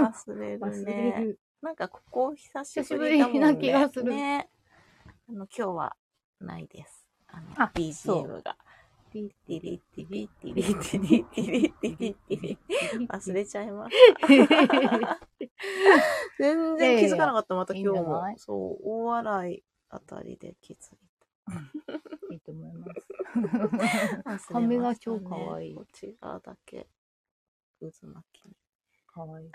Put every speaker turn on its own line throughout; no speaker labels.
忘れる
忘
ね
れ。る。
なんかここ久しぶりだもんね。
久しぶりな気がする
ね。あの、今日はないです。あの、
あそう
BGM が。
ティ
ティリティリティリティリティリティリティリ。忘れちゃいました。全然気づかなかった、また今日
いいんじゃ
も
ない。
そう、大洗あたりで気づい
いいと思います。
た。忘れましたね
カメが超可愛い
こっち側だけ、渦巻きに。
かわいい。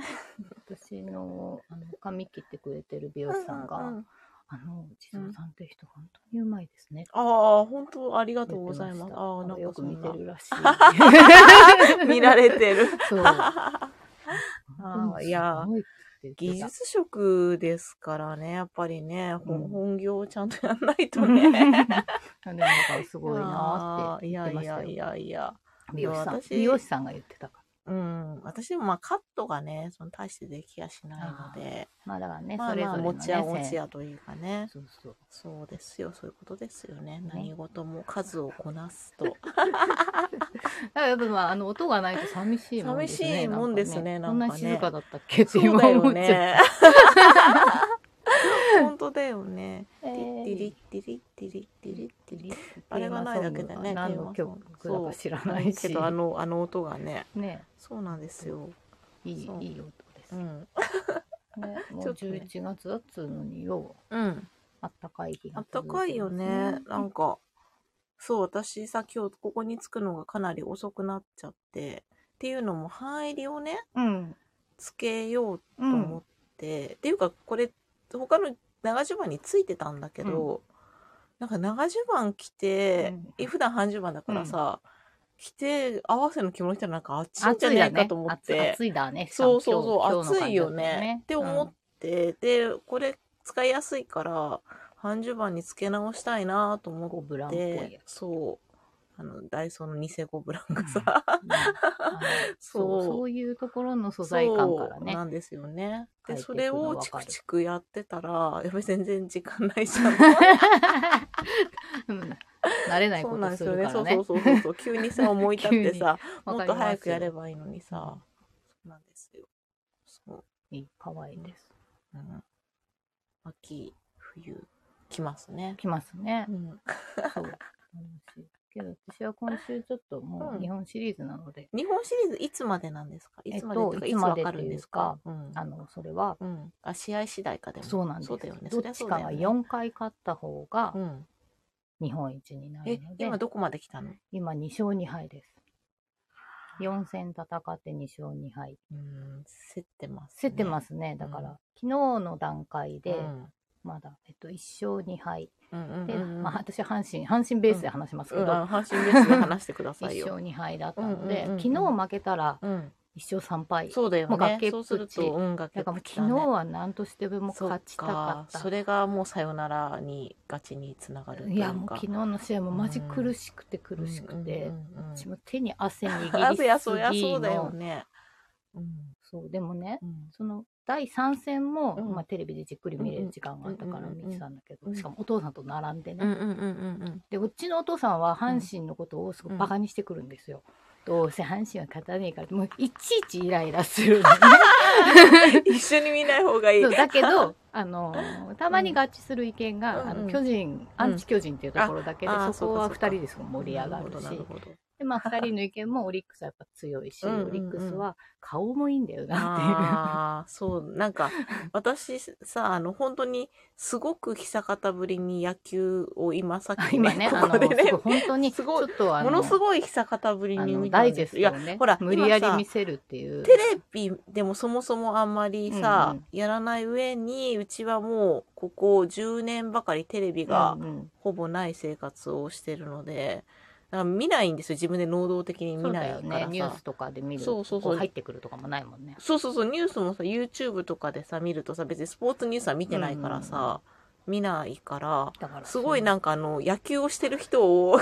私の、あの、髪切ってくれてる美容師さんが、
うう
あの、地蔵さんって人、本当にうまいですね。
ああ、本当ありが
あ
とうございます。ああ、なんか
よ
そ
く
んな
見てるらしい。
見られてる。
そう。
あーいやー
すごいって
技
言 ってた
術職ですからね、やっぱりね、ほん
うん
本業をちゃんとやんないとね。
あでもなんか すごいなーっ
あーいや
言ってま
い
したよ
やいやいや。
て。美容師さん
私。
美容師さんが言ってたから。
うん。私でもまあカットがね、その大してできやしないので、
まあだからね、
まあ
それぞ
まあ
れの、ね。
持ちや持
せん
ちやというかね。
そうそう。
そうですよ、そういうことですよね。何事も数をこなす と。
だからやっぱまあ、あの、音がないと寂しいもんですね。
寂しいもんですね
なんかね
なんかね
こんな静かだったっけって
そう
今
だ
思
よ
っちゃ
ね。 本当だよね。
う。
ティリッティリッティリッティリッティリッあれがないだけでね
何
テーマ
の
ソン
曲
グ
だか知らないし。
けどあの、あの音がね。
ね、
そうなんですよ。
いい、いい
そう
音です。
う
ね、
ん。
も
ちょ
う
っとね
11月だっつうのによう、
うん。
あったかい日
あ
が
っ
続
たか
いてます、
いよね。なんか、そう、私さ、今日ここに着くのがかなり遅くなっちゃって、っていうのも、半襟をね、
うん。
つけようと
う
思
ん
っ。て、っていうか、これ、他の長襦袢についてたんだけど、なんか長襦袢着て、え普段半襦袢だからさ、着て合わせの着物着たらなんか暑いんじゃ
暑
ね
い
えか
だね
と。思っ
暑い
て、
暑いだね。しか
そ
も
うそうそう、
今日
暑いよねって
今日の
思
感
っで、で、これ使いやすいから、半襦袢に付け直したいなと思
じだったねうん、ゴ
っ
ブランっぽいや
て、そう。あの、ダイソーのニセコブランが
つ。
さ、
うんあの
そ
そううそういうところの素材感から
そう
ね
な。んですよね。で、
変えていく
それ
の
を
は
チ
分か
ク
る
チクやってたら、やべ、全然時間ないじゃん。
うん慣れ ない
そ
こ
うなん
と
です
す
よ
るか
ね。そ
ら
うそ
ね
う。そうそうそう。急にさ、思い立って さ、
わ
も
か
っ
り
と
ます
早くやればいいのにさ、そうなんですよ。そう。
いい、可愛いです。
うん、秋、冬、来ますね。
きます ね
う。ん。
そう。楽しいけど私は今週ちょっとも
うん
う日本シリーズなので、
日本シリーズいつまでなんですかいつまで
えっと
とか
い
い
つ
つ
ま
わ
で
かるんですかうん
あの、それは、
うん。あ、試合次第かでも。
そうなんです。
そうだよね。
ど
そり
っ
ゃそう
ちか
だよ
が
ね
4回勝った方が
うん。
日本一にな
え
るの、で、
今どこまで来たの
今2勝2敗です。4戦戦って2勝2敗。
うん。競ってます。。
競ってますすね。だから、
うん
昨日の段階で
う、ん。
まだ、えっと、1勝2敗。
うんうん
で、
うん。
まあ、私、阪神、阪神ベースで話しますけ
う
ど、
ん、あ阪神ベースで話してください
1
よ。
勝2敗だったの
うん
で、
うんうんうん
昨日負けたら
うん。
1勝3敗。
そうだよ
もう
ね。
崖っ
そう
ぷち
すると、うん、崖
だ
っ
から
ぷ
もう
ちだ
昨
ね。
日は何としても
そっ
勝ちたかった。
それがもうさよならに、ガチにつながるというか。
いや、もう昨日の試合もマジ苦しくて苦しくて、
うんうんうんうん
私も手に汗握りすぎ
あ、
の
そや、そや、そうだよね。うん。
そう、でもね、
うん。
その第3戦も、
うん
まあ、テレビでじっくり見れる時間があったから
うんうんうんうん
見てたんだけど、
うん
しかもお父さんと並んでね、
うんうんうんうんうん。
でうちのお父さんは阪神のことをすごいバカにしてくるんですよ、どうせ阪神は勝たねえからもういちいちイライラす るのね
一緒に見ない方がいい。
そうだ けどあのたまに合致する意見が、
うん
あ
うん
の巨人アンチ巨人っていうところだけで、
ああ
そこは
そうかそうか
2人ですごい盛り上がるし
なるほど。
で、まあ、2人の意見もオリックスはやっぱ強いし、
うんうんうん
オリックスは顔もいいんだよなっ
ああ、そう、なんか、私さ、あの、本当に、すごく久方ぶりに野球を今さってき
いう 今ねあ
ここ
の
ですね
ごい、本当にち
す
ょ
ご
っとあ
も
の
のすごい久方ぶり
あ
に
の
見
ダ
た
イ
ん
ジェ
で
ス
す。
ト
いや、
をね
ほら
無理やり
今さ
見せるっていう
テレビでもそもそもあんまりさ、
うんうん
やらない上に、うちはもう、ここ10年ばかりテレビが
うんうん
ほぼない生活をしてるので、だから見ないんですよ。自分で能動的に
そ
見
う
な
だ
いか
よ
らさ。
ねニュースとかで見る
そうそうそう
こ入ってくるとかもないもんね
そうそうそう、ニュースもさ、YouTube とかでさ、見るとさ、別にスポーツニュースは見てないからさ、見ないから、
だから
すごい
な
なんかあの、野球をしてる人を、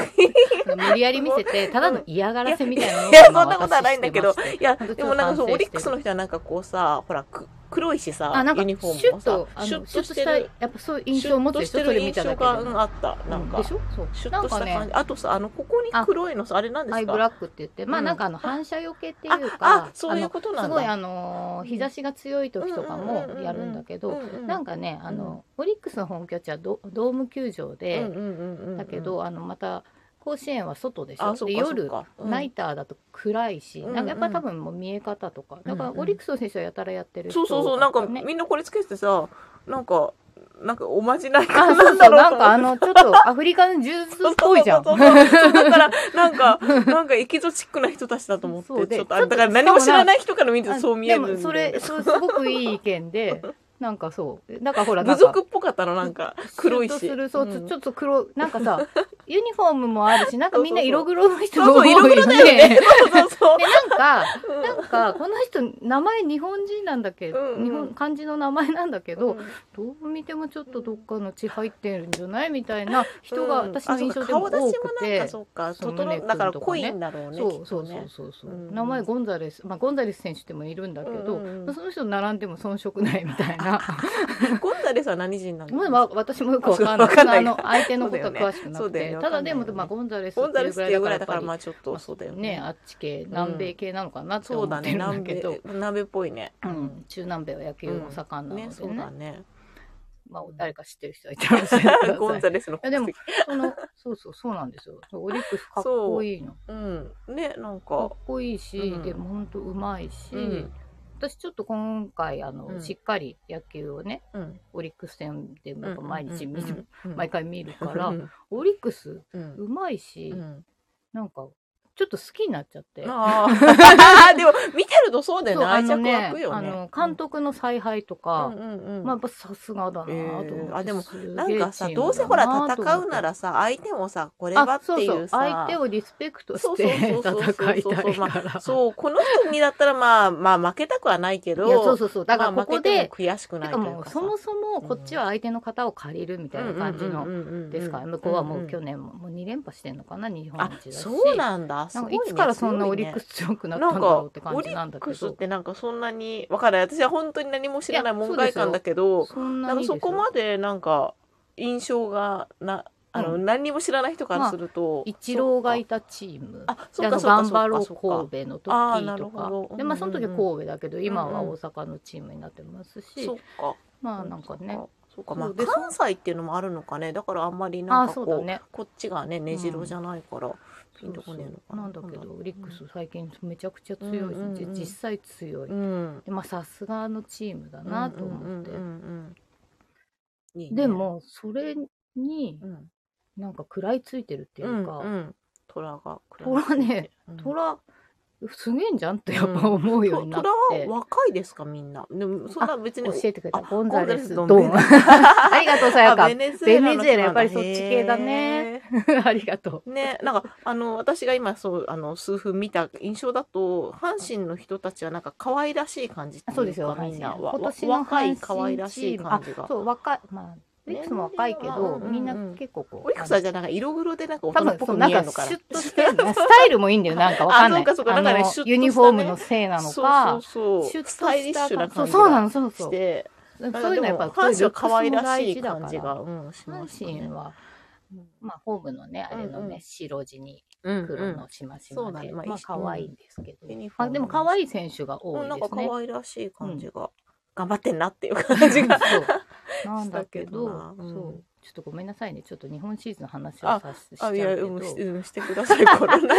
無理やり見せてただの嫌がらせみたいなのを
いやいや
今
そんなことはないんだけど
私してまし
い
て
や、
本当
でもなんかそう、
ちょ
オ
っと反省してる
リックスの人はなんかこうさ、ほら、く黒いし
あ、
さ
なん、
ユ
か、シ
ニ
ュ
フォーム
ッ
もさ
と、、あの、シ
シュ
ュ
ッ
ッと
とし
してた、
る
や、っぱそういう印象を持つでしょ、それ見ただけで。
うんあった。なん
う
か
でし、ょそう。
シュッとした感
なんかね
じ。あとさ、あの、ここに黒いのさ、あれなんで
アイ
す
ブ
か
ラックって言って、まあ
うん
なんかあの反射よけっていう
あ
か、
あ、そういうこと
あの
な
す
んだ。
ごいあのー、日差しが強い時とかもやるんだけど、な
なん
ん
か、
かね、あの、オリックスの本拠地はドドーム球場で、
うんうんうんうん
だけ、ど、あの、また、甲子園は外でし
あ
ょ。
そ
で
うかそ
夜
う、かうん
ナイターだと暗いし、
うんうん
なんかやっぱ多分もう見え方とか、だから
うんうん
オリックスの選手はやたらやってる人
そうそうそう、
多
なん
った
か
ね
みんなこれつけてさ、なんか、なんかおまじない
あ、
か
そ
な
うんそ
だ
う、
ろう
な
と
ん
思
か
っ
あ
て
の、ちょっとアフリカのジュースっぽいじゃん。
そうそうそうそうだから、なんか、なんかエキゾチックな人たちだと思っ
そうで
て、ちょっと、あれだから何も知らない人から見るとそう見えるんだ
で
よ
も
ね
それ、それすごくいい意見で、 なんかそう、なんかほら、な
部
んか
族っぽかったの、なんか、黒いし。
シュッとするそう、
うん
ちょっと黒、なんかさ、ユニフォームもあるし、なんかみんな色黒の
そ
人
う
も
そ
多
う、
い
色黒
よね。
だよね。そうそう そう
で、。なんか、
うん
なんか、この人、名前日本人なんだけど、
うんうん
日本、漢字の名前なんだけ
う
ど、
ん
どう見てもちょっとどっかの血入ってるんじゃないみたいな人が
うん
私の印象でも多
あそうか顔出
く
しもなん
て
か、そうか
その
整
胸
うだから
くんとか
濃
ね
いんだろうね
そうそう
きっと
そう
ね
そうそう、
うん
名前ゴンザレス、まあ、ゴンザレス選手ってもいるんだけど、
うんうんうん
その人と並んでも遜色ないみたい な
ゴンザレスは何人なの
まあまあ私もよくわかんな
わ
い
かんない
あの相手のことは詳しくな
そ
く
うだ
て、
よね
ただ
そうだ
で
よねわ
も、
かんないよね
まあ、ゴンザレスって
ゴンザレスって
い
いううぐ
ぐら
ら
い
いだ
だか
からら
ま
ま
あ
あちょっとそうだよ
ね
ね。
あっち系南米系なのかなと
そ
思
うだ
って
ね
るんだ
南
け
米
ど、
南米っぽいね。
うん、中南米は野球も盛んなのでね,、
ねそうだ ね。
まあ、誰か知ってる人はいたら教えてくだ さい
ゴ ンザレスの
いやでもそのそうそうそうなんですよそうオリックスかっこいいの
うんねなん
かっ
か
こいいし、
うん
でもほんとうまいし、
うん
私ちょっと今回あの、
うん
しっかり野球をね
うん
オリックス戦でもやっぱ毎日見る、
うん
毎回見るから、
うん
オリックス
うん
うまいし、
うん
なんかちょっと好きになっちゃって。
ああ でも見てるとそうだよ
そう
ね
あ
愛
の
着
ね
湧くよね
あの監督の采配とか、
うんうんうん
まあ、やっぱさすがだなと思って、
えーあでも
すげえ
なんかさ
チームだ
どうせほら
なと思って
戦うならさ相手もさこれは
あ
って
そう
い
そう
うさ
相手をリスペクトして
そうそうそうそう
戦い
そ
たい
うそう
か
まあ
ら
そう、この人にだったらまあ、まあ負けたくはないけど、
いやそうそうそうだから
まあ
ここ
負けて
で
も悔しく
て
ない
か
とい
も
う
う
かさ
そもそもこっちは相手の型を借りるみたいな感じの
の
ですから、向こうはもう去年ももう2連覇してんのかな日本
あ
一だし
そうなんだ
なんかいつからそんなオリック
ス
ス強く
ご
ないっ
ね
た
な
んだ
ん
ろ
か
うって感
オ
じ
リ
なん
ッ
だけ
クスっ
ど
てなんかそんなにわからない私は本当に何も知らない
いや
門外
そうですよ
観だけど
そん
な
なんに
か
でしょ
そこまでなんか印象がなあの、
う
何にも知らない人からすると、
イチローがいたチーム
あそ
で
う
あの
かそうか
頑
そう
張ろ
か
う
そうか
神戸の時
あーな
と
る
か
ほど
でまあその時は神戸だけど今は
うんうん
大阪のチームになってますし、
そうか
まあなんかね
そうかまあ
そうでそ
関西っていうのもあるのかねだからあんまりな
あ
ん
ー
かこ
そう
う
だね
こっちがねねじろじゃないから、ピンとこねえのかな
そうそうなんだけどオリックス最近めちゃくちゃ強いし、
うんうんうん
実際強い、
うん
でまあさすがのチームだなと思って、
うんうんうんうんいいね
でもそれに
うん
なんか食らいついてるっていうか、
うんうん虎が
虎ね
うん
虎すげえんじゃんってやっぱ思うようになっ
虎
て、
は若いですかみんなでもそんな別に
教えてくれた
あ
ゴンザレスド
ゴ
ン
ンザレスドン
ありがとうさや
あ
か
ベネズエラの人なんだ
ベネズエラやっぱりそっち系だね
へー
ありがと
ね、なんかあの私が今そうあの数分見た印象だと阪神の人たちはなんか可愛らしい感じって
う
い
そうですよ
うかみんな
阪神
わ
今年の
若い
阪神
可愛らしい
チーム
感じが
あそう若いまあオリックスも若いけど、
うんうんうん
みんな結構こう
オリックスはじゃあなんか色黒でなんか大
多
人っ
分
ぽ
そ
く
うなん
見え
か
るのかな
シュッとしてる のスタイルもいいんだよなんかわかんない
あそうかそうかだからね
あの
シュッとしたね
ユニフォームのせいなのか
そうそう
シ
そ
ュッ
う
とし
ス
た
タイリッシュな
そう
感じ
そうな
が
のそうそう
して
そう
なん
いうのやっぱ
かでも阪神は可愛らしい
ルックスも
感
大
じ
事だか
がうんし
ら
ましたね
阪神はまあホームのねあれのね、
うんうん
白地に
うんうん
黒のしましま
そうだ
で、
ねまあ
まあ
一緒
可愛いんですけど、
ユニフォー
まあ
ム
でも可愛い選手が多
う
い
ん
で
なんか
すね
可愛らしい感じが頑張ってんなっていう感じが
そうなんだけ
したけど
ど
なうん
そうちょっとごめんなさいねちょっと日本シリーズの話をさせしちゃ
あ
う
い
け
や、
ど
うん、しうんしてください、この流れで。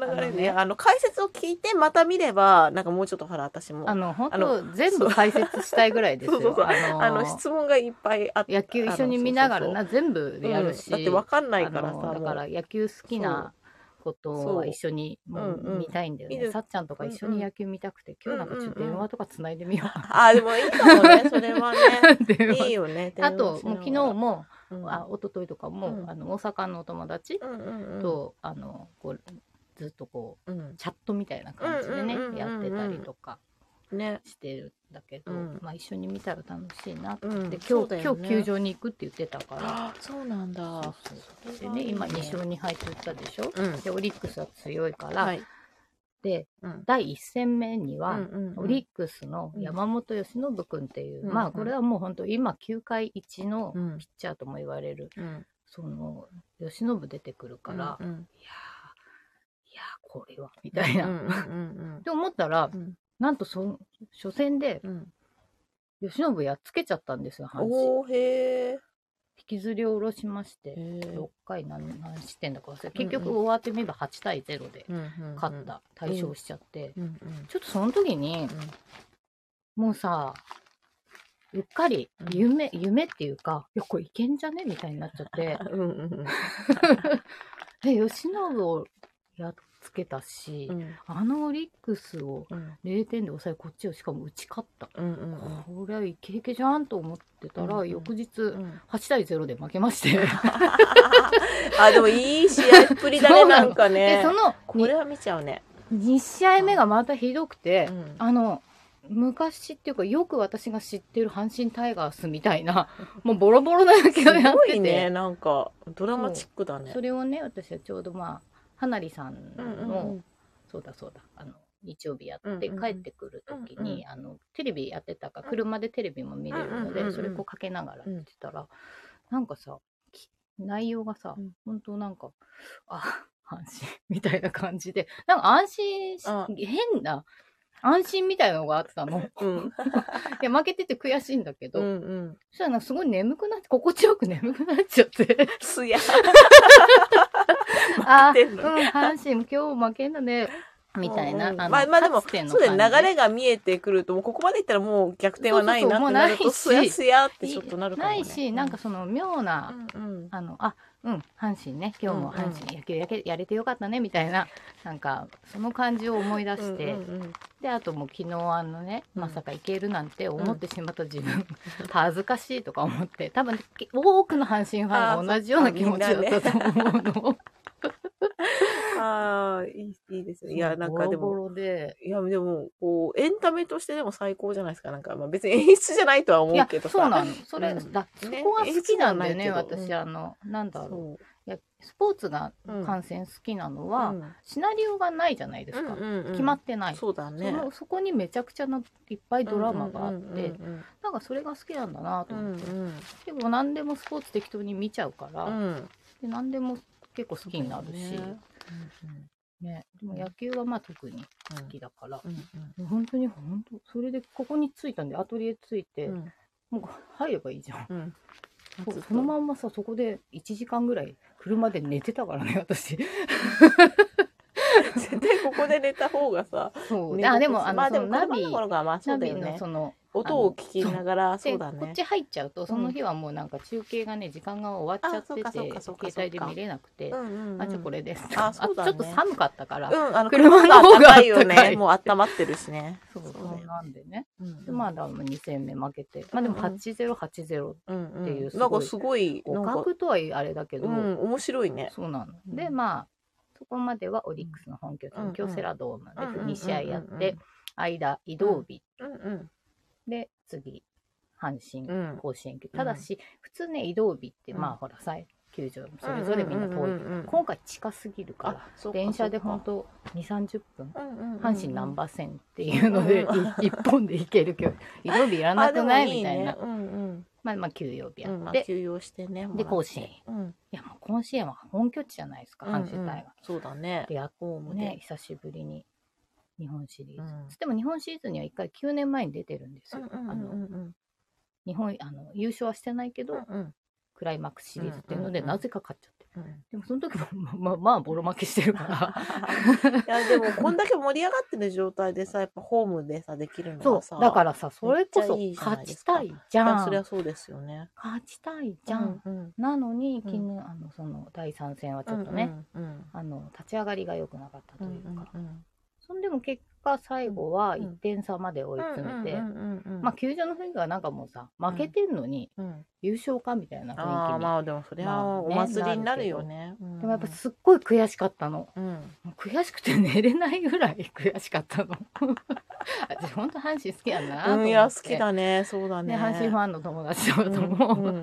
この流れでね、あの、解説を聞いて、また見れば、なんかもうちょっとほら、私も。
あ
あの、
の本
あ
当全部解説したいぐらいですよ。
そうそうそう
の
質問がいっぱいあって。
野球一緒に見ながら
あ
な
の
全部
そうそうそう
やるし、
うんだってわかんないから
あ
さ、
のだか
も
ら野球好きなこと
そ
は
う
一緒にも
うんう
うん見たいんだよね、
見る
さっちゃんとか一緒に野球見たくて、今日なんかちょっと電話とかつないでみよう
うあ、でもいいかもね、それはね。
電話
いいよね。
あともう昨日も、
うん、
あ一昨日とかも、
うん
あの大阪のお友達
うんうんうん、
と、あのこうずっとこ
うん
う、チャットみたいな感じでね、
うんうんうんうんうん
やってたりとか
ね。
してるんだけど、
うん
まあ一緒に見たら楽しいなって
うん。
で
そ
今
う
日、
だよ
今
ね
日球。場に行くって言ってたから。
あ、そうなんだ。
そうそうでね今2勝
に。
2敗って言ったでしょ、
うん
でオリックスは強いから、
はい。
で、
うん
第1戦目には、
うんうん
オリックスの山本由伸君っていう、
うん
まあこれはもう本当今球界一のピ
うん
ッチャーとも言われる、
うん
その由伸出てくるから、
うんうん
いやーいやーこれはみたいな、
うんうんう
っ
ん
て思ったら、
うんうん
なんとそ初戦で
うん
由伸やっつけちゃったんですよ阪神
おーへー
引きずり下ろしまし
へ
て
ー
6回何何失点だか忘れ
うんうん
結局終わってみれば8対0で
うんうんうん
勝った、大勝しちゃって、
うんうん
ちょっとその時に
うん
もうさ、うっかり
うん
夢、夢っていうか、いや、これいけんじゃねみたいになっち ゃって、
うんうんうん
で、吉野をやっつけたし、
うん
あのオリックスを
うん
0点で抑え、こっちをしかも打ち勝った。
うんうん
これはいけいけじゃんと思ってたら、
うんうん
翌日、
うん
8対0で負けまして、
あでもいい試合っぷりだね
そうな
な
の
んか
で、
ね
その
これは見ちゃうね
2試合目がまたひどくて、
うん
あの、昔っていうか、よく私が知ってる阪神タイガースみたいな、もうボロボロな野球を
す
やっ
ご
てて。
いねなんかドラマチックだね
それをね私はちょうどまあ花りさんの、
うんうん
そうだそうだあの日曜日や
うん
っ
うん
て
うん
帰ってくる時に、
うんうん
あのテレビやってたから車でテレビも見れるの
うんうん
で、
うんうん
それこうかけながら見てたら、なんかさき内容がさ、
うん
本当なんかあ安心みたいな感じでなんか安心し
あ
変な安心みたいなのがあっ たの。い
うん
や負けてて悔しいんだけど、
うんうん
そしたらなんかすごい眠くなって心地よく眠くなっちゃって。
すや
あ
てんの
うん、阪神今日負けんだね。みたい
う
な。
んうん
の
まあまあでも
かつての
そうだよ
感じ
流れが見えてくるともうここまでいったらもう逆転はないなってなると
そ
す
うそうそうもうな
や
いし
すやってちょっとなるかもね
ないし、なんかその妙な、
うんうん
あの、あ、うん、阪神ね、今日も阪
うん
神、野球やけやれてよかったね、みたいな、なんか、その感じを思い出して、
うんうん
で、あともう昨日あのね、
うん
まさかいけるなんて思ってしまった自分、恥ずかしいとか思って、多分、き多くの阪神ファンが同じような気持ちだったと思う の。
ああいいいいですねいやなんかで
ボ
も
ロボロで。
いやでもこうエンタメとしてでも最高じゃないですかなんか、まあ、別に演出じゃないとはい思
や
うけどさ
そう なのそれ、
うん
だそ
ね
こが好きなんだよね
演出ではないけど
私あのなんだろう
そう
いやスポーツが
うん
観戦好きなのは、
うん
シナリオがないじゃないですか、
うんうんうん
決まってない
そうだね
そのそこにめちゃくちゃないっぱいドラマがあって、
うんうん
なんかそれが好きなんだなと
うんう
思
ん
って、
うん
結構何でもスポーツ適当に見ちゃうから、
うんうん
で何でも結構好きになるし、
そうだよ
ね
ね
でも野球はまあ特に好きだから、
うん
本当に本当それでここに着いたんでアトリエ着いて、
うんうん
もう入ればいいじゃん。
うん
そうそのまんまさそこで1時間ぐらい車で寝てたか らね私
絶対こ こで寝た方がさ
そう
寝
あ
心地
でもあの、
まあで
そ
も
のナ
車
ビ
の頃がまあそ
ナ
うだ
ビ
よ
の
ね
その
音を聞きながらそうだ
でこ
ね
っち入っちゃうとその日はもうなんか中継がね時間が終わっちゃっ
あ
て
そう
て
かそうかそうか
携帯で見れなくて、
うんうんうん
あじゃあこれです
あそうだね
あちょっと寒かったから、
うんあの
車
車
の
の
方
方
が
が
あったか
高
い
いよねもう温まってるしね
そう
そう
そ
だ
う
よ
なんでね
うん
でまあだから2戦目負けてまあでも
うんうん
8080
うんうん
っていうすごい
なんかすごいな
互
んか
角とはあれだけど、
うん面白いね
そうなの、
うん
でまあそこまではオリックスの本拠地
うんう
の
ん
京セラドーム
うんうんうん
で
うん
2試合やって間移動日
うんうん
で次阪神
うん
甲子園球
うん
ただし普通ね移動日って
うん
まあほらさ球場それぞれみんな
うんう
遠い
んうんうん
今回近すぎるから
あそうか
電車で
そうか
本当2 3 0分
うんうんうん
阪神難波線っていうのでい
うん
一本で行ける距離移動日いらなくない
あでも
みたいな
ねうんうん
まあまあ休養日や
うんま
っ
あ
て
休養してね
で甲
う
子園い
うん
やもう甲子園は本拠地じゃないですか阪神
うんう
大
ん
学
そうだね
で夜行もね
ね
久しぶりに日本シリーズ、
うん
でも日本シリーズには1回9年前に出てるんです
う
よ、
んうんう
あ
んう
の
んうん
日本あの優勝はしてないけど、
うん
クライマックスシリーズっていうので、
うんうんうん
なぜか勝っちゃって
うん
でもその時もまあまあ、まあ、ボロ負けしてるから
いやでもこんだけ盛り上がってる状態でさやっぱホームでさできるの
そ
はさ
うだからさそれこそ
めっちゃいいじゃな
勝
いで
ち
すか
たいじゃん
いやそりゃそうですよね
勝ちたいじゃん、
うんうん
なのに
うん
昨日、あのその第3戦はちょっとね、
うんうん
あの立ち上がりが良くなかった
う
と
ん
いうか、
うん
そんでも結果最後は
うん
1点差まで追い
うん
詰めて、
うんうんうんうん
まあ、球場の雰囲気はなんかもうさ負けてんのに
うん
優勝かみたいな雰囲気に、
ああまあでもそれ
まあ
はお
ね
祭りになるよね
でもやっぱすっごい悔しかったの
うん
もう悔しくて寝れないぐらい悔しかったの 私本当阪神好きやなと
う
思って
ん、いや、好きだね。そうだね。
ね、阪神ファンの友達とかとも、
うん うん
や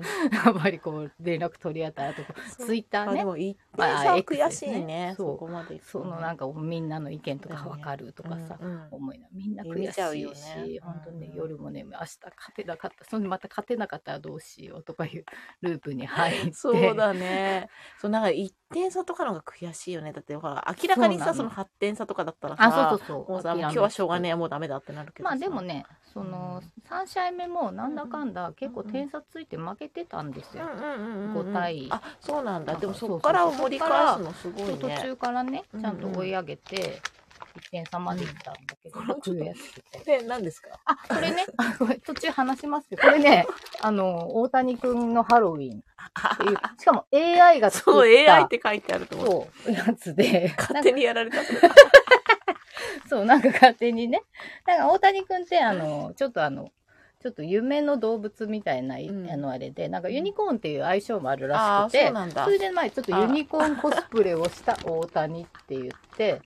っぱりこう連絡取り合った後
そう
ツイッター
あで
ね
も一定
まあ
さ、
X
悔
で
し
す
い
ね
ね。
そう
そこまで行く
そ
のね
のなんかみんなの意見とか分かるとかさ、
うんうん
思いなみんな
見
悔
ちゃう
し
よ
いし、
ね
本当にね、
うん
夜もね明日勝てなかったそんでまた勝てなかったらどうしようとかいうループに入って
そうだね。そうなんか1点差とかのが悔しいよね。だってほら、明らかにさ、そ
そうなの
の8点差とかだったらさ、
あそうそうそう
もうさ、
諦め
今日はしょうがねえ、もうダメだってなるけど
ま
さ。
あでもねその3試合目もなんだかんだ結構点差ついて負けてたんです
うん
よ、
うんうんうんうん、
5対
あ、そうなんだ。
なんか
でもそっから
そうそう
盛り返すのすごい
そ
ね
う。途中からね
うん
ちゃんと追い上げて1点差までいったんだけど、
うんこれちょっと
悔しくて
で、何ですか
あ、こ れね、あごめん途中話しますけど、これね、あの、大谷くんのハロウィンっ ていう、しかも AI が作った。
そう、AI って書いてあると思う。
そう、やつで、
勝手にやられた。
そう、なんか勝手にね。なんか大谷くんって、あの、ちょっとあの、ちょっと夢の動物みたいな、い
うん
あの、あれで、なんかユニコーンっていう相性もある
あ
ら
あ、
しく
そう
て、
なん
そ
だ。
れで前ちょっとユニコーンコスプレをした大谷って言って、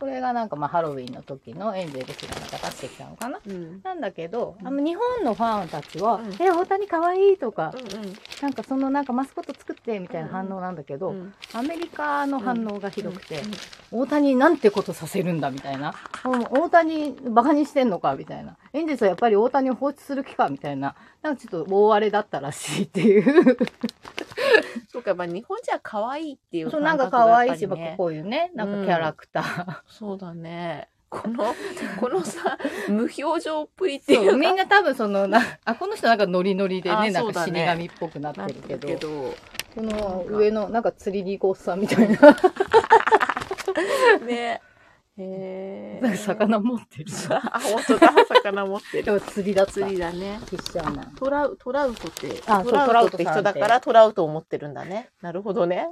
これがなんかまあハロウィンの時のエンゼルスがなんか出してきたのかな。
うん。うん
なんだけど、
うん
あの日本のファンたちは、
うん
え、大谷かわいいとか、
うん
なんかそのなんかマスコット作ってみたいな反応なんだけど、
うん。
アメリカの反応がひどくて、
うん
大谷になんてことさせるんだみたいな、もう大谷バカにしてんのかみたいな、エンジェルスはやっぱり大谷を放置する気かみたいな、なんかちょっと大荒れだったらしいって いう。
そうか、まあ日本人は可愛いっていう
そ
感
うなんか
覚
可
がや
愛い
っ
し、
ぱりね。
こういうね、なんかキャラクター。
そうだね。こ の、このさ、無表情っぷりってい
そうう、
か
みんな多分そのな、あ、この人なんかノリノリで
あ
ね、なん
そう
か
だ
死
ね
神っぽくなって
なって
るけ
る
ど、
けど。
その上のなんか釣りに行こうさんみたいな、
ね。へ
なんか魚持ってる。
あ、本当 だ。魚持って
で
る。
も釣りだった
釣。りだね。
フィッシャーマン。
トラウトラウトって、
あそう
トラウトって
トラ
人
ウトさんって
だからトラウトを持ってるんだね。なるほどね。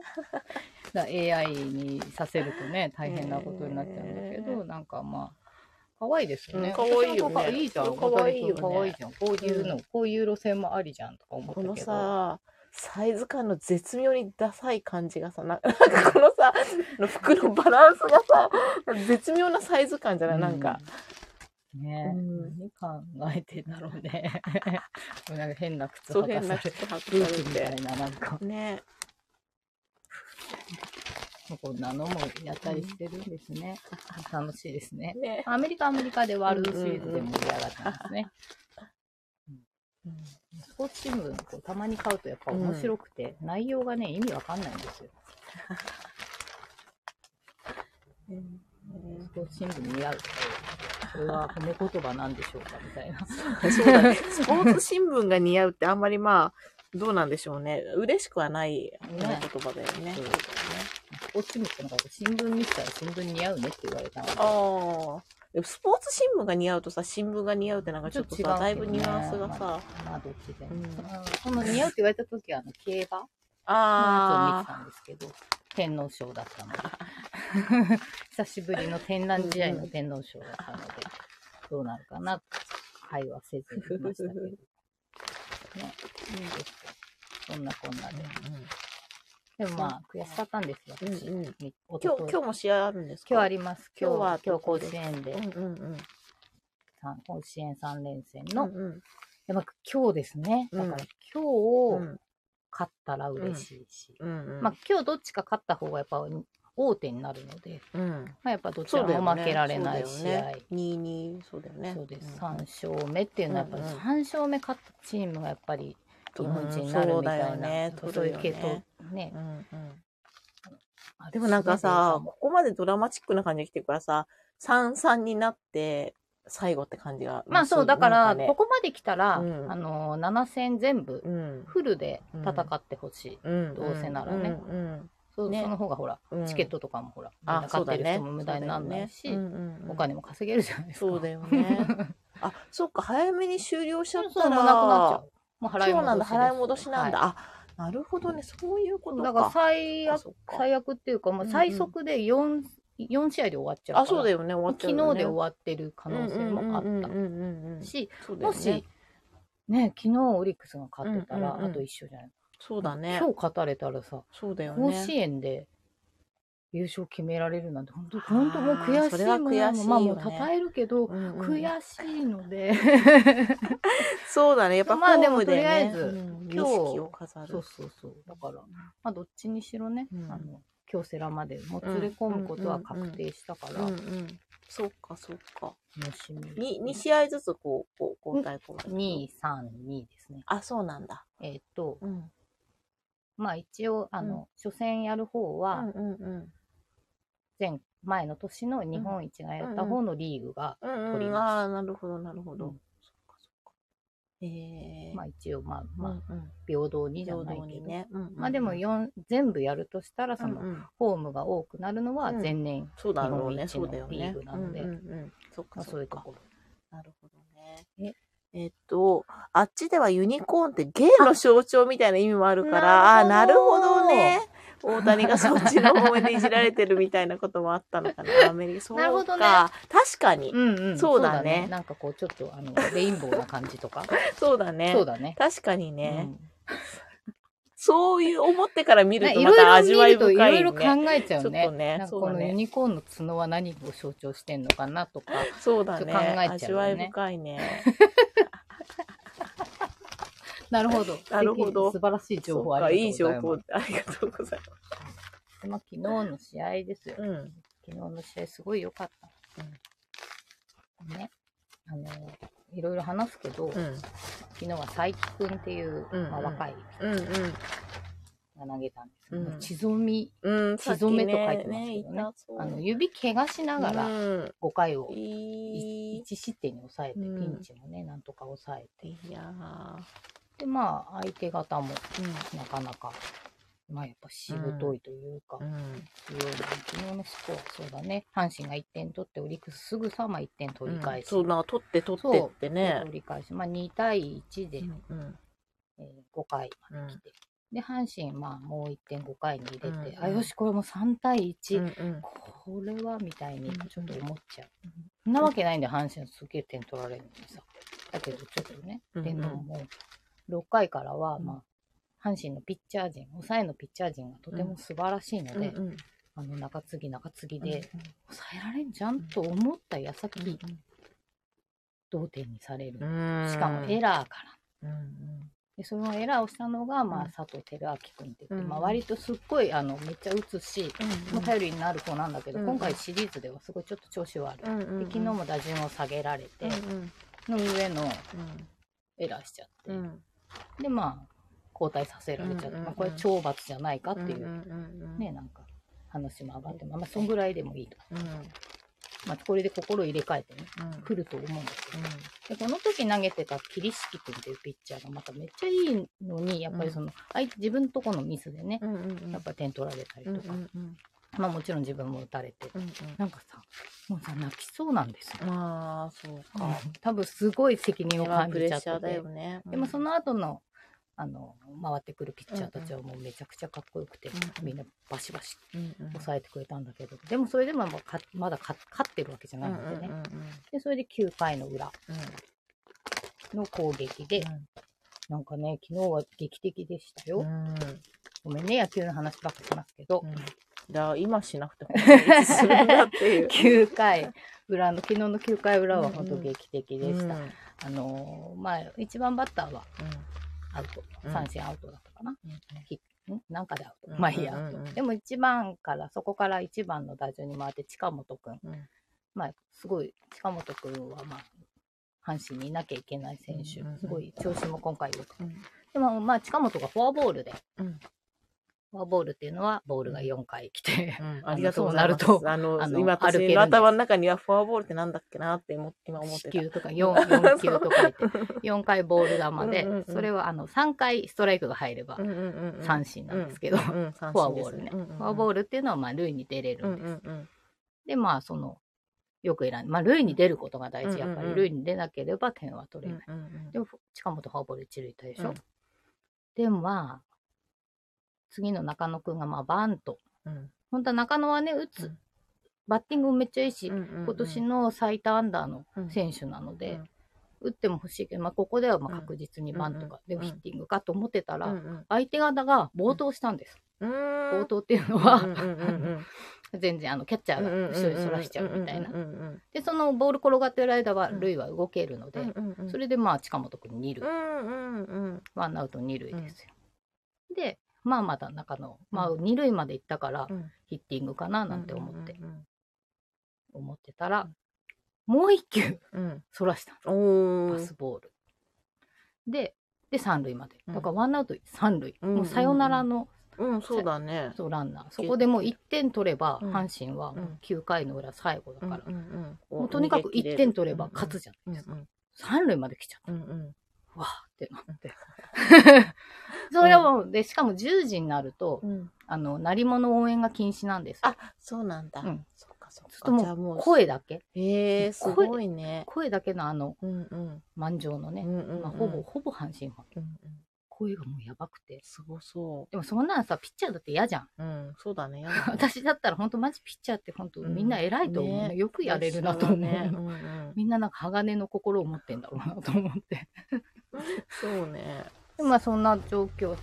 だから AI にさせるとね大変なことになっちゃうんだけど、
え
なんかまあ可愛いですよね。
うん可愛いよね
私も可愛いじゃん。
可愛いよね
可愛いじゃん。こういうの、こういう路線もありじゃんとか思った
こ
けど。
のさ、サイズ感の絶妙にダサい感じがさ、な なんかこのさ、あの服のバランスがさ、絶妙なサイズ感じゃないなんか。
うん。ね、
うん
何考えてんだろうね。 もうなんか変な靴
そう
履か
変な
され
靴
て、
履かさ
ブ
れ
ーツみた
て
い。ななんか
ね。
こんなのもやったりしてるんですね。楽しいですね。
ね。
アメリカはアメリカでワールドシリーズで盛り上がってますね。スポーツ新聞こうたまに買うとやっぱ面白くて、内容がね、意味わかんないんですよ。スポーツ新聞似合うとかこれは褒め言葉なんでしょうかみたいな。
そうだね。スポーツ新聞が似合うってあんまりまあ、どうなんでしょうね。嬉しくはない褒め言葉だよね。
そうだよね。スポーツ新聞ってなんかこう新聞見てたら新聞似合うねって言われたので
ああ。でもスポーツ新聞が似合うとさ、新聞が似合うってなんかちょっとさ、
ちょっと違うけどね
だいぶニュアンスがさ、
まあどっちでも。
うん
その似合うって言われた時はあの競馬のやつを見
あ
てたんですけど、天皇賞だったので。 久しぶりの天覧試合の天皇賞だったので、どうなるかな、会話せずにいましたけど。ね、そんなこんなで。
あ。
でもまあ、悔しかったんですよ、私。
うんうん
みお
今
とと
日、
い
今日も試合あるんですか
今日あります。今日
今日は
今日甲子園で、
うんうんうん。
さん甲子園3連戦
う
の、
んうん
でまあ今日ですね。だから
うん
今日
う
を
ん
勝ったら嬉しいし、
うんうん。
まあ今日どっちか勝った方がやっぱ大手になるので、
うん。
まあやっぱどち
そ
ら
うだよ
も
ね。
負けられない試合。
2、2、そうだよね。
そうです。
ん
3勝目っていうのはやっぱり
うんうん
3勝目勝ったチームがやっぱり日本一になるみたいな、
うんそうだよね
そういう
取
系
るよね
統ね
う。んうん。
あるし
でもなんかさ、
ね
ここまでドラマチックな感じで来てるからさ、3-3になって、最後って感じが。
まあそうだから、
なんね
ここまで来たら、
うん
あの7戦全部
うん。
フルで戦ってほしい、
うん。
どうせならね
うん
そ
ね
その方がほら、
うん。うん
チケッ、トとかもほらみん
あ
な、
そう
買
だ
ってる
ね。
人も無駄にならないし、
そうだよねうんうんうん
お金も稼げるじゃないですか
そうだよ ね。あ、そっか、早めに終了しちゃ
そ
っ
う
たら。
もうなくなっちゃうもう払い戻し
そうなんだ、
です
払い戻しなんだ。
は
あ、なるほどね、そういうこ
い
と
だから
か。
最悪
そっか
最悪っていうか、もう最速で 4,、四試合で終わっちゃうから
あ、そうだよね、終わっちゃ
昨
う
日
よ
で
ね。
終わってる可能性もあっ
うんうん
た
うんうんうんうん。
し、
そうだよ
も
ね
し、ね、昨日オリックスが勝ってたら、
うんうんうん
あと一緒じゃない、
そうだね
今。日勝たれたらさ、
そうだよ
甲
ね。
子園で優勝決められるなんて、本当
あー
本当もう悔し
そ
い
れは
の
悔しいよね
まあもう称えるけど、
うんうん
悔しい ので、
そうだね。やっぱ
まあでも
ホームでね
とりあえず
うん
今日
儀式を飾
そう
る。
そうそう。だから、まあどっちにしろね、
うん
あの、京セラまでもつれ込むことは確定したから、
うんうん。そうか、そうか。
楽しみ。
に二試合ずつこう、こう交代交代。
2、3、2ですね。
あ、そうなんだ。
えっ、と、
うん。
まあ一応、あの、初戦やる方
う
は
ん、うんうん。
前、前の年の日本一がやった方のリーグが、
うん
取
う
り
ん。
ます
ああ、なるほど、なるほど。
う
そっ
ん
か、そっか。ええ。
まあ一応、まあまあ、
あ、うん。
平等にじゃ
平
ない
等
け
に
ど、
ね。うんうん
まあでも四全部やるとしたら、そ
うん
の、
うん
ホームが多くなるのは
うん
前年、
そうだろうね、
日
そう
本
だ
一
よ
のリー
ね。
グなので
うんうんうん。そっ
ま
か、
あそう
そ
い
っ
うと
か。
ころ。
なるほどね。えっと、あっちではユニコーンってゲイの
あ
象徴みたいな意味もあるか
な
ら、あーな
る
る
ほ
ほ
ど
どね。大谷がそっちの方面でいじられてるみたいなこともあったのかな、アメ リカ。そうか。
なるほどね
確かに。
うんうん、
そうだね
なんかこう、ちょっと、あの、レインボーな感じとか。
そうだ ね。
そうだね。
確かにね、
うん
そういう思ってから見る
ね
と
い
また
ろい
味
ろ
わ
見
い
ると
深い、
い
ね。
ろいろ考えちゃう
ちょっ
ね。
とね
なんか
そう
こ
だ
の
ね
ユニコーンの角は何を象徴してんのかなとか。
そうだ
ちょ
ね
っと考えちゃうよね
味わい深いね。
なるほど。
なるほど
素敵素晴らしい 情報
そう
あ
かい
り
い
がとう
情
ござい
報
ま
あ
す。
りがとうございます。
まあ、昨日の試合ですよ。
うん。
昨日の試合すごい良かった。ね。あの、いろいろ話すけど、
うん。
昨日は佐伯くんっていう、
うん
まあ、
うん
若い
うん
人が投げたんですけど、
うん
血染み、
うん。 うん。
血染めと書いてますけどね
さっき痛そう
あの、指怪我しながら
うん、
5回を
いい
1失点に抑えて、
う
ピ
ん
ンチもね、なんとか抑えて。
いや
で、まあ、相手方も
ー
なかなか、まあ、やっぱしぶといというか、
うんうん
強いな昨日のスコア、そうだね。阪神が1点取って、オリックスすぐさま1点取り返し。
そうな取って取ってってね
取り返し。まあ、2対1で、
うんうん
えー5回まで来て。で、阪神、まあ、もう1点5回に入れて、
うんうん
あ、よし、これも3対1。
うんうん
これは、みたいに、ちょっと思っちゃう。
うん
そんなわけないんだよ、阪神すげえ点取られるのにさ。だけど、ちょっとね、
うんうん
でももう、6回からは、
うん
まあ、阪神のピッチャー陣、抑えのピッチャー陣がとても素晴らしいので、
うんうん
あの、中継ぎ中継ぎで、抑えられんじゃんと思った矢先、同点にされる
う。ん
しかもエラーから。
うんうん
で、そのエラーをしたのが、ま
う
あ、
ん
佐藤輝明君って言っ
う
て、
ん
まあ、割とすっごい、あの、めっちゃ打つし、
うん
もう頼りになる子なんだけど、
うん
今回シリーズではすごいちょっと調子悪い。
うんうんうん
で、昨日も打順を下げられて、
うん
の上のエラーしちゃって、
うんうん
で、まあ、交代させられちゃって、
うんうんうん
まあ、これ懲罰じゃないかっていう、
んんうん
ね、なんか、話も上がって、まあ、まあ、そんぐらいでもいいと。
うんうん
まあ、これで心入れ替えてね、来ると思うんだけど。で、この時投げてた桐敷君っていうピッチャーがまためっちゃいいのに、やっぱりその、相手自分とこのミスでね、
うんうんうん
やっぱ点取られたり
うんうん
とか、まあもちろん自分も打たれて、
うんうん
なんかさ、もうさ、泣きそうなんですよ。
まあそう
う
か
ん多分すごい責任を
まあ
感
プ
じ
レ
ちゃ
ッ
っ
シャー
て
だ
て
よ、ね
でもその後の、あの、回ってくるピッチャーたちはもうめちゃくちゃかっこよくて、
うん
みんなバシバシ
うんうん
抑えてくれたんだけど、でもそれでもまあかまだか勝ってるわけじゃ
う
ない
ん
のでね。
うんうん
で、それで9回の裏
うん
の攻撃で、なんかね、昨日は劇的でしたよ。
うん
ごめんね、野球の話ばっかしますけど、。
うん、だから今しなくてもいつするんだっていう
9回裏の、昨日の9回裏は本
う
当
ん
劇的でした。
うん
あのーまあ、1番バッターはアウト。
うん
三振アウトだったかな。んなんかでアウト
う。ん
まあいいや、
うん
アウ
うんうん
ト。でも1番から、そこから1番の打順に回って近本くん。
うんうん
まあ、すごい、近本くんはまあ、阪神にいなきゃいけない選手
うんうんうん。
すごい、調子も今回良くて。
うん
でも、まあ、近本がフォアボールで。
うん
フォアボールっていうのは、ボールが4回来て、
うん
あ
あり
りが
が
と
とう
うご
ござ
ざい
い
ま
ますす。あの、
あの
今、
歩け
私
る
の頭の中にはフォアボールってなんだっけなって今今思っ
四
てた。
球とか4、4球 と書いて、4回ボール球
うんうん
で
う、ん
それはあの、3回ストライクが入れば
うんうんうんうん
三振なんですけど、
う
フ
んうん三
ォア
振で
ボー
す
ル
ね
ね。
う
フ
んうんうん
ォアボールっていうのは、まあ、塁に出れる
うんん
です
うんうん
で、まあ、その、よく選んで、まあ、塁に出ることが大事。やっ
う
ぱ
んうんうん
り、塁に出なければ点は取
う
れ
ん
ない。
うん
でも、近本フォアボール一塁行ったでしょ。
うん
で、まあ、次の中野くんが、まあ、バント。
うん
本当は中野はね、打
う
つ
ん。
バッティングもめっちゃいいし、
うんうん
今年の最多アンダーの選手なの
う
で
ん、
打っても欲しいけど、まあ、ここではまあ確実にバントか、
うん
で
うん
もヒッティングかと思ってた
う
ら、
ん
相手方が暴投したんです。
うーん
強盗っていうの
うん
は、
うんうん
全然あのキャッチャ
うん
ーが後ろにそらしちゃうみたいな
うん。うん
で、そのボール転がってる間は、
うん
ルイは動けるの
う
で
ん、うんうん
それでまあ、近本くん二
う
塁、
んうんうん
ワンアウト二塁ですよ。で、まあまだ中の、まあ二塁まで行ったから
う、ん
ヒッティングかななんて思って、
うん
思ってたら、もう一球、
うん
そらした
うんお
の。
ー
パスボール。で、で、三塁まで。
うん
だから、ワンアウト三塁。
うん
もう、さよならの
うんそうだね
そうランナー。そこでもう1点取れば、
うん
阪神はもう
うん
9回の裏最後
う
だか
ん
ら、
うんうん
もうとにかく1点取れば勝つじゃ
う
なんいうですか。
ん
三塁まで来ちゃっ
うんうん
た。わーってなって。 それはもう、で、しかも10時になると、
うん
あの、鳴り物応援が禁止なんですよ。
あそうなんだ
うん
そっかそっ
ち
か
ょっ
じゃあ
ともう、声だけ
へえす
声
ごいね
声だけのあの、
うんうん
満場のね
う、んうんうん
まあ、ほぼ、ほぼ阪神ファン。
うんうん
声がもうやばくて。
すごそ
でもそんなんさ、ピッチャーだって嫌じゃん。
ううんそうだねやだね
私だったら本当マジピッチャーって本当みんな偉いと思うね。
うんね
よくやれるなと思う。
ねうんうん
みんななんか鋼の心を持ってんだろうなと思って。
そうね
で まあそんな状況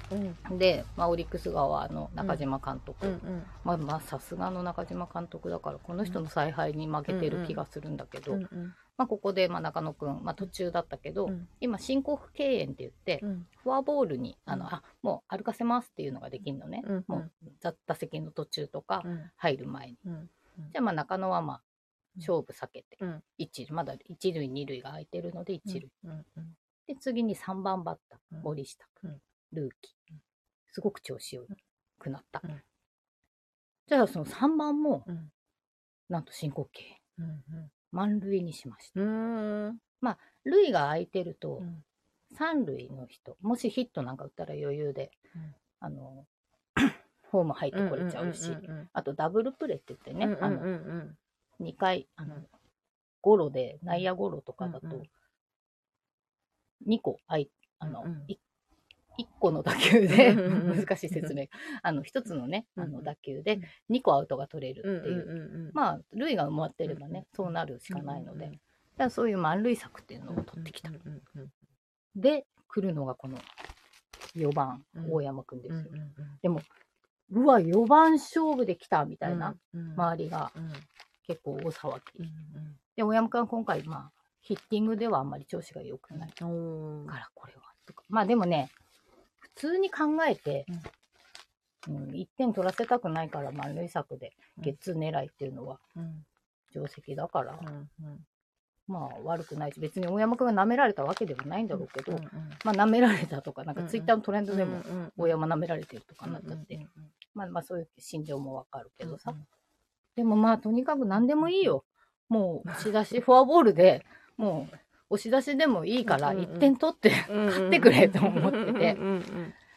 うん
で、まあ、オリックス側の中島監督、
うんうん
まあまあさすがの中島監督だからこの人の采配に負けてる気がするんだけど、
うんうん
まあ、ここでまあ中野君、まあ、途中だったけど、
うん
今申告敬遠って言って、
うん
フォアボールにあの、
うん
あもう歩かせますっていうのができるのね、
うん
もうざ打席の途中とか
うん
入る前に。
うん
じゃあまあ中野はまあ
うん
勝負避けて、
うん
一塁まだ一塁二塁が空いてるので一塁、
うんうん
で、次に3番バッタ
う
ー
ん、
森下君、
うん
ルーキー。すごく調子よくなった。
うん
じゃあ、その3番も、
うん
なんと申告敬遠
うん
満塁にしました。
うんうーん
塁が空いてると
う、ん
三塁の人、もしヒットなんか打ったら余裕で、
うん
あの、 ホーム入ってこれちゃうし、
んんん
あとダブルプレーって言って
うん
ね、あ
うんう
の、
んうん
2回、あの
うん、
ゴロで、内野ゴロとかだと
うんうん、
2個空い、あの
うんうん、
い1個の打球で、
うんうんうん
難しい説明。あの、1つのね、あ
うんう
の
ん
打球で2個アウトが取れ
うん
るっ
う
て
ん
いう。
うんうん
まあ、塁が埋まってれば
うん
ね、そうなるしかないの
うん
で
うんう、ん
だからそういう満塁策っていうのを取ってきた
う。んうんうん
で、来るのがこの4番
うん、
大山くんです
うん
よ
うん。うん
うわ、4番勝負で来たみたいな、
うん
周りが
うん
結構大騒
う。
ぎ
ん
で、大山くんは今回、まあ、ヒッティングではあんまり調子が良くない。
うんおー
からこれはとかまあでもね普通に考えて、うん1点取らせたくないから満塁策で
うん
ゲッツー狙いっていうのは
うん
定石だから、
うんうん
まあ悪くないし別に大山君が舐められたわけではないんだろうけど、
うんうん
まあ舐められたとかなんか
うんうん
ツイッターのトレンドでも
うんうん
大山舐められてるとかなっちゃって、
うんうん
まあまあそういう心情もわかるけ
うん
どさ、でもまあとにかく何でもいいよもう押し出しフォアボールでもう押し出しでもいいから
うんうんうん
1点取って
勝
ってくれと思ってて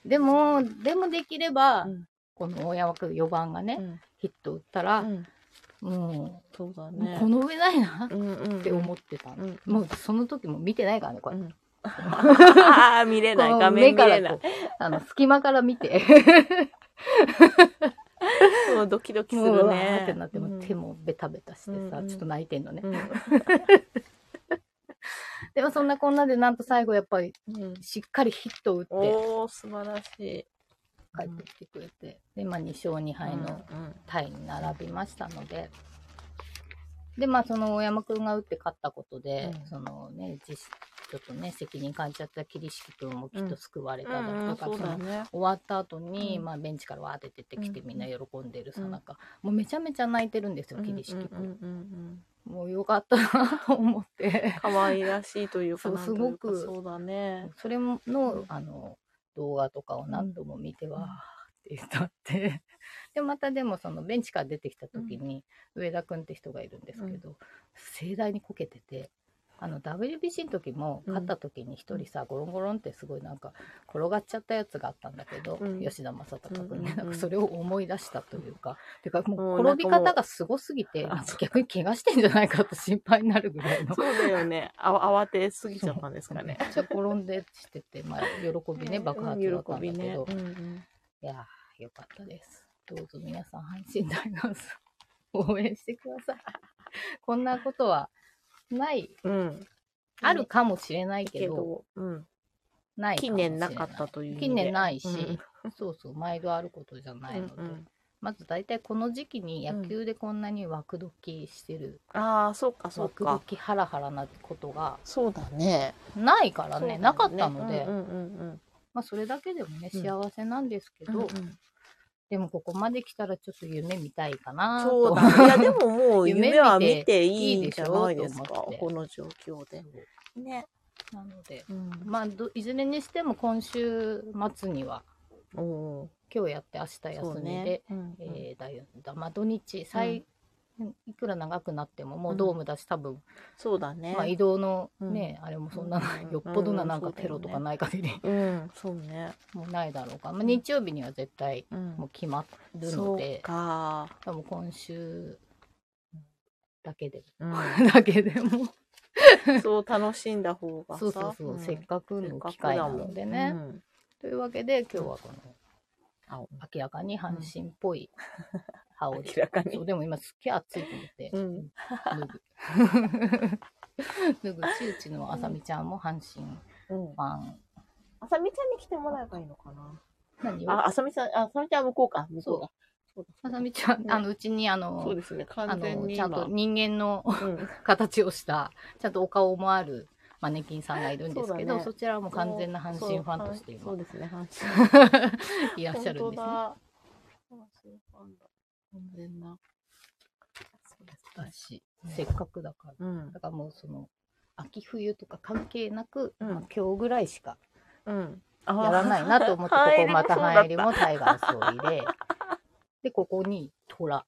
でも、でもできれば、
うん
この大山くん4番がね、ヒット打ったら、も
そうだ
う、
ね
この上ないな
うんうん
って思ってた、
うん
もうその時も見てないからね、こ
う
れ。
んああ見れない
この
画面見れ
目
な
から
い
こうあの、隙間から見て、
そうドキド キす
もう、
る
わー
ね
ってなって、もう手
も
もベタベタしてさ、
うんうん
ちょっと泣いてんのね。
うん
でもそんなこんなで、なんと最後やっぱり、
うん
しっかりヒットを打って、
おー素晴らしい
帰ってきてくれて、で、まあ2勝2敗の
うん
タイに並びましたので、で、まあ、その大山くんが打って勝ったことで、
うん
そのね、自ちょっとね、責任感じちゃった桐敷くんもきっと救われただ
うんう
と
ん
か、
そう
そ
だ
の
ね
終わった後に、
うん
まあ、ベンチからわーって出てきて、
うん
みんな喜んでるさなか、もうめちゃめちゃ泣いてるんですよ、桐敷くん。
うんうんうん
もうよかったなと思って
うん、可愛らしいというか
そう
なんというか
すごく
そうだね
それの、あの、動画とかを何度も見て、
ん
わーって言ったって。で、またでも、そのベンチから出てきた時に、上田くんって人がいるんですけど、盛大にこけてて、あの、WBC の時も、
うん
勝った時に一人さ、ゴロンゴロンってすごいなんか、転がっちゃったやつがあったんだけど、
うん
吉田正尚くん
うんうんう
ね
ん、
なんかそれを思い出したというか、てかも
も
う
うなんか
転び
もう
方がすごすぎて、
あ
なんか
そう
逆に怪我してんじゃないかと心配になるぐらいの
そうだよねあ慌てすぎちゃったんですかね
めっちゃ転んでしてて、まあ、喜 びね、爆発だったんだけ
喜び
ど、
ねうんうん
いやー、よかったです。どうぞ皆さん、阪神タイガース、 応援してください。 こんなことはない、
うん。
あるかもしれないけ
け
ど、
ど、うん、
ないか
近
もしれない
年なかったという意味で
近年ないし、
うん
そうそう、毎度あることじゃないので、
うんうん
まず大体この時期に野球でこんなに枠どきしてる、
ああ、そうか、そう
枠ど
か。
きハラハラなことが
そうだね。
ないから
そうだ
ね、
よ
なかったので、
うんうんうん
まあそれだけでもね、
うん
幸せなんですけ
うん
ど、でもここまで来たらちょっと夢見たいかなと
そうだね。いや、でももう
夢見て
夢は見ていい
いい
ん
でし
じ
ょ
ゃないですか
と思って。
この状況で。ね。
なので、
うん。
まあど、いずれにしても今週末には、
おー
今日やって明日
そう
休みで、
ね。うんうん
えーだよだまあ、土日最、いくら長くなってももうドームだし多分、
そうだね。
まあ、移動のね、あれもそんな、
うん
よっぽどな
うん
なんか
そうだよね
テロとかない限り、
うん、そうね。
もうないだろうから、まあ、
うん
日曜日には絶対
うん
もう決まる
そ
の
う
で、
か。
多分今週だけで
うん
もだけでも
そう楽しんだ方がさ。
そうそうそう、
ん
せっかくの機会なの
せ
で
っかくだ
ね
も、んうん
というわけで今日はこの
青
明らかに阪神っぽい羽織、
明らか
そう
に。
でも今すっげえ暑いと思って、
うん
脱ぐ脱ぐしうちのあさみちゃんも阪神フ
うん
ァン
あさみちゃんに来てもらえばいいのかな。
何を
あ、あさみさん、ああさみちゃんは向こうか。向こうか。そう
あさみちゃん、あのうちにあ
だそう
の
ですね。
あ
完全
の
に
ちゃ
今。
んと人間の
うん
形をしたちゃんとお顔もあるマネキンさんがいるんですけど
そう
そ,、
だね
ちらはもう完全な阪神ファンとして
そ
今
うですね、阪
いらっしゃるんで
本当
すね。
だ。阪神ファンだ。完全な。そうです
だ
ね。
しせっかくだから
うん
だ。からもうその秋冬とか関係なく、
うん
まあ今日ぐらいしか
うん。
やらないなと思って、ここまた入りもタイガースを入れ、で、ここに 虎。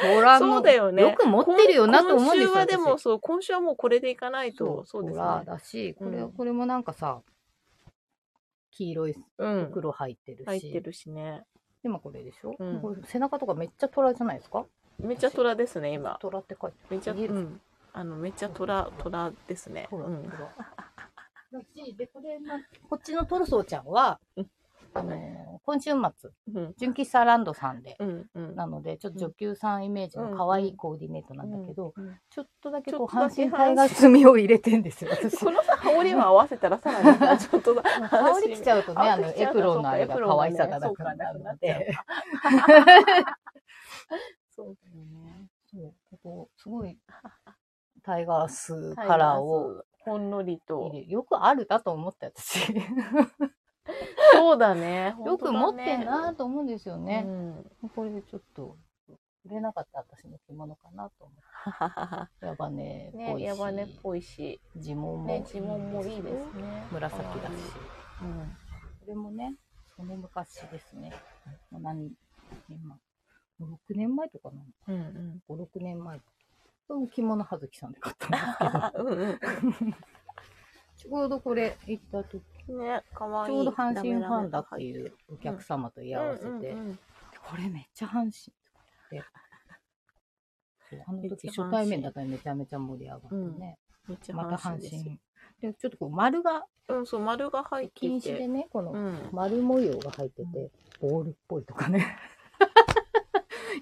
虎も
そうだよね。
く持ってるよなと思うんですよ。
今週はでも
私
そう、今週はもうこれでいかないと、そ
そ
ううです
虎
ね。
だし、こ
うん
れ、これもなんかさ、黄色い
うん。
袋入ってる
入っ
し、
てるしね。
でもこれでしょ、
うん
これ背中とかめっちゃ虎じゃないですか
めっちゃ虎ですね、今。
虎って書いて
めっちゃ、う
見える
ん。あの、めっちゃ虎、虎ですね。う
虎、虎。
ん。
だし、で、これな、こっちのトルソーちゃんは
うん、
あのー今週末、
うん。
純喫茶ランドさんで、
うん。うん。
なので、ちょっと女給さんイメージの可愛いコーディネートなんだけど、
うん
ちょっとだけこう、
ちょっとだ
阪
け
神タイガース味を入れてんですよ、私。
このさ、羽織を合わせたらさらにさ、ちょっとさ、
羽織着ちゃうとね、あの、
羽織着ち
エ
ゃうと
プロンのあれが可愛さがな
そう
く
か
なるので。
そうだよね。
そう、ここ、すごい、タイガースカラーを
ほんのり
入
と
れ。る。よくあるだと思った、私。
そうだね。
よく持ってんな
本
と思うんですよ
当だね。
ね
う。ん。
これちょっと、売れなかった私の着物かなと思って。ヤバネっ ぽい
ね、
し、
ヤバネっぽいし。
地紋もい
ね
いで、す
指
よ、
紋もいいですね。
紫だし。
うん。
これもね、その昔ですね。もう何年前 ?6 年前とかな
うんうん。
?5、6年前。これも着物はずきさんで買ったんで すけど
あ、うんうん。
ちょうどこれ行った時、
ね、かわいい。
ちょうど阪神ファンだっていうお客様と居合わせて、
うんうんうん
これめっちゃ阪神とか 言って、そうあの
めっ
時
ちゃ阪神
初対面だったらめちゃめちゃ盛り上がってね、
めっちゃ
また阪
阪神です
神。で、ちょっとこう丸が、
うん、そう、丸が入って
禁
い
止で
て。
ね、こ
う
の
ん。
丸模様が入ってて、ボールっぽいとかね。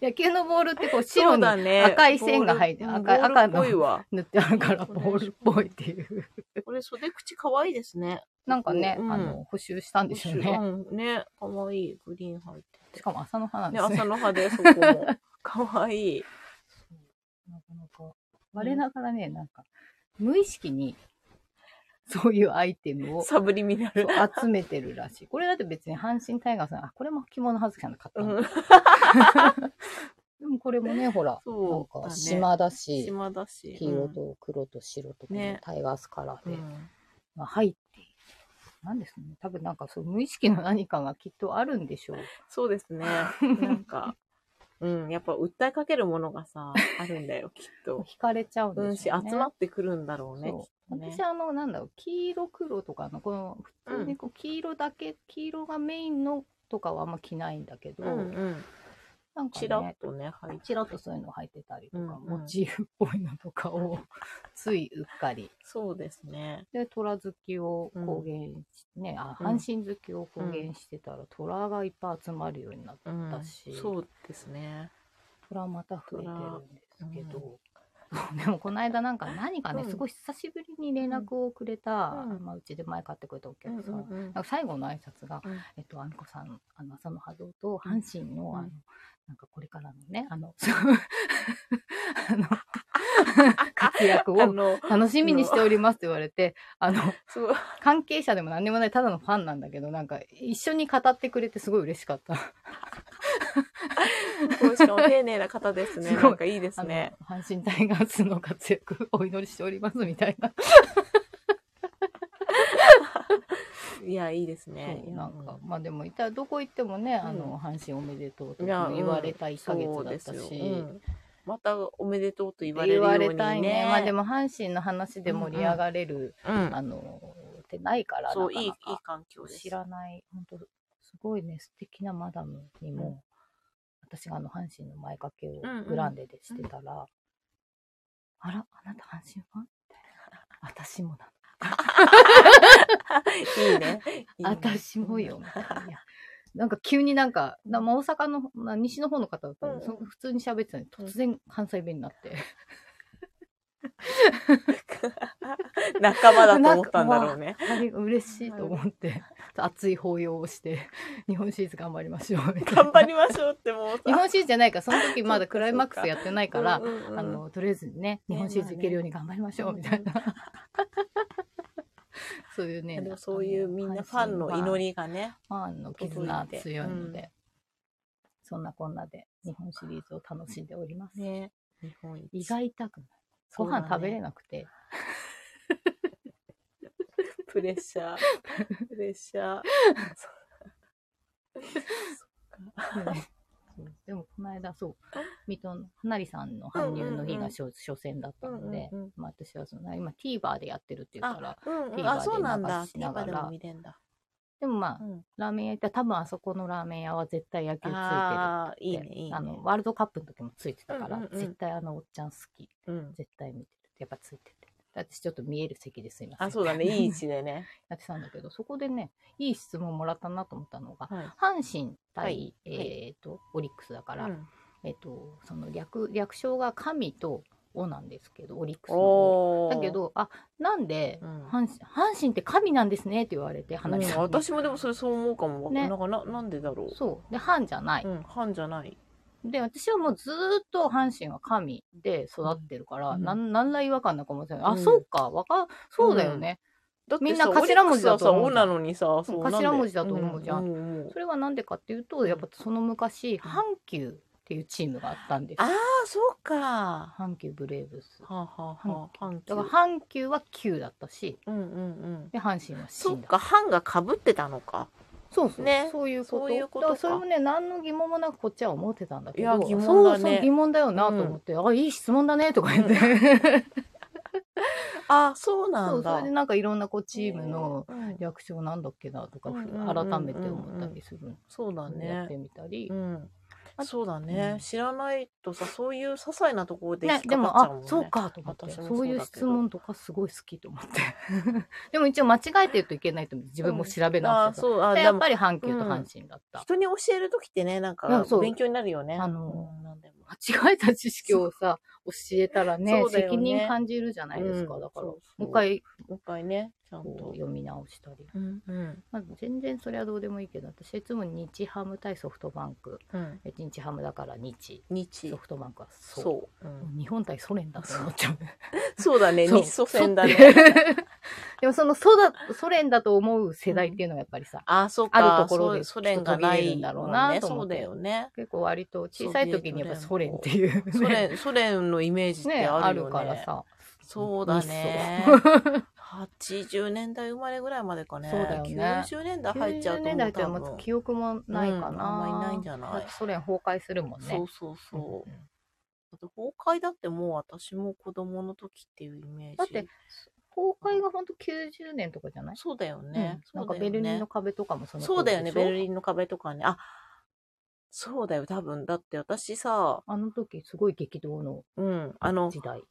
野球のボールってこう白に
そうだね
赤い線が入って
ボール
赤い
うんボールっぽい
赤
わ。
塗ってあるから
そ
ボ
うね
ールっぽいっていう。
これ袖口かわいいですね。
なんかね、
うん
あの、補修したんでしょうね。
うん、ね、かわいい。グリーン入ってて。
しかも朝の花で
ね、
すね。
朝の葉で、そこも。かわいい。
なかなか。我ながらね、なんか、無意識に、そういうアイテムを
サブリミナル。
集めてるらしい。これだって別に阪神タイガースの、あ、これも着物はずきさんの買った
うん
だ
ん。
でもこ れもね、ほら、なん
そうだ
か
ね
島だし、
島だし。
黄色と黒と白とこの
ね
タイガースカラー
う
で、
ん。
まあ、入っている。なんですかね。多分なんかそう無意識の何かがきっとあるんでしょう。
そうですね。なん か、うん、やっぱ訴えかけるものがさ、あるんだよ、きっと。
惹かれちゃうん
うん
で
し、集
しょうね。
まってくるんだろうね、きっ
そう
とね
私。あのなんだろう黄色黒とかのこの普通にこう黄色だけ、黄色がメインのとかはあんま着ないんだけど、
うんうん。
なんか
ちらっ
ね
とね、入って。
ちらっとそういうの入ってたりとか、
うんうん
モチーフっぽいのとかをついうっかり
そうですね。
で虎好きを公言し、ねあ阪神好きを公言してたら、虎がいっぱい集まるようになって
うん
だし
そうですね。
虎また増えてるんですけど、そうでもこの間なんか何かね、
うん
すごい久しぶりに連絡をくれた、
うん
まあ、うちで前買ってくれたお
うん
客さん、
うんうん
なんか最後の挨拶が、
うん
えっと、あみこさん、あの、浅野波動と阪神の、
うん
あの、なんかこれからのね、あの、そうあの、 活躍
あ
を
の、
楽しみにしておりますって言われて、あの、
そう、
関係者でも何でもない、ただのファンなんだけど、なんか、一緒に語ってくれてすごい嬉しかった。
こうしかも丁寧な方ですね。
すごい
なんかいいです
あの、
ね。
阪神タイガースの活躍お祈りしておりますみたいな。
いや、いいですね。
そう
いや
なんか、まあでも、いたどこ行ってもね、あ
うん
の、阪神おめでとうと
いや
か言われた1ヶ
そ
月
う
だっ
です
た
よ
し、
うんまたおめでとうと言われる
言
よう
わ
にね。
れたいね。まあでも阪神の話で盛り上がれる、
うん
あの、ってないから、
そう、
なか
いい、いい
なか
環境です。
知らない、本当すごいね、素敵なマダムにも、私があの、阪神の前掛けを
うんうん
グランデでしてたら、あら、あなた阪神ファンみたいな。私もな。
いいね。いいね
私もよ、。みたいな。なんか急になんか、なまあ、大阪の、まあ、西の方の方だったの、
うんうん
そ普通に喋ってたのに、突然関西弁になって。
仲間だと思ったんだろうね。
あれ嬉しいと思って、熱い抱擁をして、日本シリーズ頑張りましょう、みたいな。
頑張りましょうってもうさ。
日本シリーズじゃないから、その時ま
そ
だ
っか
クライマックスやってないから、
うんうんうん
あの、とりあえずね、日本シリーズいけるように頑張りましょう、みたいな。そういうね。
でもそういうみんなファンの祈りがね。
ファンの絆強いので、そんなこんなで日本シリーズを楽しんでおります。
ね。日本一
胃が痛くない。ご飯食べれなくて、
プレッシ ャー。プレッシャー。
そうでもこの間そう水戸の花りさんの搬入の日が初,、初戦だったので、
うんうんうん
まあ、私はその今 TVer でやってるっていうから
あ、うんうん、
TVer
あ、そうなん
で
だ。
流しなが
TVer で
ら
も見れんだ。
でもまあ、
うん、
ラーメン屋行ったら多分あそこのラーメン屋は絶対野球ついてる
ああ、いい
っ
ね、
て
いいね。
あのワールドカップの時もついてたから、
うんうんうん
絶対あのおっちゃん好き
うん、
絶対見てるやっぱついてて私ちょっと見える席ですいません
あ、そう だね、いい位置でね。
やってたんだけどそこでねいい質問もらったなと思ったのが
はい。
阪神対、
はい
えー、とオリックスだから、
うん
えっと、その略略称が神と王なんですけどオリックスの王
おー
だけ、どあなんで
うん
阪神阪神って神なんですねって言われて
う
花
ん
火さんに、
私もでもそれそう思うかも。
ね
なんかな、なんでだろ。
そうで阪じゃないう
う、ん、半じゃない。
で私はもうずーっと阪神は神で育ってるから、
うん
なん、なんら違和感なく思ってない、
う
あ
ん
そうかわかそうだよね、
だって
みんな
さ
頭文字だと思う
オリックスはさ、おなのにさ、そうなんで
頭文字だと思うじゃん
んんうん
それはなんでかっていうとやっぱその昔阪急っていうチームがあったんです
ああ、そうか。は
阪急ブレーブス
あ、はあはあ、半
だから阪急は9だったし
うんうんうん。
で阪神は
そ
死
っ
んだ
か、半が被ってたのか。
そうそう、
ね
そういうこと
そういうことか
だ
ら
それもね何の疑問もなくこっちは思ってたんだけ
い
ど
や疑問だね
そうそう疑問だよなと思って、あいい質問だねとか 言って、
ああ、そうな
そうんそ
だ
れで。なんかいろんなこうチームの
うん
略称なんだっけなとか、
うん
ふ
うんうんうん
改めて思ったりする
そうだ
のでやっ
ね
て。みたり、
うん。
あ
そうだね、
うん
知らないとさ、そういう些細なところで引っ
ね、で
か
も
かっちゃうもん
あ
ね。
そうかと思って
私もそうだけど
そういう質問とかすごい好きと思って でも一応間違えてるといけないと思って自分も調べ
あ
直
ー
してた、
そう、あー
で
で
やっ
も
ぱり阪急と阪神だった、
人に教える時ってね、なん
うん
か
そう
勉強になるよね。
あの
うんなんでも
間違えた知識をさ教えたらね
そうだよね
責任感じるじゃないですか、
うん
だから
そう
も
そう
う一回
もう一回ね、ちゃん
ことう。読み直したり、
うんうん
まあ、全然それはどうでもいいけど私はいつも日ハム対ソフトバンク
うん。
え日ハムだから日
日
ソ。フトバンクはそう
そう。う
も
ん
う日本対ソ連だと思っちゃう
そうだね、
そう
日ソ戦だ
そうっ
ね。
てでもそのソだソ連だと思う世代っていうのがやっぱりさ、
あー、そう
あ
か。
るところで
そうソ連がない
ちょっと途切れるんだろうな
もね
と思
そ
っ
う
て
だよね。
結構割と小さい時にやっぱソ連っていう、ね、
ソ連、ソ連のイメージっ
ね
て
あ
あるよ
る
ね。
からさ
そうだね。80年代生まれぐらいまでかね。
そうだよね
90年代入っちゃう
90
と思う。
年代って
多
まず
分
記憶もないかな、
うんあんまりないんじゃない
だってソ連崩壊するもんね
そうそうそう。だって崩壊だってもう私も子供の時っていうイメージ。
だって崩壊がほんと90年とかじゃない、
そうだよね。
うん
そ
な
うん
か
だよね
ベルリンの壁とかもその
そうだよね、ベル
ン
リンの壁とかね。あ、そうだよ、多分。だって私さ、
あの時すごい激動の
うん、あの、
時代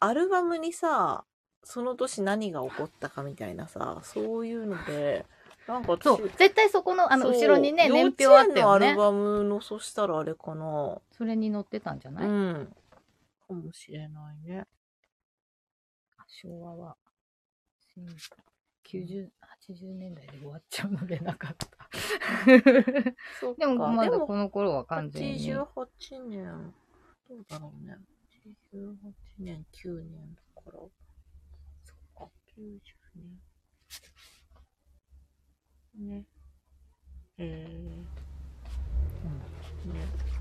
アルバムにさ、その年何が起こったかみたいなさ、そういうので、なんか私
そう絶対そこのあの
そう
後ろにね年表
幼
あ
稚
った
園の
よ
ア
ね
ルバムの、そしたらあれかな。
それに載ってたんじゃない、
うん。かもしれないね。
昭和は、90、80年代で終わっちゃうのでなかった。
そっか
でも、ま
で
だ
も
この頃は完全に。
88年、どうだろうね。88年、9年だから。そっか、90年。ね。へえー。ね。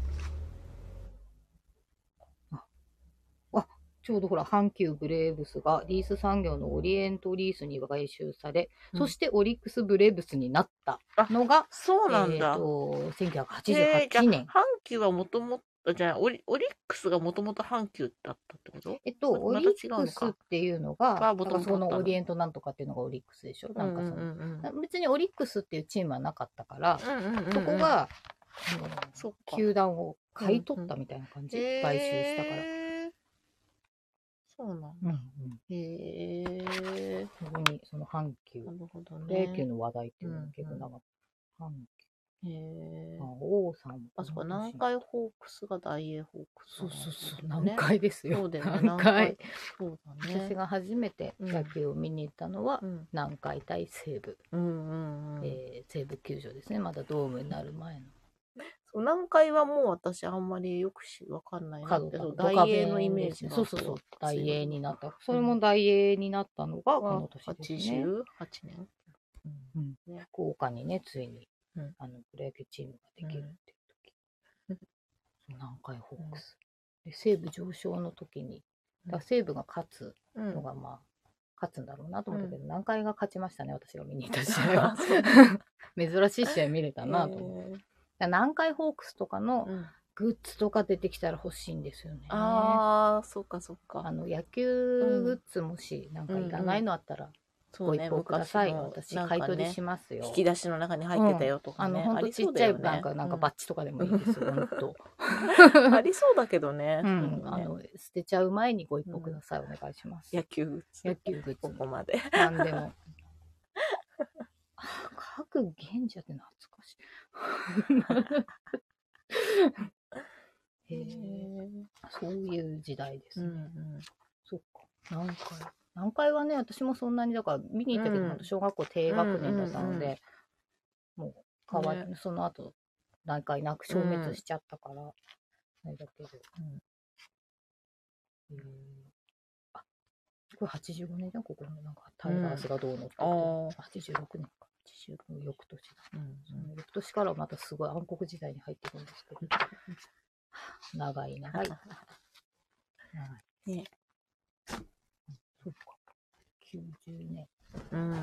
ちょうどほら、阪急ブレーブスがリース産業のオリエントリースに買収され、
うん
そしてオリックスブレーブスになったのが、
そうなん
え
だ
ー。と、
へえじゃあ
1988年。
阪急はもともと、じゃあオリ、オリックスがもともと阪急だったってこと
えっと、オ
ま
リ
た違
ッ
うの
クス
か
っていうのが、
が
なん
元々
かそこの
あったの
オリエントなんとかっていうのがオリックスでしょなんかその、
うんうんうんうん
別にオリックスっていうチームはなかったから、
うんうんうんうん
そこが、あの
そっか
球団を買い取ったみたいな感じ、買収したから。
へーそうなんだ。
うんうん、
へえ。
そこにその阪急
な、るほど
プロ野球
ね。
の話題っていうのが結構長かった。阪
へえ
急、あ。王さんも。
あそこ南海ホークスが大英ホークス
そ
だ
う
な。
そうそ
ね
う、南海ですよ。
そうだよね。
南海。。
そうだね。
私が初めて野球を見に行ったのは、
うん
南海対西武。
うんうんうん。
えー西武球場ですねまだドームになる前の
そう南海はもう私あんまりよくしわかんないなっ
角
て
田
そう
ドカ
大
ベ
英
ン
のイメージが
そうそうそう大英にな
っ
ったそれも大英になったのが
た
この年ですね
88年
福岡にねついに、
うん
あのプロ野球チームができるっていう時、南海ホークス、で西武上昇の時に
うん
だから西武が勝つ
う
の
ん
がまあ、勝つんだろうなと思ったけど、
う
南海が勝ちましたね私が見に行った試合
あ
は
そうだ
珍しい試合見れたなと思って、だ か
へ
ら南海ホークスとかの
ーうん
グッズとか出てきたら欲しいんですよね
ああそうかそう
あ
か
の野球グッズもし、なんかいらないのあったら
そ
ご
う
一
ね
報ください、
昔のな
私
んか
買い取り
ね
しますよ、
引き出しの中に入ってたよとか
あの
ね
ほんと
り
ち
そ
っ
う
ち
だ
ゃい
よね
なんか、なんかバッジとかでもいいです
う
よ、
ん
ほ んと
うんありそうだけどね
う
そうんいうの
あ
ね
の捨てちゃう前にご一報ください、お願いします
野球グッズ
野球グッズ
ここまで
なんでもあ 各賢者って懐かしい へえそういう時代です
う
ね、
んうん
そっか。何回何回はね、私もそんなに、だから見に行ったけど、
うん
ほんと小学校低学年だったので、もう、かわい、
ね
その後、何回なく消滅しちゃったから、あれだけど。うん。あ、これ85年だ、ここもなんか、タイガースがどうのって、
うんあー
86年か。86の翌年だ。
うん
その翌年からまたすごい暗黒時代に入っていくん ですけど。長い長い。
ね。
そうか。90年。
うん
ま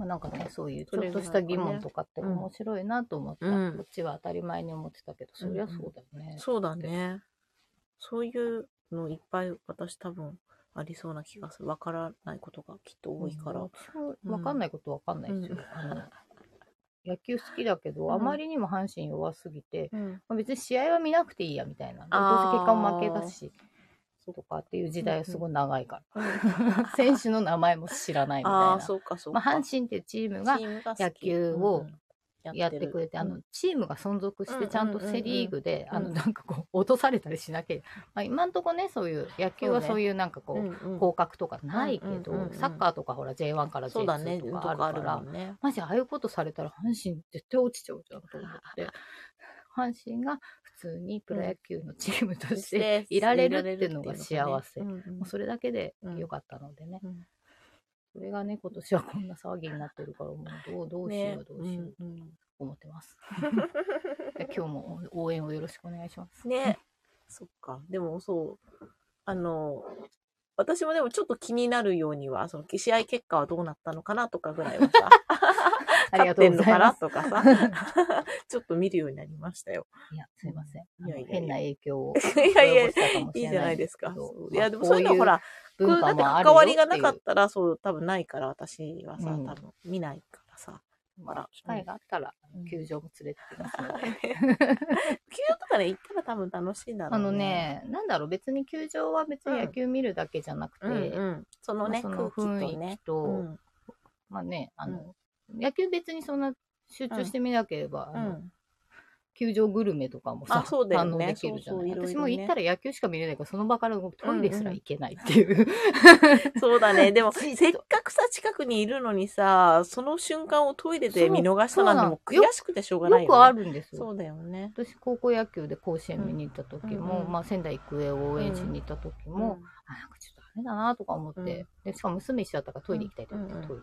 あ、なんかね、そういうち
そ
ょ
れ
っ
ぐ
と
らい
し
かね
た疑問とかって
うん
面白いなと思った。
うん
こっちは当たり前に思ってたけど、そりゃそうだよね。
そうだね。そういうのいっぱい私多分ありそうな気がする。わからないことがきっと多いから。
うん。私もわかんないことわかんないです
う
よ。
ん
あの野球好きだけど、
うん
あまりにも阪神弱すぎて、
うん。
まあ、別に試合は見なくていいやみたいな。
あー
どうせ結果も負けだし。とかっていう時代はすごい長いから。選手の名前も知らないみたいな。
ああ、そうかそう
ま
か。
あ、阪神っていうチームが
チームが好き
野球を
うん
やってくれて、あの、チームが存続し
うんうん
て、ちゃんとセ・リーグで、
うん
あの、なんかこう、落とされたりしなければ、まあ、今んとこね、そういう、野球
そう
は
ね
そういうなんかこ
うん
う、
うん
降格とかないけど、
うんうんうんうん
サッカーとかほら、J1 から
そうだね、
J2
と
と
か
か
あ
あるか
る
ら、
もんね。
マジああいうことされたら、阪神絶対落ちちゃうじゃんと思って、 阪神が普通にプロ野球のチームとして、いられるっていうのが幸せ
うんうん
もうそれだけで良かったのでね、
うん
それがね、今年はこんな騒ぎになってるから、もうどう、どうし
ね
よう、どうしよう。
うんうん
思ってます。 今日も応援をよろしくお願い します。
ね。そっか。でもそう。あの、私もでもちょっと気になるようには、その試合結果はどうなったのかなとかぐらいはさ、
あ
勝
りが
っ
と
て
うんご
の
ざ
か
い
な
ます。
とかさ、 ちょっと見るようになりましたよ。
いや、すいません。あ
いやいや
の
いや
変な影響を
いやいや
及ぼしたかもし
いい
れ
じゃ
な
ないい
で
ですす
け
か
ど。。
いや、でも
まあ
そういうのほ、ら、
こういう
こうだ
文化
って
もある
関わりがなか
よっ
ってたら、そう、多分ないから、私はさ、
うん
多分見ないからさ。
い
ほ
う。ま
ら
あ、機会があったら
うん、
球場も連れてきますので。
球場とかね、行ったら多分楽しいんだろ
あ
うね。
の、ね、なんだろう、別に球場は別に野球見るだけじゃなく
うんう
て、
ん。そのね、
まあ
空気と
雰囲
ね
気。と、
うん
まあね、あの、野球別にそんな集中してみなければ、あ
う
の
ん。
球場グルメとかもさ、
あそうだよね
堪能できるじゃ
そうそ
ない
ういろいろね
私も行ったら野球しか見れないから、その場からトイレすら行けないっていう。
そうだね。でも、
つい
せっかくさ、近くにいるのにさ、その瞬間をトイレで見逃したなんてもう
そうそうなの
悔しくてしょうがないよ、ね。
よくあるんですよ。
そうだよね。
私高校野球で甲子園見に行った時も、
うんうん
まあ、仙台育英を応援しに行った時も、あなんかちょっとダメだなとか思って、
うん
でしかも娘しちゃったからトイレ行きたいと思って、
うんうん
トイレ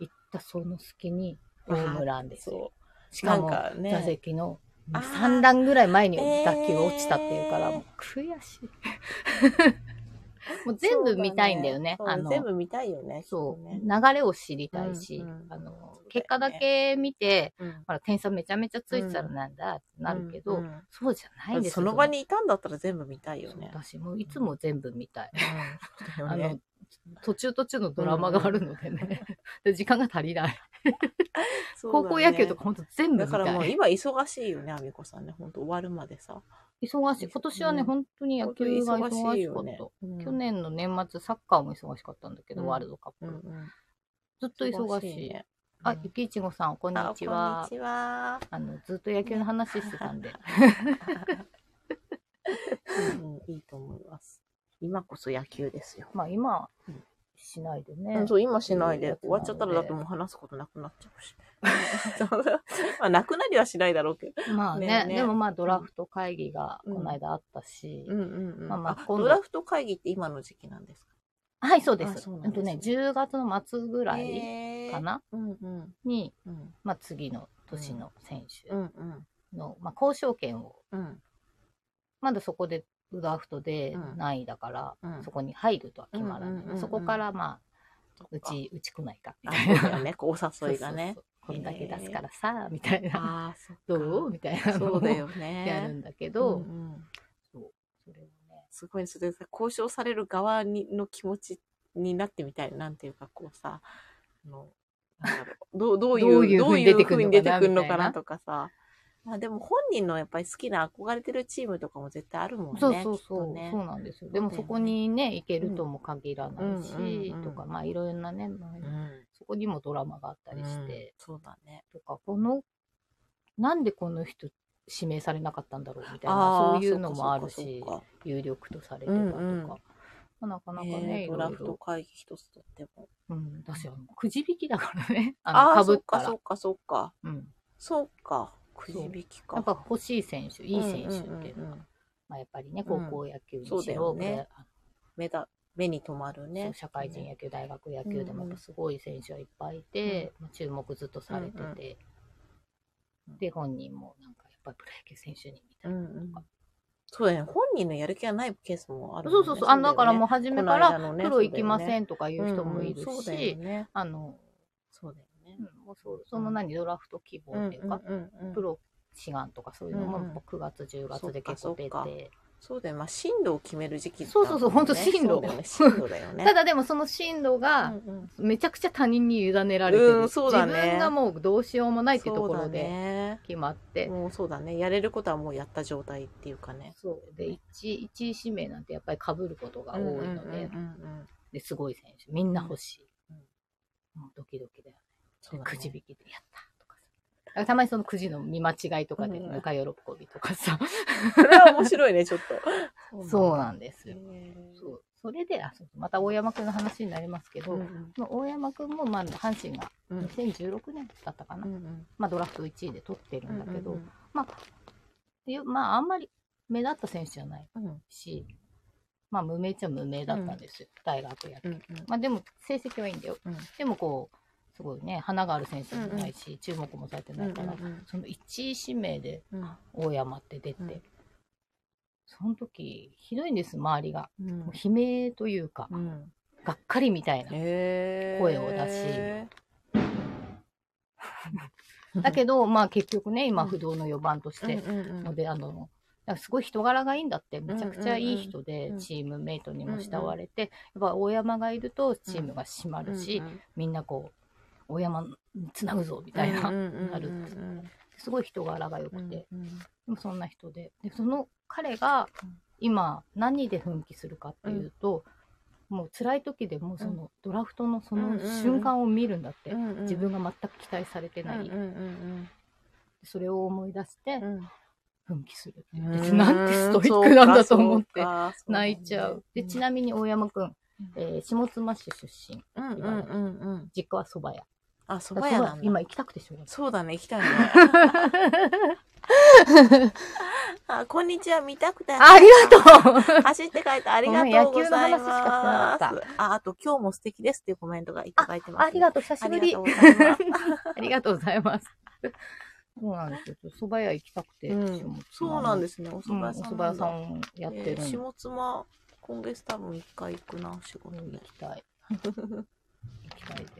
行ったその隙にホームランですよ
そ
し
う。な
か
ん
も
か
座
ね。
席の
あー
3段ぐらい前に
えー
打球が落ちたっていうから、もう悔しい もう全部見たいんだよね
そうだ
あの
全部見たいよね。
そう、
きっとね
流れを知りたいし、
うんうん
あの
そうだよね
結果だけ見て
うん
ほら点差めちゃめちゃついてたらなんだってなるけど、
うんうん
そうじゃないんですよ
その場にいたんだったら全部見たいよね。
そう私もいつも全部見たい。
うんそうだ
あ
よ
の
ね。、
途中途中のドラマがあるのでね。 で時間が足りない。
そうだ
高
ね
校野球とか。本当全部
だ
見
からも
た
う
い。
今忙しいよね、アミコさんね。本当終わるまでさ。
忙しい。今年はね、
うん
本当に野球が忙しか
本当
っ
忙
た。
しいよねうん
去年の年末、サッカーも忙しかったんだけど、
うん
ワールドカップ。
うんうん。
ずっと忙しい。
ね
あ
う、ん
ゆきいちごさん、こんに
あ
ち
こ
は。
んにちは。
あの、ずっと野球の話してたんで。
うんうんいいと思います。今こそ野球ですよ。
まあ今
うん、
しないでね。
そう、今しない
そういうや
で
つなので
終わっちゃったらだってもう話すことなくなっちゃうし。 まあ、なくなりはしないだろうけ ど。
まあね
ねね
でもまあドラフト会議が
うん
この間あったし。
うんうんうん。
まあまあ
あ
今度
ドラフト会議って今の時期なんですか
はい、そうで
あ
す。
そう
う
なん
ん
です
と
ね
ね、10月の末ぐらい
へー
かな、
うんうん。
に、
うん
まあ、次の年の選手
うんうん
の、まあ、交渉権を、
うん
まだそこでドラフトで
うん
何位だから、
うん。
そこに入るとは決まらない。
うんうんうんうん
そこから、まあ、う
っか
ち、うち来ないか、み
あ
たい
そうだよ
な。
ね。こうお誘いがね
そ。うそうそうこんだけ出すからさ、みたいな。
ああ、そっか
どうみたいなの
そ
を
うだよ
やる
ね。
んだけど、
うんうん
それをね、
すごいねそれさ交渉される側にの気持ちになってみたいなんていうかこうさあのなんだろ うどうどういう
どういう
どう
風に出て
いう
く
ふう
るのかな
に出てくるのか
みたいな
なとかさまあでも本人のやっぱり好きな憧れてるチームとかも絶対あるもんね。
そうそう
きっ
そ
と
う、
ね
そうなんですよ。
そう
で
だよ
も
ね
そこにね、行けるとも限らないし、
うんうんうん
とか、まあいろんなね、
うん。
そこにもドラマがあったりし
うん
て、
そうだね。
とか、この、なんでこの人指名されなかったんだろうみたい
あ
な、
ー
そういうのもある
そっ
し
か、そっか
有力とされてたとか、
うんうん
まあなか
そ
な
っ
か
か
ね、
ね
い
ド
ろ
ラ
い
フト
ろ。
会議一つとっても。
うん、私はくじ引きだからね、
あ
あ
あー、
の、被
そ
っ
ったかそ
ら
っ。かそっか。
うん。
そうか。くじ引きか。
やっぱ欲しい選手、いい選手っ
うんうん
ていう
う
の
ん
が
うん
まあやっぱりね、高校野球に
そう
し
だ
ろ、
よ
う
ね目だ目に留まるね。
社会人野球、大学野球でもやっぱすごい選手はいっぱいいて、まあ注目ずっとされて
うん
て、
うん
で、本人もなんかやっぱりプロ野球選手にみた
う
い
んう
な。
ん。そうだよね。本人のやる気がないケースもある
そ
もん
う
ね、
そうそう、あのだからもう
う
初めか
この間
ら
のね
プロ行きま
そうだ
せんとかいう人もいる
うんうんそうだ
し
よ、ね。
あの、
そうだよね
う。んもうそうその何、ドラフト希望っていうか、
うんうんうん
プロ志願とかそういうのも
うんうん
9月、10月で結構出
そっか
て、
そうだよ。まあ、進路を決める時期
そうそうそう
だもんね
ほんと進路
そうだ よね。進路だよね。
ただでもその進路が
うんうん
めちゃくちゃ他人に委ねられて
う
る。
ん
自
そうだね
分がもうどうしようもないっていうところ
そうだ
で
ね。
決まって、
もうそうだね。やれることはもうやった状態っていうかね。
そう。で、1位、1位指名なんてやっぱり被ることが多いので、
うんうんうんうん
で、すごい選手、みんな欲しい。
うん
もうドキドキだよね。
そうだね
くじ引きでやったとかさ。だからたまにそのくじの見間違いとかで、
うん
ぬか喜びとかさ。
それは面白いね、ちょっと。
そ
な
う
ん
なんですよ。
ね
そう。それで、あ、そうまた大山くんの話になりますけど、
うんうん
まあ大山くんも、まあ、阪神が
うん
2016年だったかな。
うんうん
まあ、ドラフト1位で取ってるんだけど、
うんうん
まあ、っていうまあ、あんまり目立った選手じゃない
うんうん
し、まあ、無名っちゃ無名だったんですよ。大学野球
うんうん
まあでも成績はいいんだよ。
うん
でもこう、すごいね、花がある選手もないし、注目もされてないから、
うんうんうん
その1位指名で
うん
大山って出て、
うん
その時、ひどいんです、周りが。
うん
もう悲鳴というか、
うん
がっかりみたいな。
へー
声を出だけど、まあ結局ね、今不動の4番として、
うんうんう
の
ん
で、あの、なんかすごい人柄がいいんだって、めちゃくちゃいい人
うん
で
う、ん
チームメイトにも慕われて、やっぱ大山がいるとチームが締まるし
うん、うん
みんなこう、大山につなぐぞみたいな、
うんうんうんうん
なるってすごい人柄が良くて、で
うんうん
もそんな人で。で、その彼が
うん
今何で奮起するかっていうと、もう辛い時でもそのドラフトのその瞬間を見るんだって。
うんうん
自分が全く期待されてない、
うんうんうん
それを思い出して
う、ん
奮起する。
うん
別になんてストイックなんだと思
そ
っ
う
て
かそうか
泣いちゃう。で、ちなみに大山くん、えー下妻市出身。
うんうんうんうん。
実家は蕎麦屋。
あ、蕎麦屋なんだ。
今行きたくてしょ うがない。
そうだね、行きたいね。あ、こんにちは、見たくて。
ありがとう
走って帰った。ありがとうございます。あ、あと今日も素敵ですっていうコメントがいただいてます、
ありがとう、久しぶり。
ありがとうございます
ありがとうございます。そうなんですよ。蕎麦屋行きたくて、
うん
下妻
そうなんですね、お
う
蕎
ん
麦
お
屋
蕎
さんなん
麦
だ。
屋さんやってるん
え
で
ー、下妻、今月多分一回行くな、仕事
行
に。
きたい。行きたいです。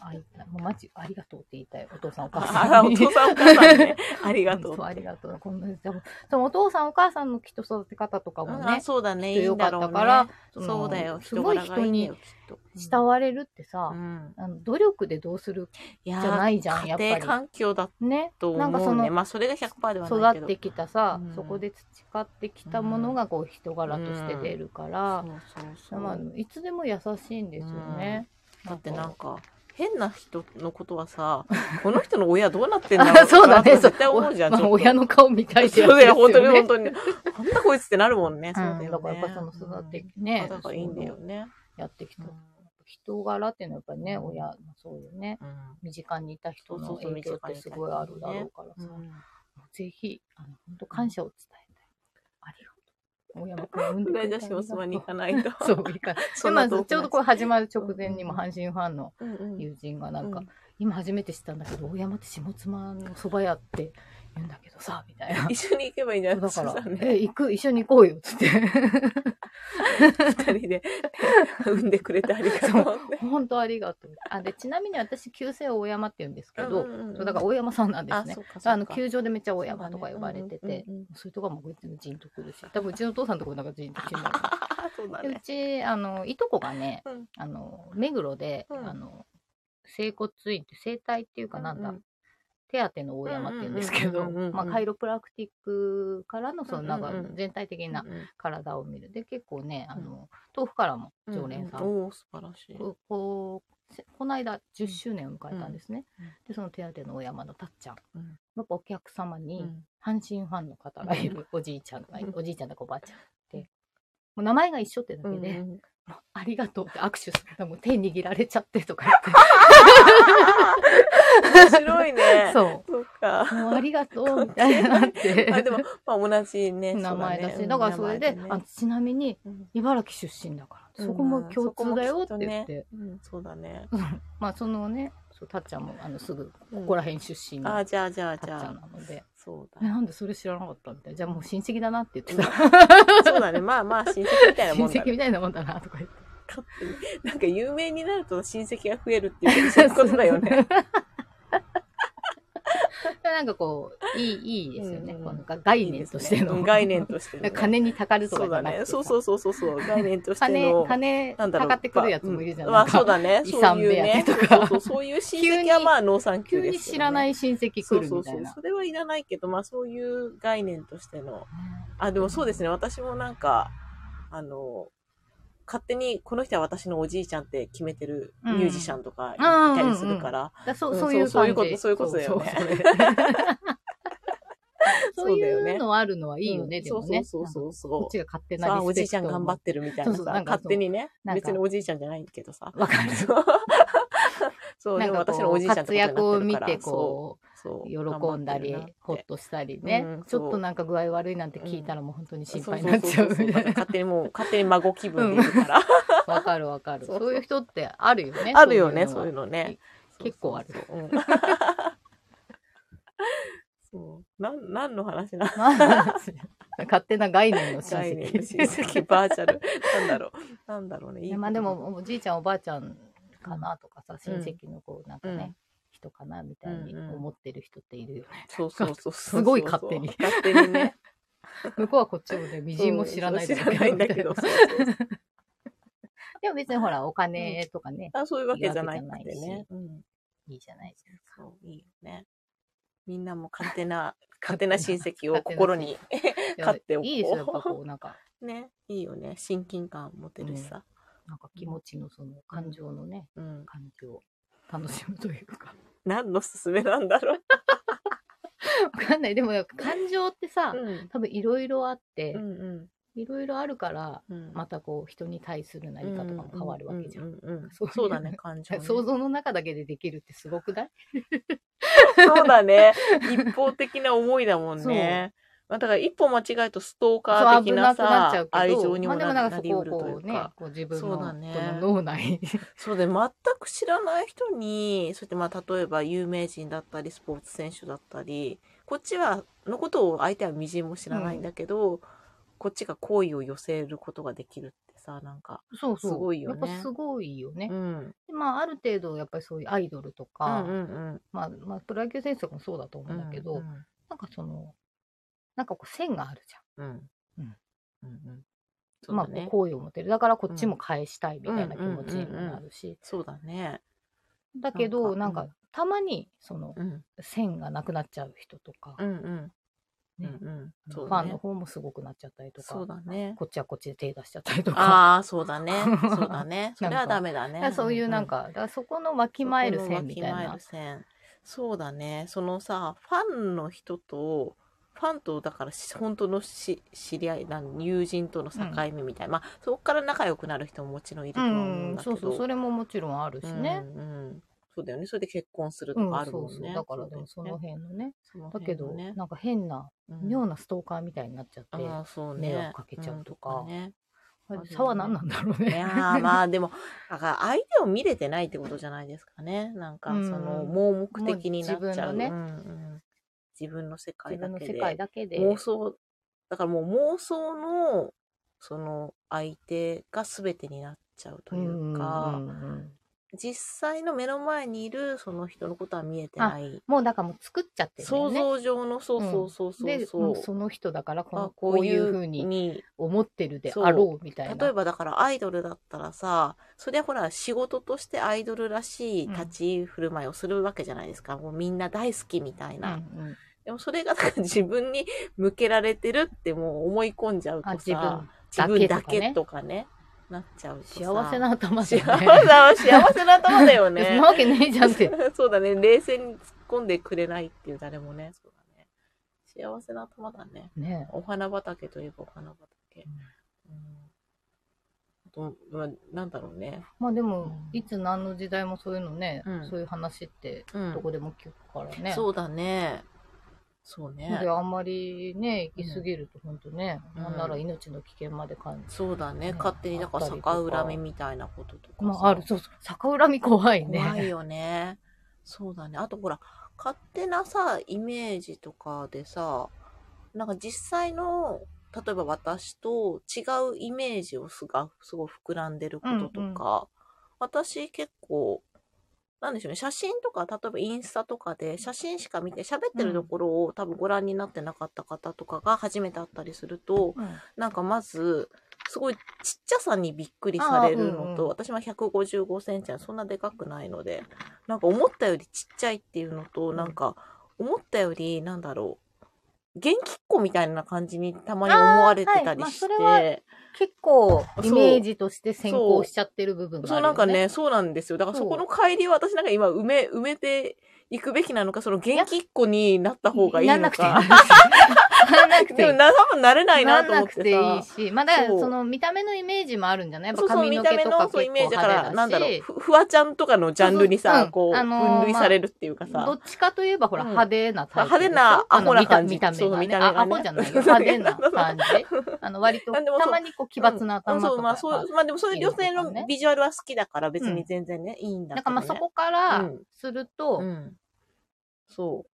会いたい。もうマジ、ありがとうって言いたい。お父さん、お母
あ
さ
あ、
ん
お
に。
父さんお母さんね。 ありがと
そう
う。
ありがとう。こんなでも、でもお父さん、お母さんのきっと育て方とかも
あ
ね、
そうだね、い
きっと
いん
良か
だ
っ
ろうね。
たから、その
そうだよ、
す
人
ごい
柄が
人
いいんだ
に
よ、きっと。
慕われるって
う
さ、
ん。
あの努力でどうする
じゃ
じゃないじゃん、やっぱり。
家庭環境だ
ね。
と
なんか
思
そう
ね。
の、
まあ、それが100%ではないけ
育っ
ど。
てきたさ、
うん
そこで培ってきたものがこう人柄として出るから、
そうそうそう。
まあ、いつでも優しいんですよね。
だって
な
なんん
か
か、変な人のことは さ、この人の親どうなってんだろう
そうだね
とか絶対思うじゃん。
まあ
ちょっと
親の顔見たいって
そ
や
う
つ
だよ、本当に本
ね。
当に。なんだこいつってなるもんね。そうだよ
うん
ね。
だからやっぱその育って
うん
ね、
だからいいんだよね。
やってきた人柄っていうのはやっぱりね、親もそうよね。
うん
身近にいた人の影響ってすごいあるだろうからさ、ぜひ、あの、本当感謝を伝えたい。ありがとう。大山君産ん
と
で
りあえ
くれ
ず下
てありがとう
妻に行かないと。
そう、いいか
そん
今
な遠
ち
くない
ょうどこれ始まる直前にも阪神ファンの
うんうん
友人がなんか、
うん
今初めて知ったんだけど大山って下妻の蕎麦屋って言うんだけどさみ たいな。
一緒に行けばいいんじゃない
だから
そうだ、
え、
ね。
行く、一緒に行こうよ、つって。
二人で産んでくれてありがとうって。
本当ありがとう。あ、で、ちなみに私、旧姓大山って言うんですけど、そうだから
多い
大山さんなんです
あ、
ね
そ。うかそうか。
あの、球場でめっちゃ大山とか呼ばれて
そうだね
て
うんうんうん、
そういうとこはもう全然ジンとくるし、多分うちのお父さんのとこなんかジンときも。
あ、そうだ
でう
ね。
ち、あの、いとこがね、
うん
あの、目黒で、
うん
あの、整骨院って、整体っていうかなんだ、
うんうん
手当ての大山って言うんですけど、
うんうんうんうんうん
まあ、カイロプラクティックからの、その、なんか
うんうんう、ん
全体的な体を見る。で、結構ね、あ
う
の、豆腐からも常連さん、
ううおー素晴らしい。
ここうせこの間10周年を迎えたんですね。
うんうん
で、その手当ての大山のたっちゃん。
うん
やっぱお客様に、
うん
阪神ファンの方がいるおじいちゃんがいる、
うん
おじいちゃんだかおばあちゃんって、もう名前が一緒ってだけで、
うんうん
もうありがとうって握手するもう手握られちゃってとか
面白い
言っ
ね
て、。 そ
そうか
う、。もうありがとうみたいになって、
まあで も、まあ同じね、
名前だし、
うね
だからそれで、
うん名前
あ
ね
ちなみに
うん
茨城出身だから、そこも共通だよって言って、
うん、そうだ ね。
まあそのね、そうたっちゃんもあのすぐ
こ
ここら辺出身の
あ
た
あ、
っち
じゃあじゃあじ
ゃん
ゃあ。
なので、
そうだ
え。なんでそれ知らなかったみたいな、じゃあもう親戚だなって言ってた。
そうだね。まあまあ、親戚みたいな
親
もんだ
戚
ね。
みたいなもんだなとか言って。
勝手になんか有名になると親戚が増えるっていう そういうことだよね。
なんかこう、いい、いいですよね。
うん
この 概念として
う
の。
ん概念としてのね。
金にたかるとか
そう
じゃ
だ
なくて
ね。
さ
そうそうそうそうそう。概念として
金
の。、
金、
な
た
んだろう。
かってくるやつもいるじゃん
う
なん
まあ、
い
そうだね。
遺
そう
産
いう
目
ね。
当
そ
てと
う
か
そうそう。そういう親
急
戚
に
はまあ、農産級ですけ
急
どね
に知らない親戚来るみたいな
そうそうそう。それはいらないけど、まあそういう概念としての。あ、でもそうですね。私もなんか、あの、勝手にこの人は私のおじいちゃんって決めてるミュージシャンとかいたりするから。
だそう
うん
そういう
そう
感
い
じ
うことそういうことだよね
そうそうそうそう
そうだよね
いうのあるのはいいよね、
うん
でもね。
そうそうそうそうそう
なんかこっちが勝手
さ
な。
あ、おじいちゃん頑張っててるみたいなさ、
そうそうなんか
勝手にね
そう。なんか
別におじいちゃんじゃないけどさ。
わかる。
そう、
な
で
ん
も
か
私の
こ
お
う
じいちゃんって
活躍
こと
を
に
見
なって
て
るから。そう
こう
そう
喜んだりほっとしたり
う
ね
ん、
ちょっ
そ
と
う
なんか具合悪いなんて聞いたらもう本当に心配
そ
に
う
なっちゃう
そ
み
そそ
た
だから
いな
勝手にもう、勝手に孫気分でいるから。
わかるわかる
そう
そういう人ってあるよね
あるよね、そうい
のは
うのね。
結構ある
そうそうそう。うんそう。なん、何の話な
まあ 勝手な概念の親
概 念の
戚
親戚、バーチャル。なんだろう。なんだろうね。いいこと
まあで、もおじいちゃんおばあちゃんかなとかさ親
ん
戚のこうなんかね、
うん
人かなみたいに
うんうん
思ってる人っているよね、
そうそうそうそう。
すごい勝手に
勝手にね。
向こうはこっちをねみじんも知らない
そ
だ
う知
ろ
らな
うけど
いんだ けど。そうそうそう
でも別にほらお金とかね、
あそういうわけじゃないくて
いいわけじゃない
ね。うん。
いいじゃないですか
そう、いいよね。みんなも勝手 な、勝手な親戚を心に。
いや
買っておこう
いいですよやっぱこうなんか
ね。いいよね。親近感持てるしさ。
なんか気持ちのその感情のね、
うん。
感情を楽しむというか。
何の勧めなんだろう。
わかんない。でも、感情ってさ、
うん
多分いろいろあって
う、ん
いろいろあるから、
うん
またこう、人に対する何かとかも変わるわけじゃん。
うううんうん
そういう
そうだね、感情ね。
想像の中だけでできるってすごくない
そうだ ね。一方的な思いだもんね。まあ、だから一歩間違えとストーカ
そ
ー
う
的
危な
な
くな
さ
っちゃう、け
愛
ど、
情に
ま
も
あでも
な
なん
な
かそ
り
こ
う
を
るとい
こ
う
うね
か。、
こう自分
そうだ
の
ね
この脳内、
そうで、全く知らない人に、そうやってまあ、例えば有名人だったり、スポーツ選手だったり、こっちは、のことを相手はみじんも知らないんだけど、こっちが好意を寄せることができるってさ、なんか、
そうそう。
すごいよね
やっぱすごいよね
う。ん。
でまあ、ある程度、やっぱりそういうアイドルとか、
うんうん
まあ、まあ、プロ野球選手とかもそうだと
う
思うん
ん。
だけど、
うん
なんかその、なんかこう線があるじ
う
ゃん。
ん。
うん
うんうん。
まあ、
そうだね。
こう好意を持てる。だからこっちも返したいみたいな気持ちにもなるし。
そうだね。
だけど、
な
なんん
か
か、たまに、その、
うん。
線がなくなっちゃう人とか
う、んうん。
ね
うんうん。
フ
そう
ァ
だ
ンの
ね。
方もすごくなっちゃったりとか、
そうだね。
こっちはこっちで手出しちゃったりとか。
ああ、そうだね。そうだね。それはダメだ
だ
ね
か。らそういうなん
ん、
か、だからそこのわきまえる線みた
そこ
い
のわきまえ
な
る。線。そうだね。そのさ、ファンの人と、ファンと、だからし、本当のし知り合いなん、友人との境目みたいな。まあ、そこから仲良くなる人ももちろんいると
う
は思うん
ん、
だけ
そ
ど。
うそう、それももちろんあるしね。
うんうん。そうだよね。それで結婚する
う
と
ん
かあ、る
そ
も
うんそう。
ね。
だからでもその辺のね。
その
だけ
辺の
ど、
ね。
なんか変な、
うん
妙なストーカーみたいになっちゃって、
ああ、そうね。
迷惑かけちゃうとか
んね
あれ
あるよね
差は何なんだろう
い
ね。
やーまあでも、だから相手を見れてないってことじゃないですかね。なんか、そ
うん
の、盲目的になっちゃう。
もう自分のね
うんうん自分の世界
自
だ
分の
け
世
で。
界だけで。
妄想、だからもう妄想の、その、相手が全てになっちゃうというか、
うんうんうん
実際の目の前にいるその人のことは見えてない。
もうだからもう作っちゃってるんだ
想
よね。
像上の、そうそうそうそう
で、もう
そ。
そうの人だからこ
あ
のこういうふうに
に
思ってるであろうみたいな。
例えばだからアイドルだったらさ、そりゃほら仕事としてアイドルらしい
うん
立ち振る舞いをするわけじゃないですか。もうみんな大好きみたいな。
うんうん
でもそれがだから自分に向けられてるってもう思い込んじゃうと
あ
さ、
自分
自分だけ
だけ
とかね、なっちゃうとさ。
幸せな頭だ
幸
よ
せ
ね。
な、幸せな頭だよ
そん
ね
な。わけねえじゃんって。
そうだね。冷静に突っ込んでくれないっていう誰もね。そうだね。幸せな頭だね。
ね
お花畑といえばお花畑。うん。あと、まあ、なんだろうね。
まあでも、いつ何の時代もそういうのね、
うん
そういう話って
うん
どこでも聞くからね。
そうだね。そう
なの
ね
で。あんまりね、行き過ぎると本当ね、
うん
なんなら命の危険まで感じ
そうだね。
ね
勝手になんか
あったりとか
逆恨みみたいなこととかさ。
まあ、ある、そうそう。逆恨み怖いね。
怖いよね。そうだね。あとほら、勝手なさ、イメージとかでさ、なんか実際の、例えば私と違うイメージをすが、すごい膨らんでることとか、
うんうん
私結構、なんでしょうね、写真とか、例えばインスタとかで写真しか見て、喋ってるところを多分ご覧になってなかった方とかが初めて会ったりすると、
うん
なんかまず、すごいちっちゃさにびっくりされるのと、
あーうんうん
私は155センチなんでそんなでかくないので、なんか思ったよりちっちゃいっていうのと、
うん
なんか思ったより、なんだろう、元気っ子みたいな感じにたまに思われてたりして、
あーは結構、
そう
イメージとして先行しちゃってる部分が
そ
あ
う
るよ、ね。
なんかね、そうなんですよ。だから
そ
そうこの帰りは私なんか今埋め、埋めていくべきなのか、その元気っ子になった方がいい
やん
の
なくていい。
か。
やんなくてい
で
い
も。な、多分なれないなと思ってさ。
やんなくていいし。まあだから
そう
その見た目のイメージもあるんじゃないやっ
そう
ぱ
そう、
髪
見
の
た
毛
目
と
の
か
そうイ
結
メー
構
ジだから、な
派
ん
手
だ
だ
ろ
し
う、。ふふわちゃんとかのジャンルに
そう
さ
そ、う
こう、
うんあのー
分類されるっていうか
ど
さ
っ、ちかといえばほら
うん
派手なタイプ
派手なアホな感じ
見た見た目がね
そう見た目がね
あアホじゃないよ。派手な感じ。あの割と、
なんでもそう
たまにこう奇抜な頭
うん
と
そう、
か
ま
が。
あそう、まあでもそういう女性
いいのとか
の
ね
ビジュアルは好きだから別に全然ね、いいんだ
なん
け
か
ど、ね。
まあそこから
うん
すると、
うん。そう。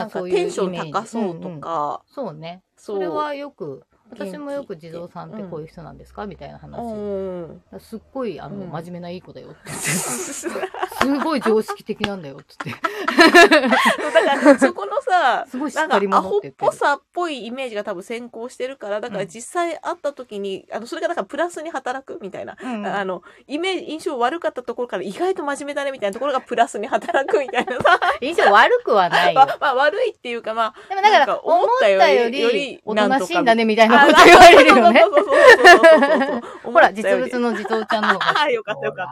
な
あ
んか
そういうイ
テ
メー
ン
ジ。
ション高そうと
んん
か、
そうね。
そう。
それはよく、
元気
私もよく地蔵さんってこういう人なんですかみたいな
う
話。
ん、うん。
すっごい、あの、
うん
真面目ないい子だよって。すごい常識的なんだよ、つって。
だからそこのさ、
すごいし
な
っ
ん
か
か
り
ア
者
ホ
っ
って
言
ぽ
ってる。
さっぽいイメージが多分先行してるから、だから実際会った時に、あの、それがだからプラスに働くみたいな。
うん
あの、イメージ、印象悪かったところから意外と真面目だねみたいなところがプラスに働くみたいなさ、
印象悪く はないよ。
まあまあ悪いっていうか、まあ、
でもだから、思ったよ
よ
り
り、
おとなしいんだね、みた
あ
いなこと言われるよね。
そうそうそうそうそうそうそう
ほ
思
ら、
っ
実
たより
物の地蔵ちゃんの方が。
あーよかったよか
っ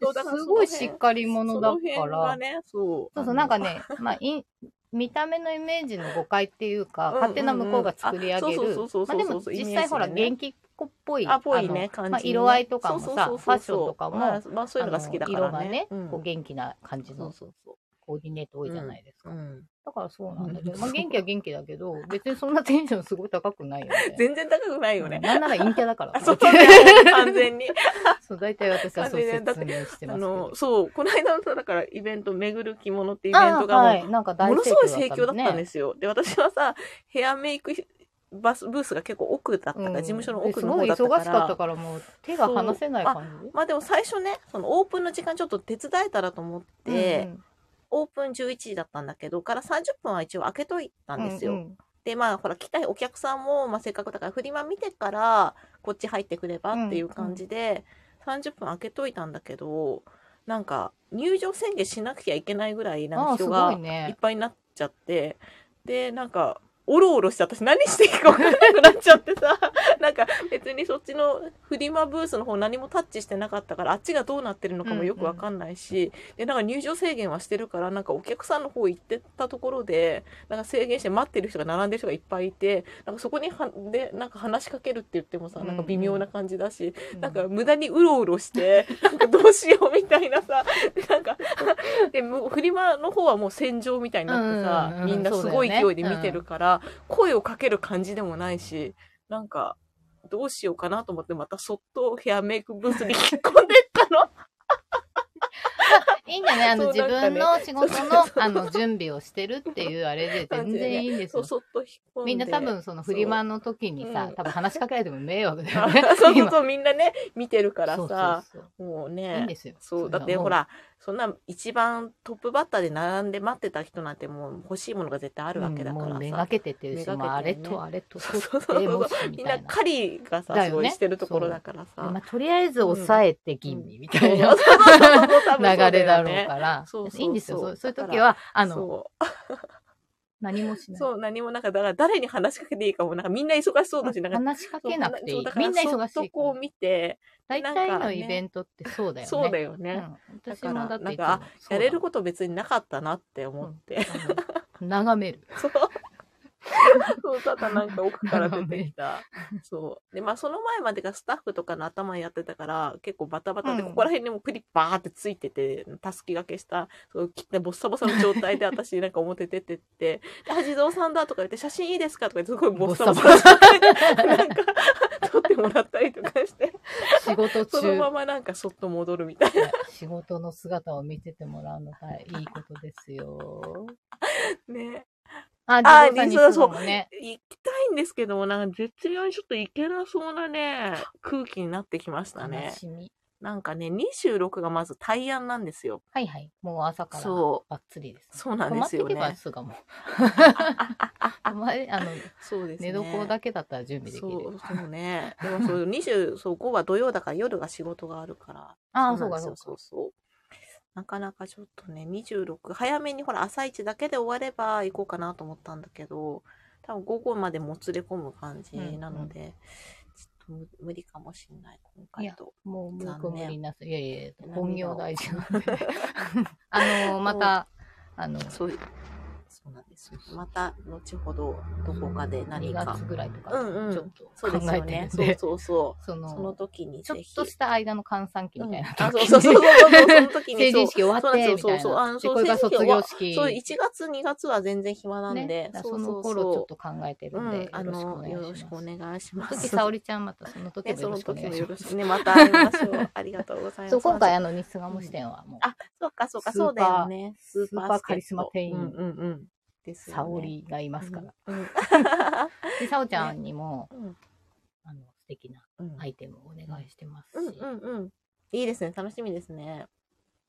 た。だってすごいしっかり者だ
その辺
か
が
ら。
ね、そう。
そうそう、なんかね、まあ、いん見た目のイメージの誤解っていうか、
うんうんうん
勝手な向こうが作り上げ
あ
る
そうそうそうそう
まあでも
そうそうそう
実際ほら
イメージでね
元気っぽい
あ、ぽい
あの
ね、感じ、ね。
まあ、色合いとかもさ
そうそうそうそう
ファッションとかも
まあ、まあ、そういうのが好きだからね。
あの色がね、
うん
こう元気な感じ
そ
の
うそうそ
コーディネート多いじゃないです
う。
か、
うん。
だからそうなんだけ
う
ど、
ん
まあ、元気は元気だけど別にそんなテンションすごい高くないよね
全然高くないよ
うん
ね。
なんなら陰キャだから
あ、そうだよ、完全に。
そう大体私はそう説明してま
あ
すけど
の、そう、この間のさ、だからイベント、巡る着物ってイ
イ
ベントがもう、
い、なんか
ものすごい盛況だったんですすよ。で、私はさ、ヘアメイクバスブースが結構奥だったから、事務所の奥の方だったから。
すごい忙しかったからもう手が離せない感じ
まあでも最初ね、そのオープンの時間ちょっと手伝えたらと思って、
うん
オープン11時だったんだけど、から30分は一応開けといたんですよ。
うん
で、まあほら、来たいお客さんも、まあせっかくだから、フリマ見てから、こっち入ってくればっていう感じで、30分開けといたんだけど、なんか入場宣言しなきゃいけないぐらい、
うん
なん
あ
か
ーす
人
ご
が
い
いっ
ね
ぱいになっちゃって、で、なんか、おろおろして私何していいか分からなくなっちゃってさ、 なんか別にそっちのフリマブースの方何もタッチしてなかったから、あっちがどうなってるのかもよく分かんないし、で、なんか入場制限はしてるから、なんかお客さんの方行ってたところで、なんか制限して待ってる人が並んでる人がいっぱいいて、なんかそこには、で、なんか話しかけるって言ってもさ、なんか微妙な感じだし、なんか無駄にうろうろして、なんかどうしようみたいなさ、でなんか、で、むフリマの方はもう戦場みたいになってさ、
うんうんうん
みんなすごい
そうだ
勢
よね
いで見てるから、声をかける感じでもないし、なんか、どうしようかなと思って、またそっとヘアメイクブースに引っ込んでったの。
いいんじゃないあの
そう
自分の仕事
な
の
んかね
あの準備をしてるっていうあれで全然いいんです
そ
よ
う、。そっと引っ込んで。
みんな多分そのフリマの時に
う
さ
ん
多分話しかけられても迷惑だよ
あ、
ね。
そうそう
今
そう、みんなね、見てるから
そう
さ、
そうそう
もう
いいん
ね
で、すよ。
そう、だってほら、そんな一番トップバッターで並んで待ってた人なんてもう欲しいものが絶対あ
あ
るわけだからさ。
めがけてってるし、
めがけてね
まああれとあれと
そうそうそう
取ってもしみ
みん
た
ない
な。
狩りがさ、
だ
す
よ
ご
ね
いしてるところだからさ。
まあとりあえず抑えて吟味みたい
そ
な
うそうそうそうもう多分そう
流れだ
よ
ろう
ね
から
そうそうそう
いいんですよ。そうそういう時はあの
そ
何もし
う
ない。
そう、何もなんか、だから誰に話しかけていいかも、なんかみんな忙しそうだし、なんか、
話しかけなくてい
そ
いう
だ。か
みんな
ら
忙し
そっ
い
とこう見て、
大体のイベントってそうだよね。
そうだよね。
うん、私もだっていつも
だから
そうだ
やれること別になかったなって思って。
うん眺める。
そう。 そう、ただなんか奥から出てきた。そう。で、まあその前までがスタッフとかの頭やってたから、結構バタバタで、
うん
ここら辺にもクリッパーってついてて、たすきがけした、そう、切ってボッサボサの状態 で私なんか表出てって、で、はじぞうさんだとか言って、写真いいですかとか言って、すごいボッサボサ
ボ
の
ッ
状態で、 なんか、撮ってもらったりとかして、
仕事
そのま
中。
まなんかそっと戻るみたいな。
仕事の姿を見ててもらうのがいいことですよ。
ね。
あ、
あ
二
二郎さん
もね。
行きたいんですけども、なんか絶妙にちょっと行けなそうなね、空気になってきましたね
悲。しみ。
なんかね、26がまず対案なんですよ。
はいはい。もう朝から
そ
バッツリです、
そうなんですよね
泊まってればすぐもう。泊まりあの、
そうです
寝
ね。
床だけだったら準備でき
そ
る。
う、そうね。でも そう、25は土曜だから夜が仕事があるから。
ああ、そ
な
う
です
んかそう
よ
か。
そうそう。なかなかちょっとね、26、早めにほら、朝一だけで終われば行こうかなと思ったんだけど、多分午後までもつれ込む感じなので、ちょっと無無理かもしれない、今回と。
もう、もう
残
ご
念
無理なさい。いやいやいや、
涙を
本業 大事なんで。あの、また、あの、
そう、そうなんですよ。また、後ほど、どこかで何
2
か。
月ぐらいとか、
うんうん
ちょっと
そうです
考え
よ
てる
ね
ん。
そう
で、
そうそ。
そうの
その時に
ちょ
ぜ
っ
ひ。
とした間の閑散期みたいな
うんあ
時
そう
に
そうそうそうそう そう。その時に。そ
成
う
人式終わってみたいな。
そうそうそうあの
で
そう
これが卒業式。
そう、1月、2月は全然暇なんで
ね、だから
そ
そうの
そう
頃ちょっ
そ
と考えて
う。
る
うん
で
ん、、あ
よろしくお
の、
願い
よろ
します。
しくお願いし
そ
ま
の時、
す。
沙織ちゃんまたその時
ね、
もよ
そ
ろ
の
しくお願
時
い
も
し
よ
ま
ろ
す。
しくね、また会いましょ う。ありがとうございます。
そう、今回あの、ニスガモ支店はもう、
あそうか、そうか、そうだよね。
スーパ
助
ー
っ人
カリスマ店員
うんうんうん。ですよね
沙織がいますから。。
うんうん
で、沙織ちゃんにも、
うん
あの、素敵な
うん
アイテムをお願いしてます
うん
し。
うんうん。いいですね。楽しみですね。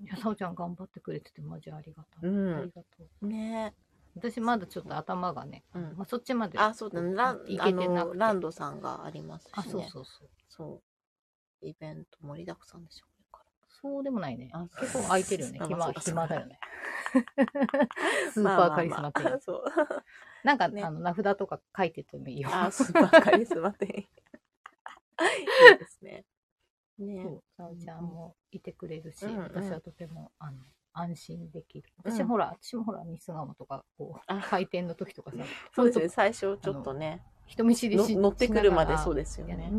いや、沙織ちゃん頑張ってくれてて、マジありがとう。
うん
ありがとう。
ね
私まだちょっと頭がね、
うん
まあ、そっちまで
あ、そうだね。ラン
い、け
あ
てなく
の、
て
ランドさんがありますしね。
あそうそうそう
そう。イベント盛りだくさんでしょ、こ
そうでもないね
あ
結構空いてるよね
あまあそ
暇
うかそうか
暇 だよねス
れ
ー
から
パーカリス
ま
マ店員、
あまあまあ そう。
なんか、
ね
あの名札とか書いててもいいよ
あ、スーパーカリスマ店員。いいですね。ね
そうさおちゃんもいてくれるし、
うんうん
私はとてもあの安心できる。私
うん
ほら、私もほら、ミスガモとか、こう
あ、
回転の時とかさ、
そうですね、最初ちょっとね、
人見知り
の
し
乗ってくるまでそう
で
ですよね。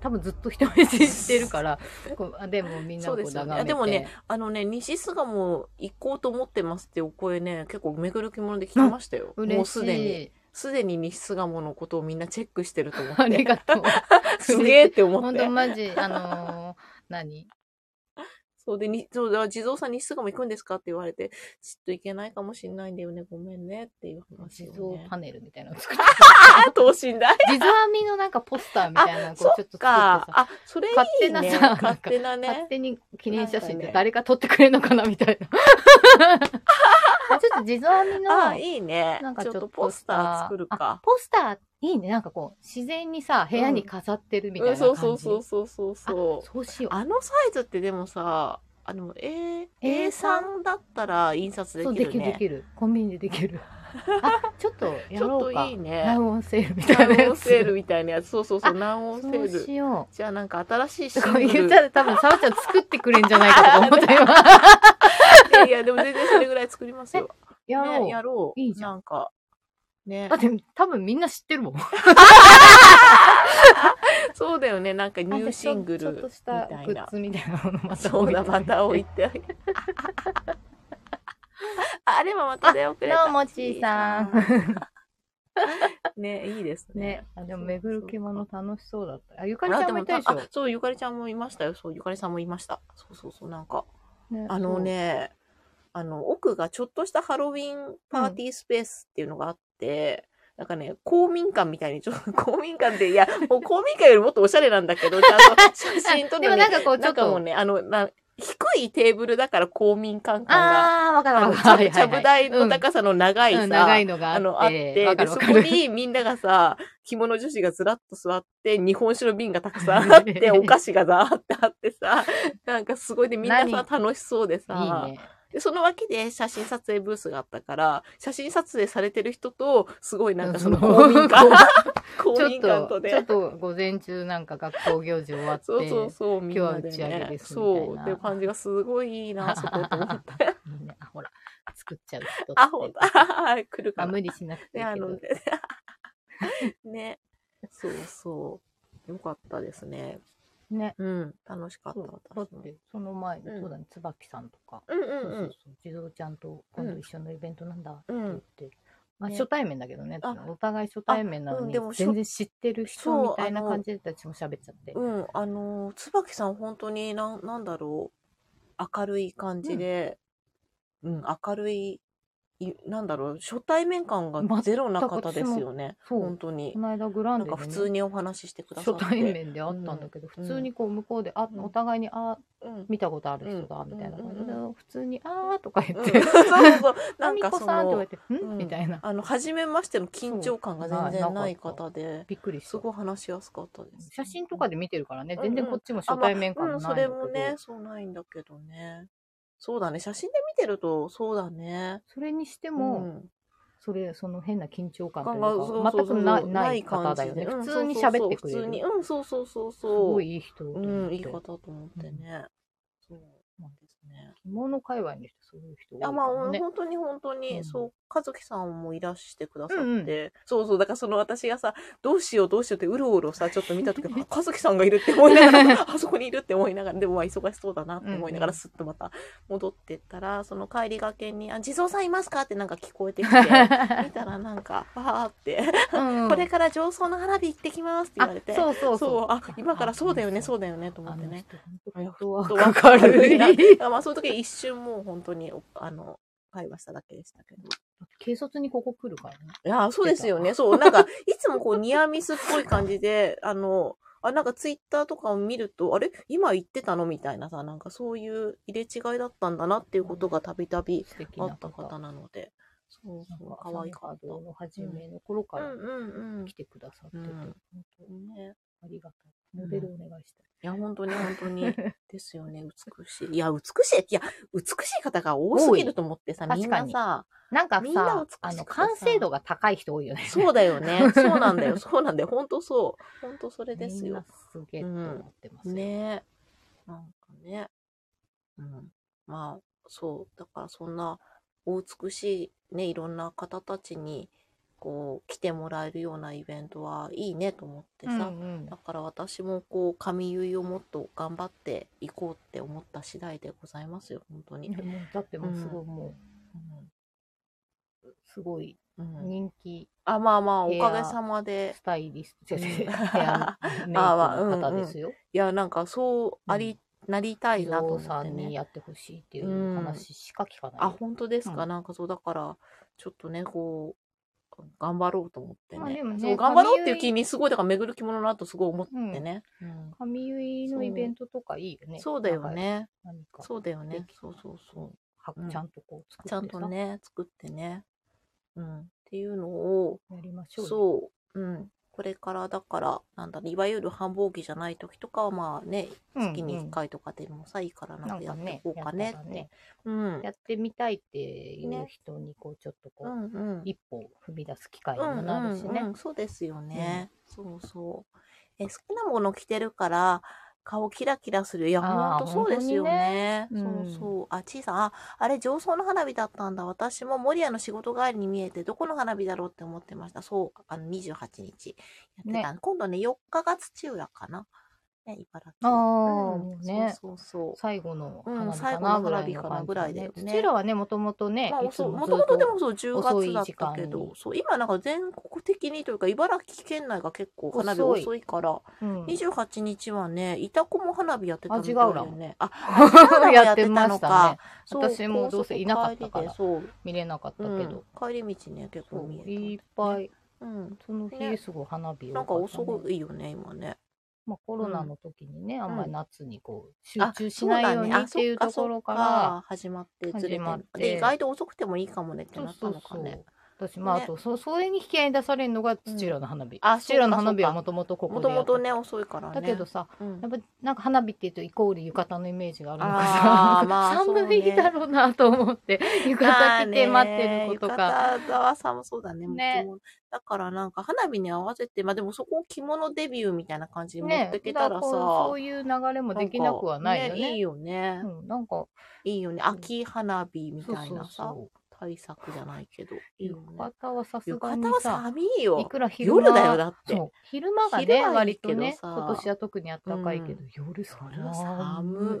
多分ずっと人見知りしてる から、こうあでもみんな
そう
をこ
うですよね
眺めて。
でもね、あのね、西巣鴨行こうと思ってますってお声ね、結構巡る着物で聞きましたよ。も
嬉
う
し
すでに。
い。
すでに西巣鴨のことをみんなチェックしてると思って。
ありがとう。
すげえって思っ
本当
て。
マ ジ、あのー何
そうで、にそうだ、地蔵さん西巣鴨行くんですかって言われて、ちょっと行けないかもしんないんだよね、ごめんねっていう話
地
を、
蔵
ね。
パネルみたいなの作って。
あ、等身大
地蔵編みのなんかポスターみたいなのをこうちょっと作って
か
さ。。
あ、それいいね。
勝手なさ
勝手なね
勝。手に記念
な
写真
んか
で
ね
誰か撮ってくれるのかなみたいな。 ちょっと地蔵編み
あ、
の
いいね
なん。か
ち
ちょ
ょ
っ
っと
とポ
ポ
ス
ス
タ
タ
ー
ー作るか。
ポスターいいね。なんかこう自然にさ、部屋に飾ってるみたいな
そ
感
う
じ。
そうそうそうそう
そ
そう
う。そうしよう。
あのサイズってでもさ、あの A
A3
A3 だったら印刷で
そう
き
で
る
きるで
ね。
きる。コンビニで できる。あ、ちょっとや
ちょっ
ろ
と
うか
いい。
ナ
ね。
ウオンセールみた
ナ
いなや
ウオン
つ。
セールみたいなやつ。そうそうそ
あ
う、ナウオンセ
そう
ール。
しよ。
じゃあなんか新しいうシ
と
ン
か
グ
言
ル。
ったら多分、サオちゃん作ってくれんじゃない かとか思ったよ。
いや、でも全然それぐらい作ります よ。
やろ
ね
う。
やろう。
いいじゃん
なんか。ね
だっ。て多分みんな知ってるもん。
そうだよね。なんかニューシング
ちょ
ル
っ
み
とした
たい
グ
な
ッ。ズみたいなものまた
そうだ、また置い てあげる。あれもまた出遅れた。
どうもちーさん
ね、いいですね
ね。。あでも巡る着物楽しそうだった。あ、ゆか
あ
りちゃん
で
もい
も
た
た
でしょ
あ。そう、ゆかりちゃんもいましたよ。そう、ゆかりさんもいました。そうそうそう、なんか。
ね
あの。ね、あの、奥がちょっとしたハロウィンパーティースペースっていうのがあって、なんかね、公民館みたいに、ちょ っと公民館で、いや、もう公民館よりもっとおしゃれなんだけど、ちゃんと 写
そう
真撮
あ
る
で
の
も
に
なんかこう、ちょ
な
っ
んかも
と
う。ね、あの、な低いテーブルだから公民館感が。
あー、わかる
あ
わ
の、
かる。
ちゃぶ台の高さの長
さ
いさ、
長いのが
あの、
あ
あ
っ。
ってて、
わか
で、
るわ
そ
か
こ
る。
にみんながさ、着物女子がずらっと座って、日本酒の瓶がたくさんあ って、お菓子がざーってあってさ、なんかすごいで、みんなさ、楽しそうでさ
いいね。
でその脇で写真撮影ブースがあったから、写真撮影されてる人と、すごいなんかその
うん
公民 館、
ち
公
ょっ
民館と
と、ちょっ
で、
と午前中なんか学校行事終わって。
そうそうそう、みんなで
今日は打ち上げ
ね、
ですみたいな
そう、っていう感じがすごいいいな、そこと 思って。
いいねあ、ほら、作っちゃう人って。
あ、ほんと、あ来る
あ、
かな
無理しなくて
ね、
いい
あ
けど
の。、 ね。そうそう。よかったですね。
ね。
うん。楽しかった。
そうだっ
私も
て、その前に、
うん
そうだね、椿さんとか。
うん
そう
う
そ
んう。
うんそう。地蔵ちゃんと今度一緒のイベントなんだって
うん
言って。まあ、
ね
初対面だけどね
あ。
お互い初対面なの
うん
に
でも、しょ
全然知ってる人みたいな感じで私も喋っちゃって。
うん。あの、椿さん、本当になん、なんだろう。明るい感じで、うん、明るい、いなんだろう、初対面感がゼロな方ですよね。
そう
本当に
こ。の間グラン
なん
デで
か
ね
普通にお話ししてくださっ
初
て。
対面で会ったんだけど、普通にこう向こうで、あ、
うん
お互いに、あ、
うん。
見たことある人だ、みたいな感じで、普通に、あーとか言
うん
っ
そ
て
う、そう そう。
な
なんん
か
か
そ
そ
さんって
の
言われ、て、ん、
うん
みたいな。
あの、初めましての緊張感が全
そう
然ない
なかった
方で、
びっくりし
す
た。
ごい話しやすかったです。
写真とかで見てるからね
う、ん
全然こっちも初対面感
うん、
ないんだ
そ
け
れ
ど
もね、そうないんだけどね。そうだね、写真で見てると、そうだね。
それにして
で
も、、それ、その変な緊張感と
感が
いう
そう
か、
そう
全
そ
く
う
なな
ない
い方
感
だ
じ
よね。
で、うん
普通に喋ってく
そうそうそう普
れ
通に、
る。
うん、そうそうそうそう。
すごいいい人。
うん、いい方。と思ってね。そうなんですね。
着物界隈にしてそういう人多い
あ、まあ、
からね。
本当に本当に、
うん
そう、和樹さんもいらしてくださって、
うんうん
そうそう、だからその私がさ、どうしようどうしようってうろうろさ、ちょっと見た時 あ和樹さんがいるって思いながら、 あそこにいるって思いながら、でもまあ忙しそうだなって思いなが
うんうん
ら、すっとまた戻ってったら、その帰りがけに、あ、地蔵さんいますかってなんか聞こえてき て、見たらなんか、わーって、
うん
これから上層の花火行ってきますって言われて、
あそうそうそう。
あ、今からそうだよね、そううだよね、と思
あ
って
の
ね。
人、
いや
本当
と
は
わ
か
か
る
る
い
い
な
な。
だって
あまあ、その時一瞬もう本当にお、あの、会話しただけでしたけど。
軽率にここ来るからね。
いや、そうですよね。そう、なんか、 いつもこう、ニアミスっぽい感じで、あの、あ、なんかツイッターとかを見ると、あれ今言ってたのみたいなさ、なんかそういう入れ違いだったんだなっていうことがたびたび
素敵
あ
な
った方なので。そう
なん
そう、
か、
か
可
わ
愛
い
か
か
っ。
ったた。
の初めの頃か
う
ら
んうんうん。
来
い
てくださってて、
うん
本当に
ね
ありがたい。
うん
モデルお願いしたい。
いや、本当に本当に。 ですよね、美しい。いや、美しい。いや、美しい方が多すぎると思ってさ、
多い
みんな
確
さ、
なんか
みんな
さ
美しくて、さ
あの、完成度が高い人多いよね。
そうだよ ね。そうなんだよ。そうなんだよ。ほんとそう。ほんとそれで
み
す
んな
よ。
すげえと思ってますよ。
ねえ。なんかね。うん。まあ、そう、だからそんな、お美しいね、いろんな方たちに、こう、来てもらえるようなイベントはいいねと思って
うんう
さ、
ん
だから私もこう、髪結いをもっと頑張っていこうって思った次第でございますよ、本当
い
に。
やもうだってもうすごい、もう、すごい
うんうん
人気
あ、まあまあ、お
ヘア
かげさまで、
スタイリスト、
うん
ヘアメイクの方ですよ。
いや、なんかそうあり、なりたい
伊
なと思
沢
っ
さ
て
んに
ね。
やってほしいっていう話しか聞かない。
あ、本当ですか、
うん
なんかそう、だから、ちょっとね、こう、頑張ろうと思ってね。
まあでもね
そう、頑張ろうっていう
髪結い
気にすごい、だから巡る着物の後すごい思ってね。
髪結いのイベントとかいいよ
うん
ね。
そうだよね。
なんか。何か
そうだよね
で。
そうそうそう。
は
うん
ちゃんとこう作って
ちゃんと
さ
ね、作ってね。うん。っていうのを、
やりましょうよ。
そう、うん。これからだから、なんだろういわゆる繁忙期じゃない時とかは、まあね、
うん
月に
うん
1回とかでもさ、いいからなん
な
か
ん
や
か
ってい
ね、
こうかね
や
っ。
ってたらね
うん。
やってみたいっていう
ね
人にこうちょっとこ
う
う、
んうん。
一歩を踏み出す機会に
うん
もなるしね、
うんうん、そうですよね、そうそうえ好きなもの着てるから顔キラキラするいや
あー
ほんとそうですよね
本当にねうん
そうそうあちいさんああれ上層の花火だったんだ私も守谷の仕事帰りに見えてどこの花火だろうって思ってましたそうあの28日やってた、今度ね4日が土浦かなね茨城
あーもうね
そうそうそう
最後の
うん
花火
最
か
後の
なぐ
花
らい
火
の
か
感
な
じ
ぐらいだよね
ねうちらはねもともとね、
まあ、
いつ
遅
も
いも
ずっ
ともとでもそう10
遅
月
い
だっ
時
た
間
けど
に
そう今なんか全国的にというか茨城県内が結構花火
遅い
遅いから
うん
28日はねイタコも花火やってたみたいだよねあ
やってましたね
そう
私もどうせいなかったから
高速帰りで
見れなかった
そう、
け
うん
ど、、
帰り道ね結構見
そうい
え
っぱい
た、うん、
その日
ね
すごい花火を、
なんか遅いよね今ね
まあ、コロナの時にね、あんまり夏にこう集
あ
中しないようにっていうところから
そうだねあそっかそっか始まってずれ
始ま
て
っ
る
て
で意外と遅くてもいいかもねって
そう
なっ
そ
た
う
の
そ
か
う、
ね
私まあ、
ね
あとそうそれに引き合いに出されるのが土浦の花火、
あ
土浦の
そうか
花火は
そう
も
か
ともとここ
も
で
と
や
も
って
とね遅いからね
だけどさ
うん
やっぱなんか花火っていうとイコール浴衣のイメージがあるのか
あ
さ
ー まあそうね
寒いだろうなと思 って浴
まあ
衣着
ね
て待ってる子とか。
浴衣は寒そうだね。
ね
もうだからなんか花火に合わせて、まあでもそこを着物デビューみたいな感じに持
ね
ってけ
だ
た
から
ら
こ
さ、
うそういう流れもできなくはないよ
んかいい
ね。
よね。
うん、なんか、
いいよね。秋花火み
そう
たい
そう
なさ、
そう。
対策じゃないけど。いいよ
浴
ね。
衣はさす
浴
がに
衣は
さ、
寒い
い
よ。
くら昼間
夜だよ、だって。
そう昼間が
昼
ね、
はいい
割とね
け、どさ
今年は特に暖かいけど、夜
そ
寒い
れは寒ね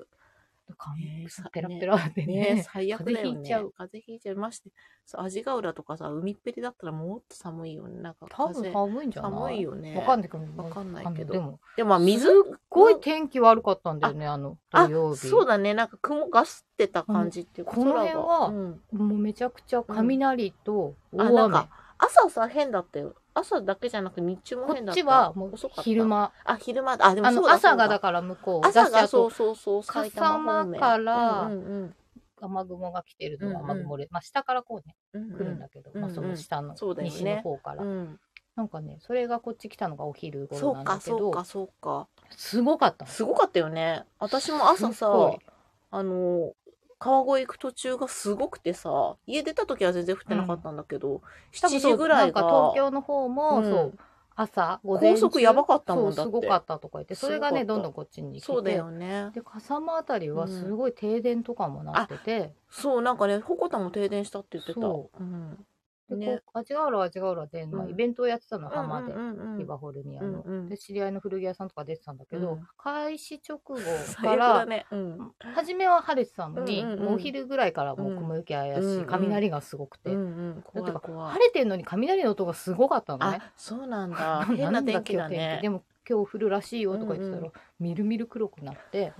髪
えさ
ペラペラで
い。
ね
ね最悪だよね。
風邪ひいちゃう。
風邪ひいちゃいまして。そう、味ヶ浦とかさ、海っぺりだったらもっと寒いよね。なんか
多分
風
寒いんじゃない
寒いよね。
わかんないけど、
わかんないけど
あのでも、
でもまあ水
すっごい天気悪かったんだよね、あの土
あ
曜日。
そうだねなんか雲がすってた感じっていうか
この
空が
辺は
うん
もうめちゃくちゃ雷と
あ
大
なん
雨。
か朝さ変だったよ朝だけじゃなく日中も
こ
変だ
っ
った
ちはもう
遅かった
昼間。
あ昼間だあでも
あ
そう
の
だ
朝がだ
か
から向こう。
朝
だし
が
あ
そ
と
うそうそう埼玉方面
笠間から
うんうん
雨雲が来てるのが
うんうん
雨雲で、まあ下からこうね、
うん
来るんだけど、
うん
まあその下の
そうだよね
西の方から、
うんうん
なんかね、それがこっち来たのがお昼
そ
頃な
うん
だ
か
け
そう
ど
か、そうか
すごかったの。
すごかったよね私も朝
すっご
さ
い
あの川越行く途中がすごくてさ家出た時は全然降ってなかったんだけど、
多
7
分そう
時ぐら
ないんか
が
東京の方も、
うん
そう、朝、午前
高
中。
速やばかったもん
そ
だ
う
っ
す
て
ごかったとか言って、それがね、
すごかった
どんどんこっちに来て。
そうだよね
で、笠間あたりはすごい停電とかもなってて、
そう、なんかね、ほこたも停電したって言ってた。
そ
うん。
で、
ね
こう、あちがうらあちがうらで、まあ、
うん
イベントをやってたの、浜で
う、んうんうん
リバホルニアの、
うんうん
で、知り合いの古着屋さんとか出てたんだけど、
うん
開始直後
最
か
悪だ
ら、
ね。うん。
初めは晴れてたのに、
うんうんうん
もうお昼ぐらいからもう雲行き怪しい、
うんうん
雷がすごくて、
うんうん。怖い
だって
怖い
晴。れてんのに雷の音がすごかったのね。
あ、そうなんだ。
なん
変な天気だ
なん今日天
ね
気で。も今日降るらしいよとか言ってたら、
うんうん
みるみる黒くなって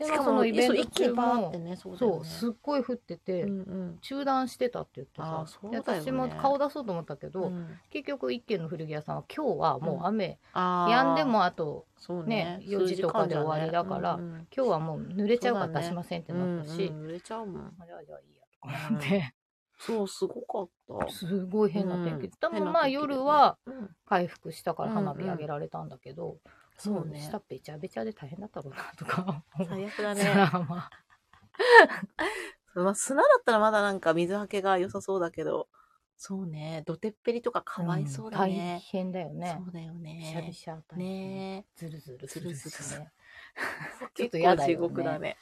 で
し
ま
か
あそ
も、
の
い
イベ
そ
ン
う
ト
一気に
中
バーって
も
ね、そうだ
そ
よ
う
ね。
すっごい降ってて、
うんうん。
中断してたって言って
あ
さ
ーそう
で
だよね
私も顔出そうと思ったけど、
うん
結局一軒の古着屋さんは今日はもう雨、
あー
やんで、もあと
そう
ね
ね。
4時とかで終わりだから
数時間じゃねうんうん
今日はもう濡れちゃうから
そうだ
出
ね
しませんって
う
なっ
ん
たし、
うん、売れちゃうもん。
まあじゃあじゃあいいやとか思って、
そう、すごかっ
すごい変な天気、
うん
でも
変な天気
まあ
だよね
夜は
た。うん
回復したから花火上げられたんだけど、
そう
も
ね
下。べちゃべちゃで大変だったろうなとか思う
最悪だ
そ
ね。
らまあ
まあ、砂だったらまだなんか水はけが良さそうだけど、そうね、どてっぺりとかかわいそうだ
ん大
ね。
変だよね
そうだよ
びしゃび
ね。
しゃ大変
ね
ずるずる
ずるずる
ね ちょ
結
っ
構
と嫌だよね
地獄だね。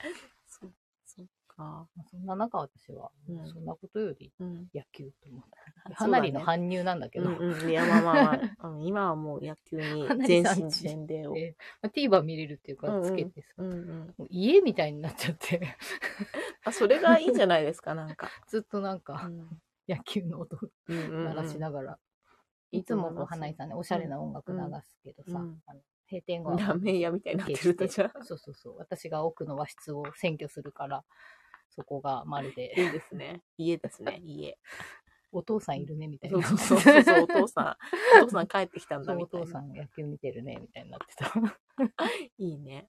そうそっか。
まあそんな中、私は、
うん
そんなことより
うん。
野球と思った。
そ
か
うだ
な
ね
りの搬入なんだけ
う
ど、
んうん。いや、まあまあまあ うん。今はもう野球に
花
全
火さん
身全霊を。
でまあ、TVer 見れるっていうか、つけてさ、
うんうん。
もう家みたいになっちゃって、
あ、それがいいんじゃないですか、なんか。
ずっとなん
う
か、
ん
野球の音
うんうんうん
鳴らしながら、
うん
いつも
いいと思い
こ
ま
う、
す
花井さんね、おしゃれな音楽流すけどさ、
うん
あの閉店後は
ラーメン屋みたいになってるとじゃあ
そうそうそう。私が奥の和室を占拠するから、そこがまる
い
で、
いですね。家ですね、 家。
お父さんいるね、みたい
そ
な。
うそうそうそうそう、お父さん、お父さん帰ってきたん
そ
だ
うお
みたい
父さ
な。
ん野球見てるね、みたいになってた。
いいね。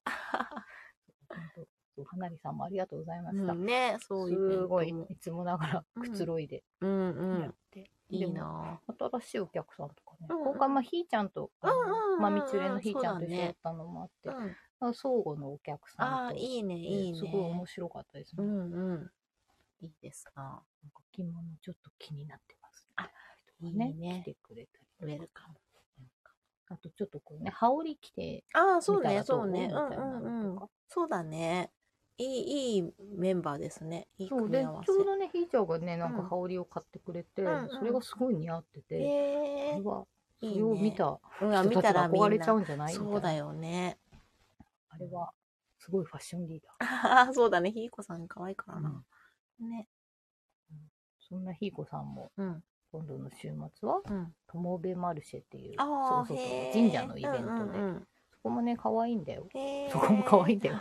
そう花火さんもありがとうございま
う
した。
んね、そういうイベン
す
ト
ごい、
も
いつもながらくつろいで
うんう
やっ
ん。
て。
い
で
い
も
な
新しいお客さんとかね、
うんうん
今回、まあ、ひーちゃんと、あの
うんうんうんうん
まみつれのひーちゃんと
そうだ
一緒
ね
だったのもあって、
ぁ。うん
まあ相互のお客さ
あ
ん
あ、
と、
いいね、いいね。
すごい面白かったですね。
う
なん
んうん。いいですな
か着物ちょっと気になってます、
あ
とかね
いいね
来てくれたり。
ウェルカム。
あとちょっとこうね、羽織着て
ああ、
み
そう
た
ね、
らど
そうね。う
みたい
ん
な
うん
の
うん
と。か。
そうだね。いい、いいメンバーですね。いい
そう
組
で、
み
ち
合わせ
ょう。どね、ひーちゃんがね、なんか
うん
羽織を買ってくれて、
うんうん
それがすごい似合ってて、
え
それは、
え、い
そ
い
れを
ね。
見た
うんあ
人
見
た
た
ちが
らみ
憧れ
ん
ちゃ
な。
うんじゃないみたいな
そうだよね。
あれは、すごいファッションリーダー。
ああ、そうだね。ひいこさん可愛いからな。ね。
そんなひーこさんも、
うん。
今度の週末は、
うん。
友部マルシェっていう、
ああ、
そうそうそう
へえ
神社のイベントで、
うんうん
そこもね、可愛いんだよ。
うんへえ
そこも可愛いんだよ。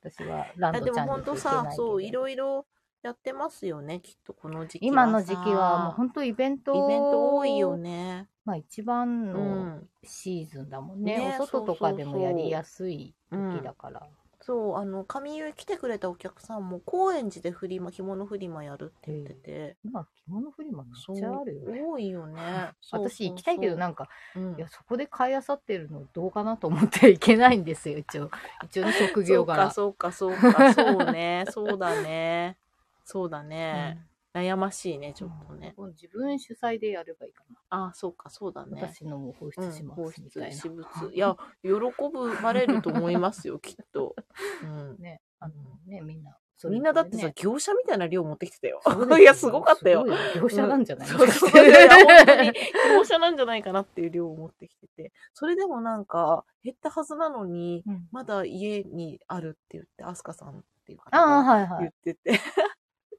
私はラン
あ
ド
で
ちゃ
も
んに
本
行け
当
ない
さ、
け
そ
ど
う、いろいろやってますよね、きっとこの時期はさ。
今の時期はもう本当イベント
イベント多いよ。ね。
まあ一番
う
の
ん。
シーズンだもんね。
ね
お外とかでも
そうそう
や
そう
りやすい時だから。
そう、あの、上湯来てくれたお客さんも、高円寺でフリマ、着物フリマやるって言ってて、
今着物フリマめ
そ
っ
う
ちゃあるよね。。
多いよね
私行きたいけど
な、
なんか、
うん
いや、そこで買いあさってるのどうかなと思っていけないんですよ、一応。一応の職業柄。
そうか、そうか、そうか、そう ね、そうだね。そうだ
うん
ね。悩ましいね、ちょっとね。
うん自分主催でやればいいかな。
ああ、そうか、そうだね。
私のも放
う
出
ん
しま
皇
すみ
室
たいな。
私物いや喜ぶまれると思いますよきっと、うん
ね、あのね、みんな。そ
み
れぞれね
んなだってさ、業者みたいな量持ってきてたよ
そうで す
いやすごかったよ
すごい業者なんじゃない
そうそういやいや本当に業者なんじゃないかなっていう量を持ってきててそれでもなんか減ったはずなのに
うん
まだ家にあるって言って飛鳥さんっていう方
ああ、
が
はいは
言っ
い。
てて、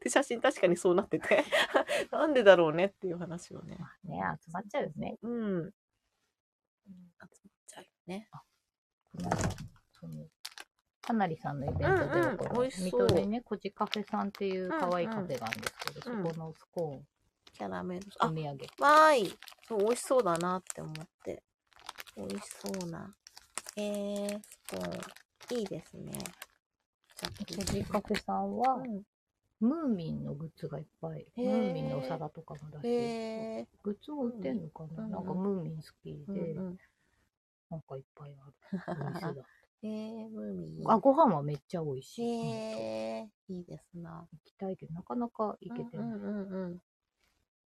で写真確かにそうなってて なんでだろうねっていう話をね
ね、集まっちゃうよね。
うん集まっちゃうよね
このそのかなりさんのイベントではこ
うんうん
の
美味し
水
そう
戸でね、こじカフェさんっていう可愛いカフェがあるんですけど、
うんうん
そこのスコ
キャラメル
ーン、
あ
お土産。
わーい。そう、美味しそうだなって思って。美味しそうな。えー、そう。いいですね。じゃあ
こじカフェさんは、
うん
ムーミンのグッズがいっぱい、
へ
ム
ー
ーミンのお皿とかもだしい、
え
グッズも売ってんのかな、
うん
なんかムーミン好き
ー、う
で、
んうん。
なんかいっぱい ある。美味しそうだ。
えー、ムーミン。
あ、ご飯はめっちゃ美味しい。うん
えー、いいですな。
行きたいけど、なかなか行けてない。
うんうんうん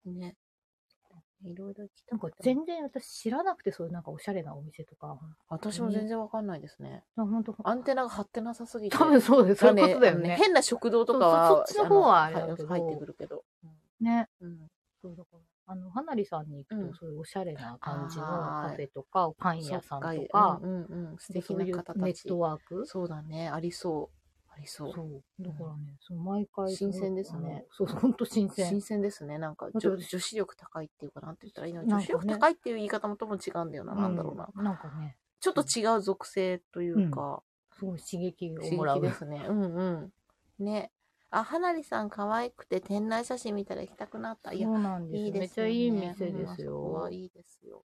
うん。ね。いろいろ来た
なんか全然私知らなくて、そういうなんかおしゃれなお店とか、
私も全然わかんないですね。
あ本当
アンテナが張ってなさすぎて。
多分そうです。そういうことだよ
あの
ね。
変な食堂とかは、
そうそっちの方はあ
あ
れ
の
だけど
入ってくるけど。
ね。
うん。
そうだから、あの、花りさんに行くと、
うん
そういうおしゃれな感じの
あー
カフェとか、パン
そ
屋
っ
さんとか、
うんうんうん、素敵
そうい
な
う
方
ネ
た
ッ
ち
ト。ワーク。
そうだね、ありそう。ありそ。
そうだからね、その毎回。
新鮮ですね
そう、本当新鮮
新。鮮ですね、なんか
だって
女女子力高いっていうか、なんて言ったらいいの、
なんか
女
ね
子力高いっていう言い方もとも違うんだよな、なんだろうな。
んなんかね、
ちょっと違う属性というか、
すごい刺激をも
刺
ら
激
う
で。すね。うんうん。ね。あ、花火さん可愛くて店内写真見たら行きたくなった。いや
そ、うなんです
いい
め
で
っ
す
ちゃ
よね。
いい店
う
です
んあそこ
よ
は。いいですよ。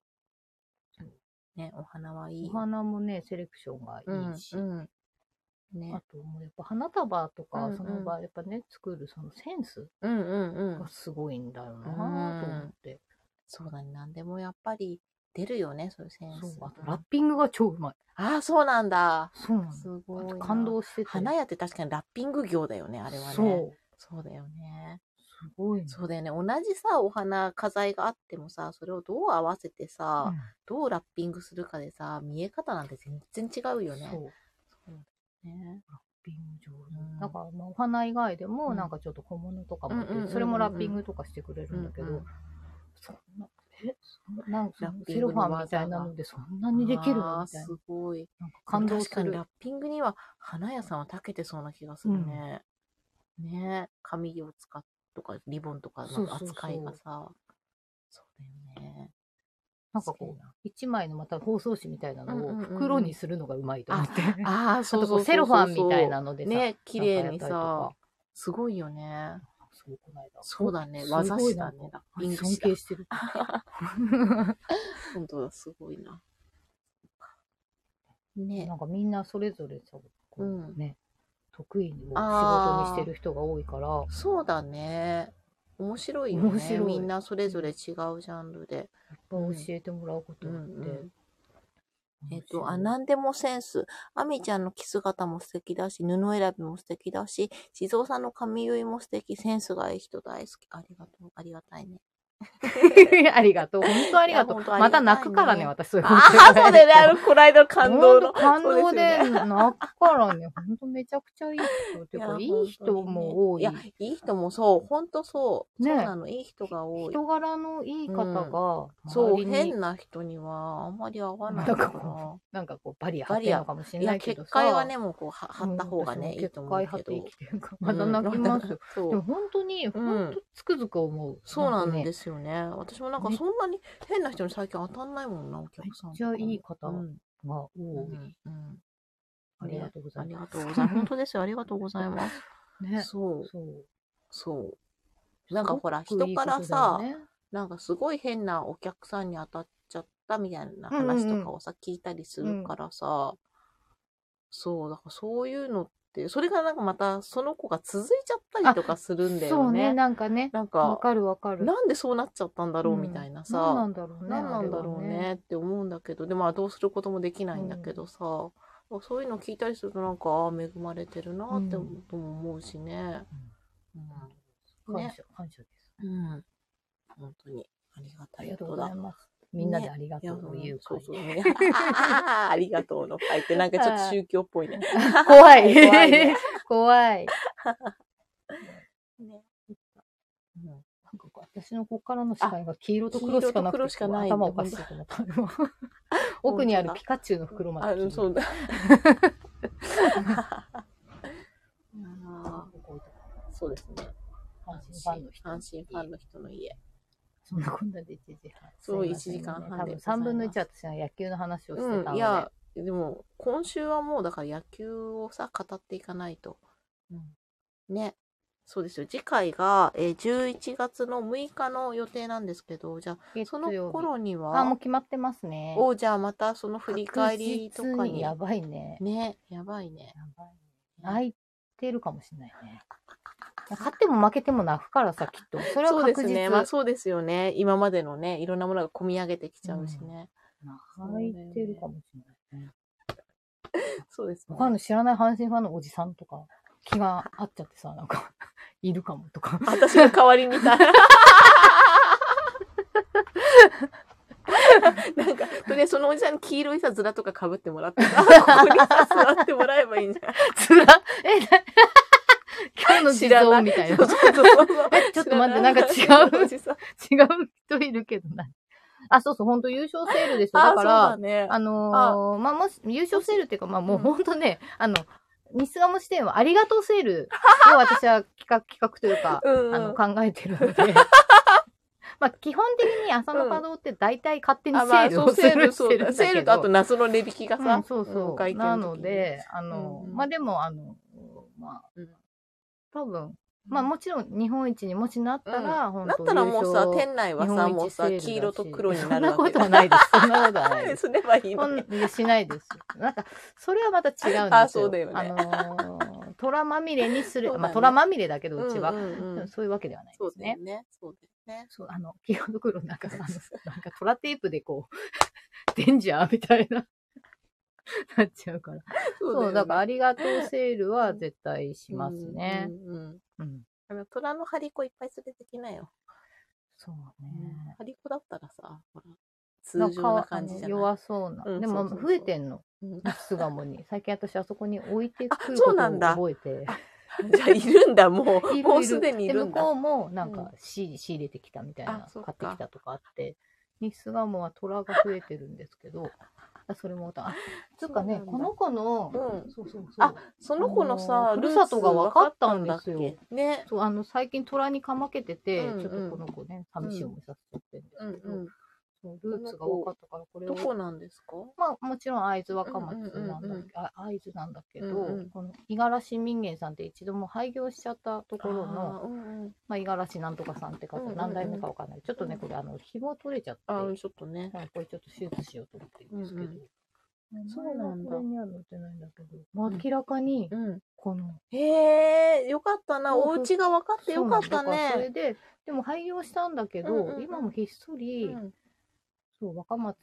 ね、お花はいい。
お花もね、セレクションが
うん
いいし。
うん。ね
あ。と、もうやっぱ花束と
うんう
か、
ん
その場合、やっぱね、作るそのセンス
うんうんうん
が。すごいんだよなと思って。
そうだね。なんでもやっぱり出るよね、そういうセン
そう
ス。、
あとラッピングが超うまい。
ああ、そうなんだ。
そうなん
す
だ。
ごい
あ
な。
と感動してて。
花屋って確かにラッピング業だよね、あれはね。
そう。
そうだよね。
すごいね。
そうだよね。同じさ、お花、花材があってもさ、それをどう合わせて
う
さ、
ん
どうラッピングするかでさ、見え方なんて全然違うよね。
そう。ラッ
そうね。
ピング上手
う
だからまあお花以外で
う
も
ん
なんかちょっと小物とか
うん
も
うんうんうんうん
それもラッピングとかしてくれるんだけど、
うんうん
そんなえそんなん
ラッピ
セ
ング
ロ
の
フ
技
ァン
が
みたいなのでそんなにできるの
あー
みたい
す
な
ごい。
なんか感動す
確かにラ
る
ッピングには花屋さんは長けてそうな気がするね。ねえ紙を使っとかリボンとか
そう
の
そうそう
扱いがさそうだよね。
なんかこう一枚のまた包装紙みたいなの
うん
を
うんうんうん
袋にするのがうまいと思って、
うああ
ち
そ
ょっ
う
と
そ
こ
うそうそう
うセロファンみたいなのでさ、
ね綺麗に
なんかや
さ
ったり
すごいよね。
とかそうこの間
そうだね
すごい
技師だ
なん
ね
か
ラッピング
尊
師だ
敬してる。
本当だすごいな。ね
なんかみんなそれぞれさ、こう
うん
ね、得意を仕事
あー
にしてる人が多いから、
そうだね。面白いよね。
面白い
みんなそれぞれ違うジャンルで。
教えてもらうこと
う
に
ん
よって。
うんえっと、あ、
穴
なんでもセンス。アミちゃんのキス型も素敵だし、布選びも素敵だし、地蔵さんの髪結いも素敵、センスがいい人大好き。ありがとう、ありがた いね。
ありがとう。本当ありがとう。
いや本当ありがたいね
また泣くからね、私そういうこ
あ
と
あ、そうだよね。あ
る
の、こないだの感動の。
感動で
そうすよね
泣くからね、本当めちゃくちゃいい人。て
いや
か、いい人も多い。
本当にねいや、いい人もそう、ほんとそう。
ね
そうなの、いい人が多い。
人柄のいい方が、
そう、
周りに
変な人にはあんまり合わない
なん
か
か
な
こ。なんかこう、バリア張
バ
って
リ
る
ア
のかもし
い
れな
や、
いけど
結
さ。
界はね、もうこう、は張った方がね、
うん
いいと思う
結界
け
張って
ど
生。きてるから。また泣きますよ。
そ
で
う。
も本当に、本当つくづく思う。
そうなん
かね
ですよね。私もなんか
ね
そんなに変な人に最近当たんないもんな、お
め
客さん
っ
と
ち
か
ゃ
も。
いい方
う
が
ん。
多い。
うんうん
ありがとうござ
あ
い
りが
ま
とうございます。本当ですよ。ありがとうございます。
す。ね。
そう、
そう。
そう。なんかほら、
すごく
人
いい
か
ことだよ
らさ、
ね
なんかすごい変なお客さんに当たっちゃったみたいな話とかをさ、聞いたりするからさ、そう、だからそういうのって、それがなんかまたその子が続いちゃったりとかするんだ
そう
よ
ね、
ね。
なんかね。
なん
わ
か、
かるわかる。
なんでそうなっちゃったんだろう
うん
みたいな
何な
さ、
んだろうね。
何なんだろう
あれは
ねって思うんだけど、でまあどうすることもできないんだけどさ、そういうの聞いたりするとなんか、ああ、恵まれてるなって
うん
ことも思うしね。うん
感
ね
謝、感謝です。
うん。本当に。ありが
あ
たい
りがとう
こと
ござ
だ
い。ます。みんなでありが
い
と
や、
うを言う
そ
会
うそう。 ねあーありがとうの会って、なんかちょっと宗教っぽいね。
怖
い怖い
い
ね。
怖い。
ねうん
なんかこう私のこっからの視界が黄色と黒しかなく
あ黄色と黒
て、
しかない
頭おかしいと思 った。今奥にあるピカチュウの袋ま
あ
で黄色。
そうだ。
あ
あ
ーこういった
ーそうですね。
阪神ファンの人。
阪神ファンの人の家。
そんなこんなで1時半。
そう
すいません
1時間半
多分
でございます
3分の1は私は野球の話をしてたので、
うん、いや、でも、今週はもうだから野球をさ、語っていかないと。ね。そうですよ。次回が、えー、11月の6日の予定なんですけど、じゃあ、
月
そ
曜日
の頃に
あ、もう
は、
決まってますね。
おじゃあまたその振り返りとか
確実
に。
やばいね。
ね、やばいね。
やばいね泣いてるかもしれないね。勝っても負けても泣くからさ、きっと。それは
そうで
確
す
実
ね。まあそうですよね。今までのね、いろんなものが込み上げてきちゃうしね。
泣いてるかもしれないね。
そうですね。
他の知らない阪神ファンのおじさんとか、気が合っちゃってさ、なんか、 いるかもとか。
私の代わりに さ。なんか、とりあえずそのおじさんに黄色いさ、ズラとか被ってもらってさ、 ここにさ、座ってもらえばいいんじゃない
つら、 え、な今日の地
知らな
蔵
い
みたいな。
そうそうそうそう
えちょっと待ってなんか違う
知らないおじさん
違う人いるけどな。あ、そうそう、本当優勝セールですよ。
あ、
だ
そう
から、
だね。
あのーまあ、もし、優勝セールっていうか、まあ、もう本当ね、あの、西賀も支店はありがとうセール を私は企画、企画というか、
うん。
あの、考えてる ので。まあ、基本的に朝の稼働って大体勝手にセ
あまあ
ール
そ
を
う
す
セー
る
ル、
して
そう
るんだけど。
セールとあと謎の値引きが
う
さ
ん、、そうそう。
ん会見
な
の時に
ので、あの、
うんうん
まあ、でも、あの、まあ
うん、
多分、まあ、もちろん日本一にもしなったら、本
だ
当
ったらもうさ、店内は
日
さ、
本一
もうさ、
セールだし
黄色と黒にな
そん
る
なこ
わけ
とはないです。そんなこと はないです。
すればいい
そ
のに。
んいやしないですよ。なんか、それはまた違うんですよ。
あそうだよね
あのー、虎まみれにす る、
そうだね
まあ、虎まみれだけど、うちは、
んうんうん
そういうわけではない
そ
で
う
す
だよ
ね。
ね。そうだよね。
そう、あの、黄色の黒なんか、あの、なんか、虎テープでこう、 デンジャーみたいな、なっちゃうから。そう
よね
だから、ありがとうセールは絶対しますね。
うんうんうん
うん。
あの、虎の張り子いっぱい連れてきなよ。
そうね。
張り子だったらさ、ほら、通
なん
常
か
な感じじゃない。
弱そうな。
うん
で
そ
も、
うそうそう
増えてんの。
うん
巣鴨に。最近私、あそこに置いてく
あ
る
そ
こ
う
と
なんだ
を覚えて。
じゃあいるんだ、もう。
いる
もうすでにい
で
る
向
ん
こ
だ。
うもなんか
う
仕,、仕入れてきたみたい
あ
な
そっ
買
か
ってきたとかあって西巣鴨は虎が増えてるんですけどあそれもまたあつうかね
そうなんだ
この子の、
うん
そうそうそう
あその子のさ
あ、のー
ルーツ
ふるさとが分かったんですよ
分かったんだっけね。
そうあの最近虎にかまけてて、
うんうん
ちょっとこの子ね寂しい思いさせちゃってるんで
うん
すけど、
うん。
そうルーツが分かったからこれ
ど
を
こなんですか
まあもちろん会津若松なんだけど、
うんうんうんうん
あ会津なんだけど、
うんうん
この五十嵐民芸さんって一度もう廃業しちゃったところの
あーうんうん
まあ、五十嵐なんとかさんって
う
方、
んうんうん
何代目かわかんない。ちょっとね、これ、あの、紐取れちゃって、
あ
は
ー、
い
ちょっとね。
これちょっと手術しようと思ってるんですけど
うん。
名前は
そうなんだ
これには載ってないんだけど、まあ明らかに
う、ん。
この、
へえ、よかったな。
そうそ
お
う
家が分かってよかった
そうなんだそれ
ね。
で、でも廃業したんだけ
うんうん
ど
う、ん
今もひっそり、そう、若松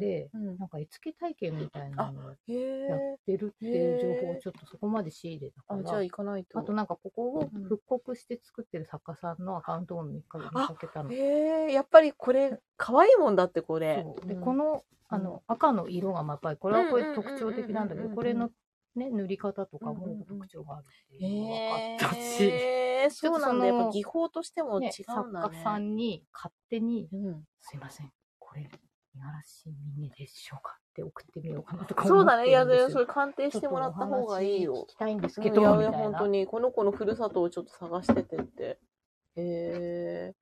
で、
うんうん
なんか絵付け体験みたいなのをや
へえ
っ。てるっていう情報をちょっとそこまで仕入れたか
あ、じゃあ
ら、
行かないと。
あとなんかここを
うん
復刻して作ってる作家さんのアカウントを見か見かけたの。
へえ、やっぱりこれ、可愛いもんだって、これ
そう。で
うん
このあの赤の色がまあやっぱりこれはこれ特徴的なんだけ
うんうんうんうんうんうん
どこれの、ね、塗り方とか
うんうんう
も
ん
特徴があるっていうのが
へ
分かったし、
え、そうなんだ。
ちょっとその
やっぱ技法としても違
ね、
うん
作
だ
家さ
ね。
んに勝手に
うん
「すいませんこれ五十嵐ミニでしょうか?」って送ってみようかなとか
そ
思
うだ
って
ね。いや、
るんですよ
でそれ鑑定してもらった方がいい
ちょっ
よ
とお話。聞きたいんです
うん
け
い
ど、
やい
み
や、
たい
本
な
当に、この子のふるさとをちょっと探しててって。へえ、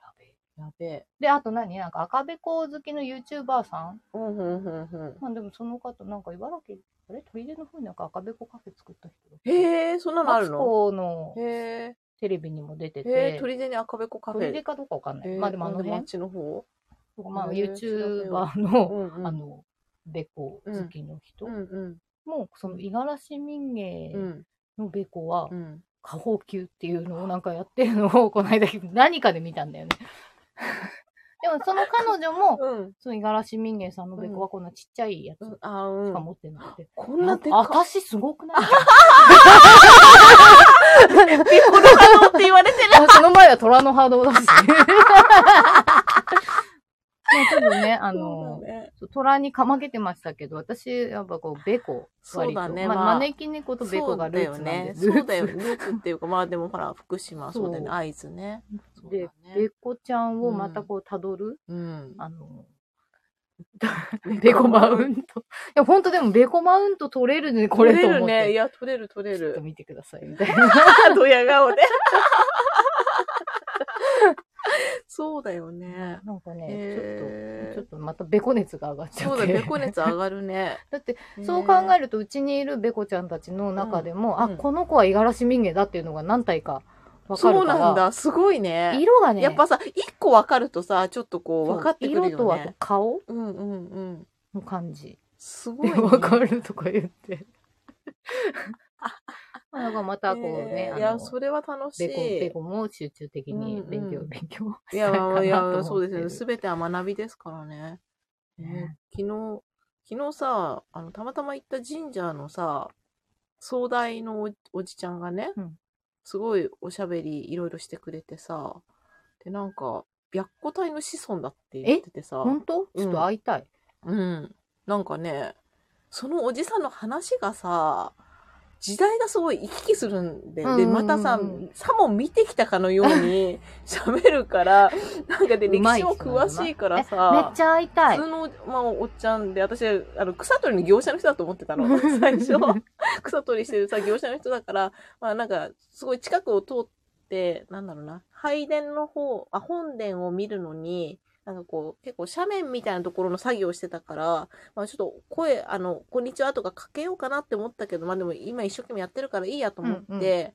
やべえ
やべえ。
であと何なんか赤べこ好きの YouTuber さん
うん、うん、うん、うん。
まあでもその方なんか茨城あれ砦の方になんか赤べこカフェ作った人が
へえ、そんなのあ
マ
る
ツ
の
コの
へ
テレビにも出て
え、へえ、
て、
鳥出に赤べこカフ
鳥
ェ
出。かどうかわかんない。
へえ
まあでもあの
なんで
辺、
町の方
まあ
へえ調べよ
YouTuber の、
うんうん
あの、べこ好きの人、
うんうん
もうその五十嵐民芸
うん
のべこは
う、ん
下方級っていうのをなんかやってるのを、 この間何かで見たんだよね。 でもその彼女も、
うん
その五十嵐民芸さんのべこはこんなちっちゃいや
うん
つ
あう
しか
ん
持ってなくて。
こんなでっ
あ
か
私す ごくない
いって言われてる
あ その前は虎の波動だし。 でも多分ね、あの、そう虎にかまけてましたけど、私、やっぱこう、ベコ、
そうだね
割とま
まあ
あ、招き猫とベコがルーツなん です
そうだよね
ル
そうだよルーツっていうかまあでもほら福島
そう
そうだよね会津ね
ーツ
そう
で
だ、ね
ベコちゃんをまたこう、たどる、
うん
あの、ベコマウント。 いや、ほんとでも、ベコマウント取れるね、これと
取れる
思っ
ねい
て。
や取れる取れ
ちょっと
る
見てください、みたいな。
あドヤ顔でそうだよね
なんかね、ちょっと、
へ
ちょっ
え
とまたベコ熱が上がっちゃっ
そ
て。
うだね猫熱上がるね
だって、そう考え
る
ると、うちにいるベコちゃんたちの中で
う
も、
ん
あ、
うん
この子は五十嵐民芸だっていうのが何体かわかる
そう
から。
なんだすごいね
色がね、
やっぱさ一個分かるとさちょっとこう
そう
分かってくるよね
色とあと顔
うんうんうん
の感じ。
すごい、ね、
わかるとか言 って。なんかまたこうね、
えーい
あ
や
の、
それは楽しい
ベコ、ベコも集中的に勉強、
うんうん
勉強。
いや
かな
まあい
と思って
や
る
そうですよねすべては学びですからね、
ね
えー昨日昨日さあのたまたま行った神社のさ総大のおおじちゃんがね、
うん
すごいおしゃべりいろいろしてくれてさでなんか白虎隊の子孫だって言っててさ
本当ちょっと会いたい。
うん。なんかね、そのおじさんの話がさ、時代がすごい行き来するんで、
うんうんう
で、
ん
またさ、さも見てきたかのよう に喋るから、なんかで、
う
歴
まい
史も詳しいから
めっ
さ
ち、ゃ会いたい
普。通の、まあ、おっちゃんで、私、あの、草取りの業者の人だと思ってた の、最初。草取りしてるさ、業者の人だから、まあなんか、すごい近くを通って、なんだろうな、拝殿の方、あ、本殿を見るのに、なんかこう、結構斜面みたいなところの作業をしてたから、まあちょっと声、あの、こんにちはとかかけようかなって思ったけど、まあでも今一生懸命やってるからいいやと思って、
うんう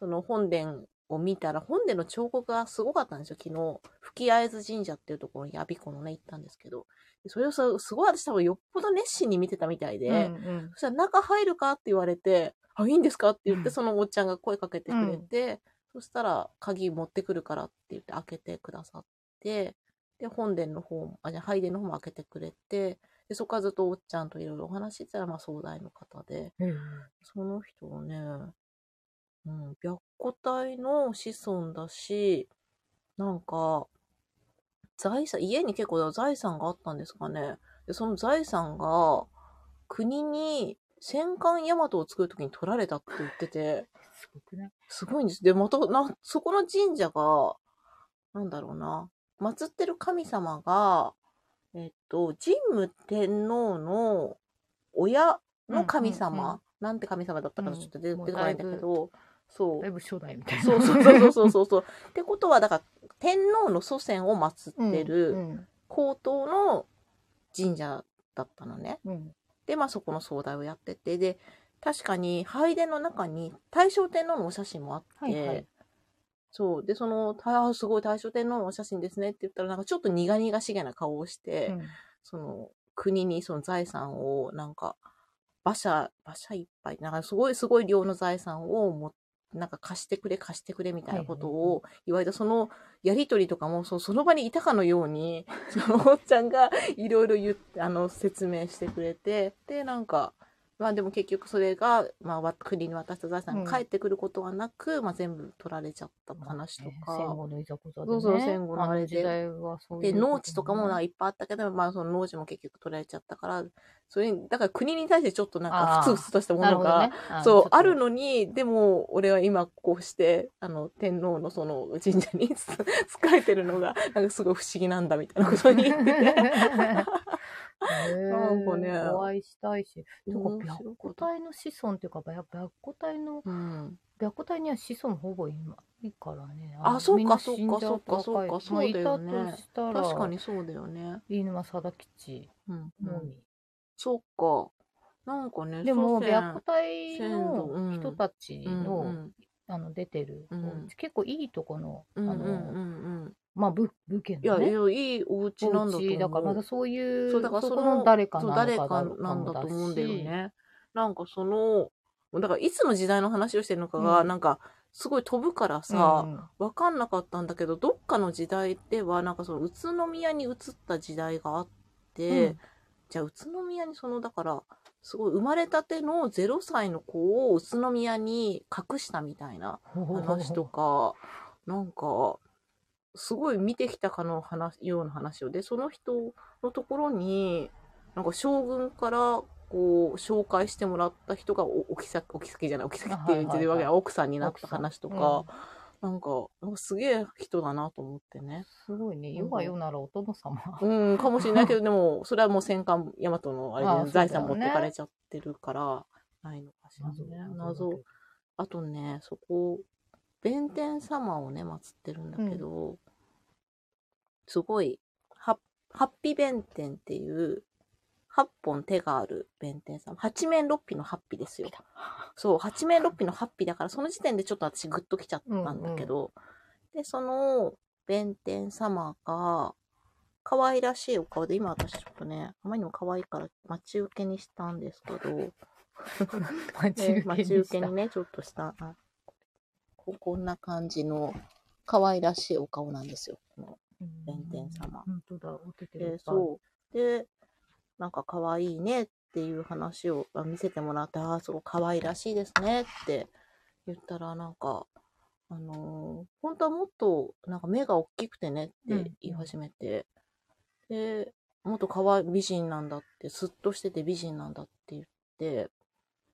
その本殿を見たら、本殿の彫刻がすごかったんですよ、昨日。吹会津神社っていうところに、やびこのね、行ったんですけど。でそれをさ、すごい私多分よっぽど熱心に見てたみたいで、
うんうん
そしたら中入るかって言われて、あ、いいんですかって言っ
う
て、
ん
そのおっちゃんが声かけてくれて、そしたら、鍵持ってくるからって言って開けてくださって、で、本殿の方も、あ、じゃあ拝殿の方も開けてくれて、で、そこからずっとおっちゃんといろいろお話ししてたら、まあ、壮大の方で、その人をね、うん、白虎隊の子孫だし、なんか、財産、家に結構財産があったんですかね。で、その財産が、国に戦艦ヤマトを作るときに取られたって言ってて、
すごくない
すごいんです。で、また、な、そこの神社が、なんだろうな、祀ってる神様が、えっと、神武天皇の親の神様、
うんうんうん
なんて神様だったか
う
なんちょっと出てこないんだけど、そう
だい。ぶ初代みたいな。
そうそうそうそうそうそう。ってことは、だから、天皇の祖先を 祀って
う
る
ん
高等の神社だったのね。
うん
で、まあそこの総代をやってて、で、確かに拝殿の中に大正天皇のお写真もあって、
はいはい
そう。で、その、ああ、すごい大正天皇のお写真ですねって言ったら、なんかちょっと苦々しげな顔をして、
うん
その、国にその財産を、なんか、馬車、馬車いっぱい、なんかすごいすごい量の財産をも、なんか貸してくれ貸してくれみたいなことを言われた、そのやりとりとかも、そうその場にいたかのように、 そのおっちゃんがいろいろ言って、あの、説明してくれて、で、なんか、まあでも結局それが、まあわ、国に渡した財産が返ってくることはなく、まあ全部取られちゃった話とか。
まあね戦後のいざこざで、ね。
そうそう戦後のあれで
時代はそうい
で
うことね
農地とかもなんかいっぱいあったけど、まあ、その農地も結局取られちゃったからそれにだから国に対してちょっとなんか
あー
ふつふつとしたも
なる
の
ほど
が、
ね。
そうある
の。
のにでも俺は今こうしてあの天皇のその神社に 仕えてるのがなんかすごい不思議なんだみたいなことに なんかね
お会いしたいし。とか、
面白かった
白虎隊の子孫っていうか、白虎隊の、
うん、
白虎隊には子孫ほぼいないからね。
あそうか
みんな死んじゃ
そうかそうかそうか
若い
そうだよね
まあいたとしたら、
確かにそうだよね。
飯沼貞吉
うん
のみ。
そっか。なんかね、
でも、
祖先
白虎隊の人たち
う
の、
んうん
あの出てる、
うん
結構いいとこの、
うんう
あ
ん
の、
うんうん。
まあ、武武家の、
いや、
ね、
いやいいお家なんだと思
お
う。
家だからまだそういう
そうだからそ
そこ
の
の誰か
そう
な
誰
のか
か
だろう
なん
も
だ
だ
と
し
思うんだよね。なんかその、だからいつの時代の話をしてるのかが、
うん
なんかすごい飛ぶから
うん
さ、わかんなかったんだけど、どっかの時代では、なんかその宇都宮に移った時代があって、
うん
じゃあ宇都宮にその、だから、すごい生まれたての0歳の子を宇都宮に隠したみたいな話とか、なんか、すごい見てきたかの話、ような話を。で、その人のところに、なんか将軍から、こう、紹介してもらった人がお、おきさ、おきさきじゃない、おきさきって言ってるわけ
はいはい
や、
は
奥さんになった話とか、なんか、なんかすげえ人だなと思ってね。
すごいね世が世ならお殿様、
うん、かもしれないけど、でも、それはもう戦艦大和のあれで
ああ
財
そ
産
うだ
持っ
よね
てかれちゃってるから、ないのかしらね。謎
だけど
あとね、そこ、弁天様をね、祀ってるんだけど、すごい、ハッハッピ弁天っていう、八本手がある弁天様。八面六臂のハッピですよ。そう、八面六臂のハッピだから、その時点でちょっと私グッときちゃったんだけど、で、その弁天様が、可愛らしいお顔で、今私ちょっとね、あまりにも可愛いから待ち受けにしたんですけど、
待ち
ね
受け
待
に
ち受
し
け
た
にね、ちょっとした、あここんな感じの可愛らしいお顔なんですよ、この弁天様
本当だお手手がいっぱ
で
い
そう。で、なんか可愛いねっていう話をあ見せてもらって、ああ、すごい可愛らしいですねって言ったら、なんか、あのー本当はもっと、なんか目が大きくてねって言い始めて、で、もっと可愛い美人なんだって、すっとしてて美人なんだって言って、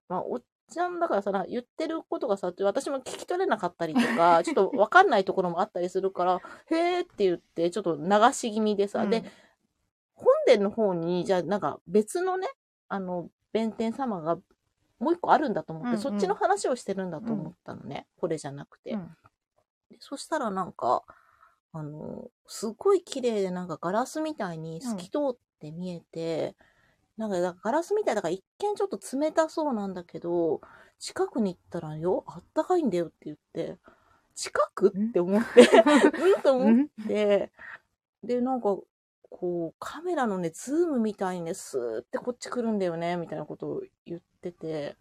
まあ、おっちゃんだからさ、なんか言ってることがさ、私も聞き取れなかったりとか、ちょっとわかんないところもあったりするから、へーって言って、ちょっと流し気味でさ、
うん
で、本殿の方に、じゃあなんか別のね、あの、弁天様がもう一個あるんだと思って、
うんうん
そっちの話をしてるんだと思ったのね。これじゃなくて、
うん
でそしたらなんか、あの、すごい綺麗でなんかガラスみたいに透き通って見えて、なんかだからガラスみたいだから一見ちょっと冷たそうなんだけど、近くに行ったらよ、あったかいんだよって言って、近く
ん
って思って、 うんと思って
うん
で、で、なんか、こう、カメラのね、ズームみたいにね、スーってこっち来るんだよね、みたいなことを言ってて、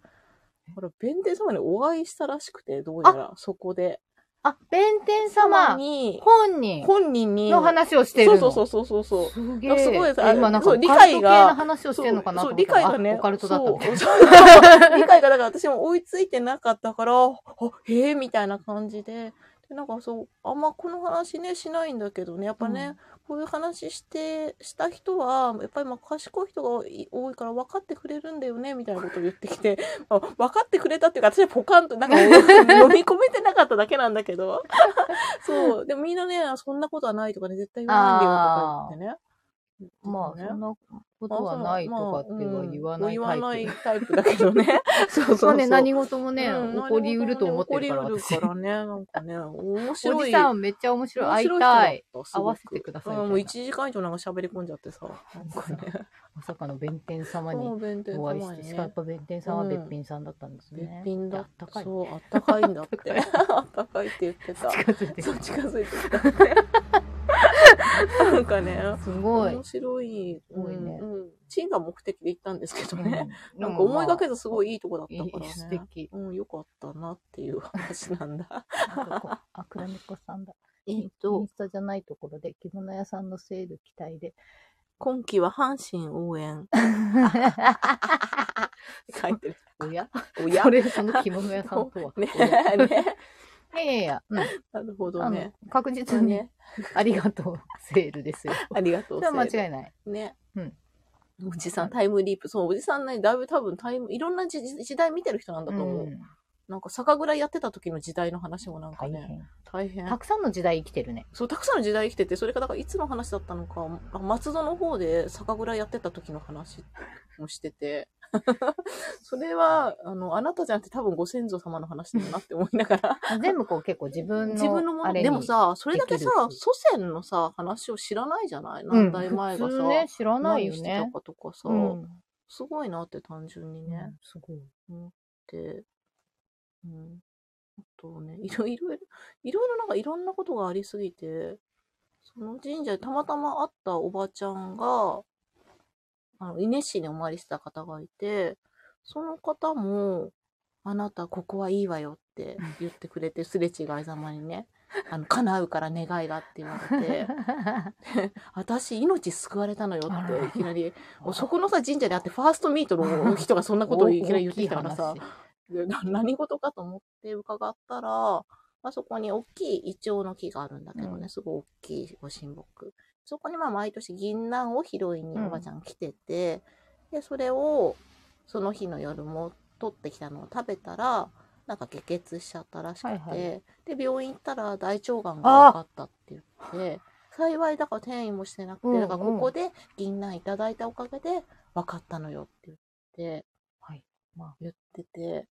ほら、弁天様にお会いしたらしくて、どうやら、そこで。
あ弁天様
に、
本人
本人に、
の話をしてるの
そうそうそうそうそう。
すげ
なん
え。
かすごいですあ
今なん
そ
か
う
理
理
解
解
が。
が
系の話をしてるのかなと
そう、
思っ
理
たら
解がね、
あオカルトだったみたいな。
そう そう理解がだから私も追いついてなかったから、あへえ、みたいな感じで、でなんかそう、あんまこの話ね、しないんだけどね、やっぱね、こういう話して、した人は、やっぱりまあ賢い人がい多いから分かってくれるんだよね、みたいなことを言ってきて、 まあ分かってくれたっていうか、私はポカンと、なんか 飲み込めてなかっただけなんだけ ど、そう、でもみんなね、そんなことはないとかね、絶対言わないんだよとか言ってね。
まあ、
ね
そんなことはないとかっては言わな
まあうん
いタイプ。
言わないタイプだけど ね。そうそう
ま
そう。
あね、何事もね、
うん
起こりうると思ってるから、
何事
私。
もね起こりうるからね、なんかね、面白い。
おじさんめっちゃ面白い。会い
面白人だった
い。
す
会
ごく
わせてくださいみたいな。
うんもう1時間以上なんか喋り込んじゃってさ。なんかね。
まさかの弁天様に
もう弁天
お
様
会い
に
して、しかもや
ね
っ。ぱ弁天さんは
うん
べっぴんさんだったんです
べっ
ね。
ぴんだ
あったかい。
そう、あったかいんだって。あったかいって言ってた。
近づいて
そ
く
う、
る。
近づいてきた って。なんかね、
すごい。
面白い。
すごいね
うんうん。チンが目的で行ったんですけどね。
う
なんか思いがけ
で
ずすごいいいとこだったから
素
ね。
敵。
うん、よかったなっていう話なん だ。
なんかこうあ、くらめこさんだ。
えっ
イ
と
ン、スタじゃないところで着物屋さんのセール期待で。
今期は阪神応援。 書いてる。
おや
おや
それ、その着物屋さんとは。
ね
おや
ね
いやいやいや、うん
なるほど
あ
ね
の。確実に
ね
ありがとうセールですよ。
ありがとう
それは間
セール
違いない。
ね。
うん
おじさんタイムリープ。そう、おじさんね、だいぶ多分タイム、いろんな時時代見てる人なんだと思う。
うん
なんか酒蔵やってた時の時代の話もなんか
大
ね、
変。
大変。
たくさんの時代生き てるね。
そう、たくさんの時代生きてて、それがだからいつの話だったのか、あ松戸の方で酒蔵やってた時の話もして て、それは、あの、あなたじゃなくて多分ご先祖様の話だなって思いながら、
全部こう結構自分の。
自分のも
あ
の
れに
でも、さそれだけ
で
さ
きるし
祖先のさ話を知らないじゃない
うん
何代前が
普
さ、
通ね、知らないよ
何してた
ね。
かとかさ、
うん。
すごいなって単純に ね、
すごい。
で、うん、あとねいろいろいろいろいろなんかいろんなことがありすぎてその神社でたまたま会ったおばちゃんがあの伊根市にお参りしてた方がいてその方も「あなたここはいいわよ」って言ってくれ てすれ違いざまにね「あの叶うから願いが」って言われて。 私命救われたのよ
あ
っ
ら
ていきなりそこのさ神社であってファーストミートの人がそんなことをいきなり言ってきたからさ
大きい
で
話
な 何事かと思って伺ったら、あそこに大きいイチョウの木があるんだけどね、
うん
すごい大きいご神木。そこにまあ毎年銀杏を拾いにおばちゃん来てて、で、それをその日の夜も取ってきたのを食べたら、なんか下血しちゃったらしくて、
はいはい
で、病院行ったら大腸がんが分かったって言って、幸いだから転移もしてなくて、
うんうん
だからここで銀杏いただいたおかげで分かったのよって言って、
はい
言ってて、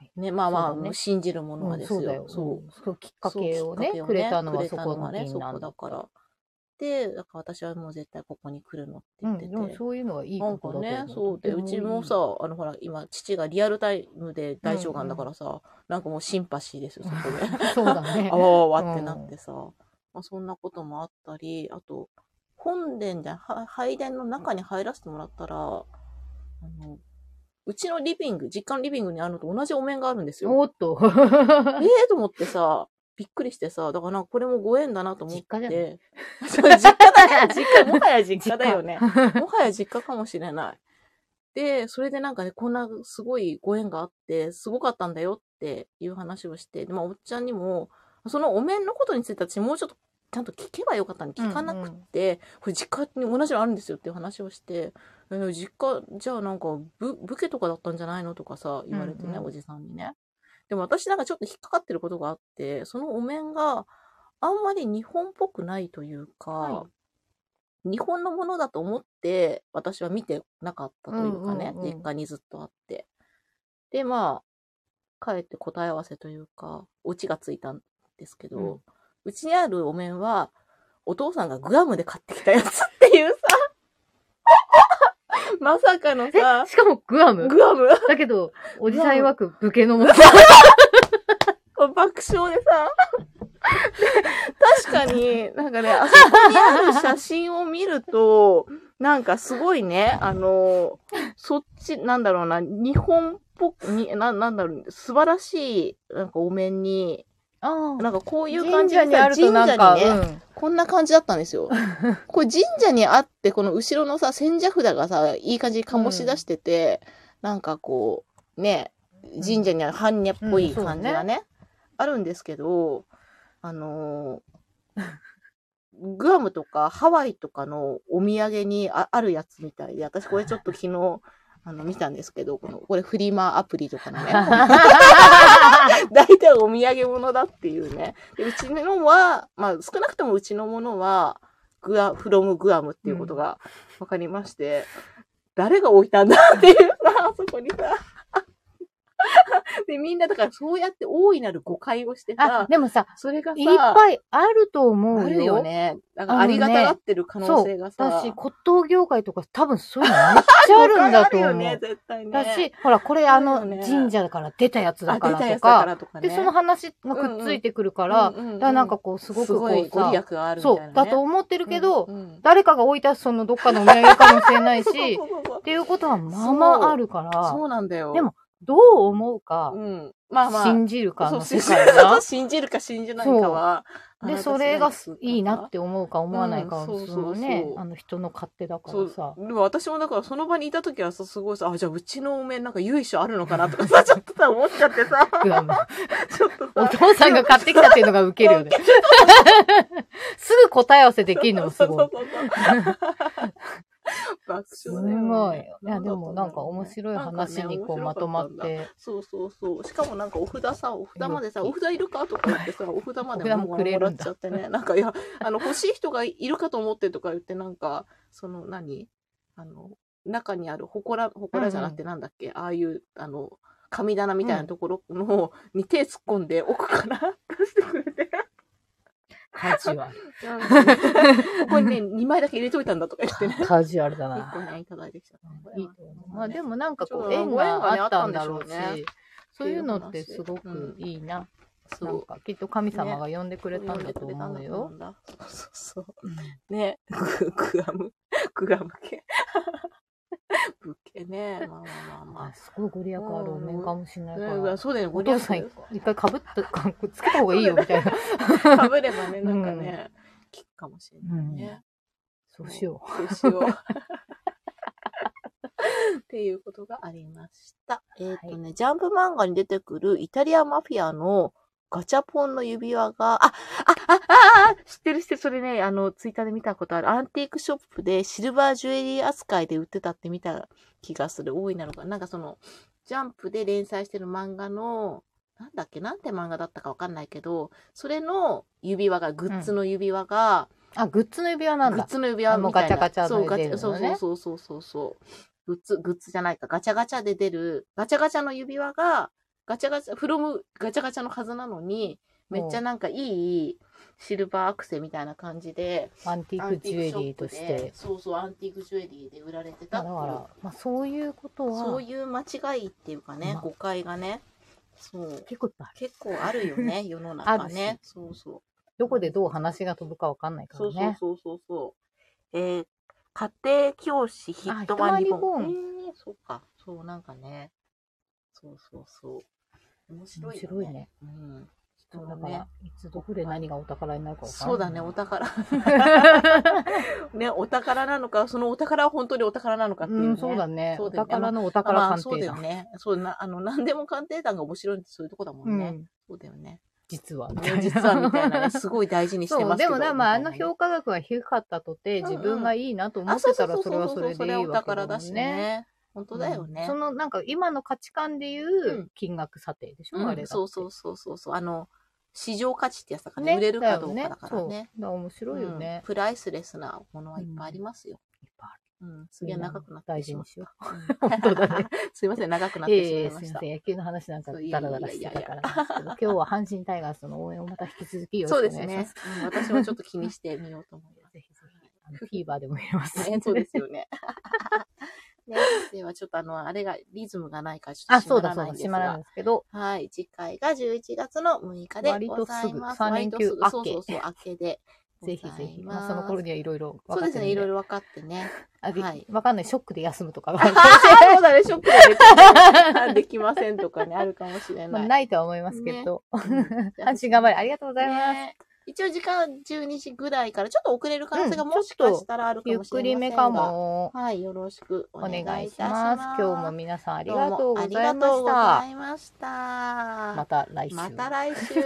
はい
ね、まあまあ、
そうだね
もう信じるものは
うん
ですよ。
そうだよ。
そう
うん。そうきっかけをね
そうきっかけを
くれたのは
く
そ
れた
こ
の
の
はね
銀
そ
なん
こだから。で、だから私はもう絶対ここに来るのって
う
言っ
ん、
てて。
でもそういうのはいい
な
こ
んか
とだと思
ね、そうで、うちも、
とていい
さ、あのほら、今、父がリアルタイムで大腸がんだからさ、なんかもうシンパシーですよ、そこで。
そうだね
あ。わわわってなってさ、まあ、そんなこともあったり、あと、本殿じゃん、は拝殿の中に入らせてもらったら、あの、うちのリビング、実家のリビングにあるのと同じお面があるんですよ。
おっと。
ええと思ってさ、びっくりしてさ、だからなんかこれもご縁だなと思って。
実家じゃ
ゃ 実家だよ、実家、もはや実家だよ ね。もはや実家かもしれない。で、それでなんかね、こんなすごいご縁があって、すごかったんだよっていう話をして、でまあ、おっちゃんにも、そのお面のことについて私もうちょっとちゃんと聞けばよかったのに聞かなくて、これ実家に同じのあるんですよっていう話をして、えー実家、じゃあなんかぶ武家とかだったんじゃないのとかさ、言われてね、
うんうん
おじさんにね。でも私なんかちょっと引っかかってることがあって、そのお面があんまり日本っぽくないというか、
は
日本のものだと思って私は見てなかったというかね、
うんうんうん
実家にずっとあって。で、まあ、帰って答え合わせというか、オチがついたんですけど、
う
うんちにあるお面は、お父さんがグアムで買ってきたやつって いうさ、まさかのさ
え、、しかもグアム
グアム
だけど、おじさん曰く武家 のもの。
こう爆笑で さ、で確かに、なんかね、あそこにある写真を見ると、なんかすごいね、あの、そっち、なんだろうな、日本っぽく、にななんだろう、素晴らしい、なんかお面に、
ああ
なんかこういう感
神
じでさ
社にあるとなんか、
神社にね、
うん
こんな感じだったんですよ。これ神社にあって、この後ろのさ、千社札がさ、いい感じに醸し出してて、なんかこう、ね、神社には般若っぽい感じがね、あるんですけど、あのーグアムとかハワイとかのお土産にああるやつみたいで、私これちょっと昨日、あの、見たんですけど、この、これフリマアプリとかの ね、 大体お土産物だっていうね。でうちのは、まあ少なくともうちのものは、グア、フロムグアムっていうことが分かりまして、誰が置いたんだっていう さ、あそこにさ。 で、みんなだからそうやって大いなる誤解をして
あ
さ、、
でもさ、
それがさ、
いっぱいあると思うよ。
あるよね。だからありがたがってる可能性がさ。
私、骨董業界とか多分そういうのめっちゃあるんだと思う。
誤解あるよね、絶対ね。
だし、ほら、これあの
あるよね
神社から出たやつだ
あ、
か
出
ら
たや
と
つだか
か、
らとかね。
で、その話がくっついてくるから、
うんうんうん
だからなんかこう、すご
す
くこ
ごいうご利
さ、
益があるみたい
そ
な、ね。
う、だと思ってるけど、
うんうん
誰かが置いたそのどっかのお土産かもしれないし、
そうそうそう
っ
そう
ていうことはまあまああるから、
そうなんだよ。
でもどう思うか、
うん。まあまあ。
信じるか
そう
の
信
世
じ
界
る
だ
か。信じるか信じないかは。あ
で、
なた
それが
センス
いいなって思うか思わないかは、
うん
そのね
そうそう、そう
あの人の勝手だか
そ
ら
う
さ。
でも私もだからその場にいた時はさすごいさあじゃあうちのお面なんか由緒あるのかなとかさちょっと さ思っちゃってさ
グアム
ちょっとさ
お父さんが買ってきたっていうのがウケるよね。すぐ答え合わせできるのもす ご
そ
い。
うそうそうそう。
す
す
ごい。いや、でもなんか面白い話にこうまとまっ。て、
そうそうそう。しかもなんかお札さ、お札までさ、
いい
お札いるかとか言って さ、お札まで
お札もくれるん
もらっ
だ
ちゃってね。 なんか、いや、あの、欲しい人がいるかと思ってとか言って、なんか、その何、あの、中にある、ほこら、ほこらじゃなくてなんだっけ、ああいう、あの、神棚みたいなところの、に手突っ込んで奥から 出してくれ て。
カジュア
なんかねここにね、2枚だけ入れといたんだとか言ってね。
ル。 カジュアルだ
一個
な。
ね、いただいてきた。
いいと思う。まあでもなんかこ
そう
う、縁があったんだろうし
ご縁がねあったんでしょうね、
そういうのってすごくいいな。
そ
なん
う。
かきっと神様が呼んでくれたんだと思うよ。
そうそうそう。ね、グ グアム、グアム系。 物系ね、まあまあまあ
あ
ま、
すごいご利益あるお面かもしれな
あ
いか
ね。
ら。
そうだよね、
お父さん一回かぶった、かぶつけた方がいいよみた いな。
かぶればね、なんかね、効くかもしれないね。
そうしよ
そうしよう。っていうことがありました。えーっ、とね、ジャンプ漫画に出てくるイタリアマフィアのガチャポンの指輪が、あ、あ、あ、あ、あ知ってる知ってる、それね、あの、ツイッターで見たことある。アンティークショップでシルバージュエリー扱いで売ってたって見た気がする。大いなのかな。なんかその、ジャンプで連載してる漫画の、なんだっけなんて漫画だったかわかんないけど、それの指輪が、グッズの指輪が、
う。あ、グッズの指輪なん
グ
だ
ッ。ズの指輪みたいな。
あもうガチャガチャ
そう、ガチ
で出る
ャ、
の
そ
ね
うそうそうそうそう。グッズ、グッズじゃないか。ガチャガチャで出る、ガチャガチャの指輪が、ガチャガチャ、フロムガチャガチャのはずなのに、めっちゃなんかいいシルバーアクセみたいな感じで、
アンティークジュエリーとし
アンティークショップ
て
で。そうそう、アンティークジュエリーで売られてたっ
だ
て
か
い
ら
う、
まあ、そういうこと
そ
は
ういう間違いっていうかね、
まあ
誤解がね、そう、
結構ある
結構あるよね、世の中
ある
ね。そうそう。
どこでどう話が飛ぶかわかんないか
そう
ら
そう
ね。
そうそうそう。えー、家庭教師ヒットマンリボ
あヒットマンリ
ン。えー、そうか。そう、なんかね。そうそうそう。面白い、ね。
面白いね。
うん。人
だ
の
か
ね
ら。、いつどこで何がお宝になるかわかんない。
そうだね、お宝。 ね、お宝なのか、そのお宝は本当にお宝なのかっていう、ね。
うん、そうだね。
そう
お
だよね
宝のお
まあ
宝
まあ
鑑
そう
定
だよ
だ。
ね。そうな、あの、何でも鑑定団が面白いってそういうとこだも
うん
ね。
ん。
そうだよね。
実は。
実はみたいな ね、すごい大事にして
そ
ます
う、
け
で
ど。
もね、まあ、あの
みたいなね
評価額が低かったとて、
うんうん
自分がいいなと思
あ、
っ
そう
て
そ
た
うそ
ら、
う
それはそれでいい
お
わけ
宝
だ
だ
も
し
んね。
ね。本当だよね。
その、なんか、今の価値観でいううん金額査定でしょ、
うん
あれだって。
そうそうそうそうそう。あの、市場価値ってやつだからね、
ね。
売れるかどうかだから
だよ
ね。
そうだから面白いよね
うん。プライスレスなものはいっぱいありますよ。
いっぱいある
うん。すげえ長くなって
大
し
事
ま
に
っ
しよう。
た。
本当だね。
すいません、長くなってしま
ええ
います
い
した
ませ。ん。野球の話なんか
そういや
ダ
いや
ラ
い
ダ
や
ラしてたからなんですけど、今 日は阪神タイガースの応援をまた引き続きよろし
そう
くお願
で
い
すね。
します。
うん私もちょっと気にしてみようと思います。
ぜひぜひあの。TVer でも見れます。
ね、 そうですよね。 ね、ではちょっとあの、あれが、リズムがないからちょ
あ、
っと
そう
閉ま
だ
ら
そう
ないんです
だ。閉ま
が
らないん。ですけど、
はい。次回が11月の6日でございます。
割
割とす
とすぐ三連休
そうそうそう、明けでござ
ぜ
い
ひ
ます。
ぜひ。まあ、その頃にはいろいろ分
そう
かっ
です
てるん
ね、いろいろ分かってね。
あで
はい
わかんない。ショックで休 むとかが
あ
あるかもしれない。
ーそうだね、ショックができできま せんとかね、あるかもしれ
まあ
ない。
ないとは思いますけど。
うん
阪神頑張れ。ありがとうございます。
ね一応時間12時ぐらいから、ちょっと遅れる可能性が
うん
もしかしたらあるか
ゆっ
もし
く
れ
り
ません
め
が、
かも。
はい、よろしくお
お
願
願
いいた
い
し
し
ま。
ますす。今日も皆さんあり
どう
がとう
もあ
ご
り
ざい
が
ま
とう
し
ござ
た。
いました。
また来週。
また来週。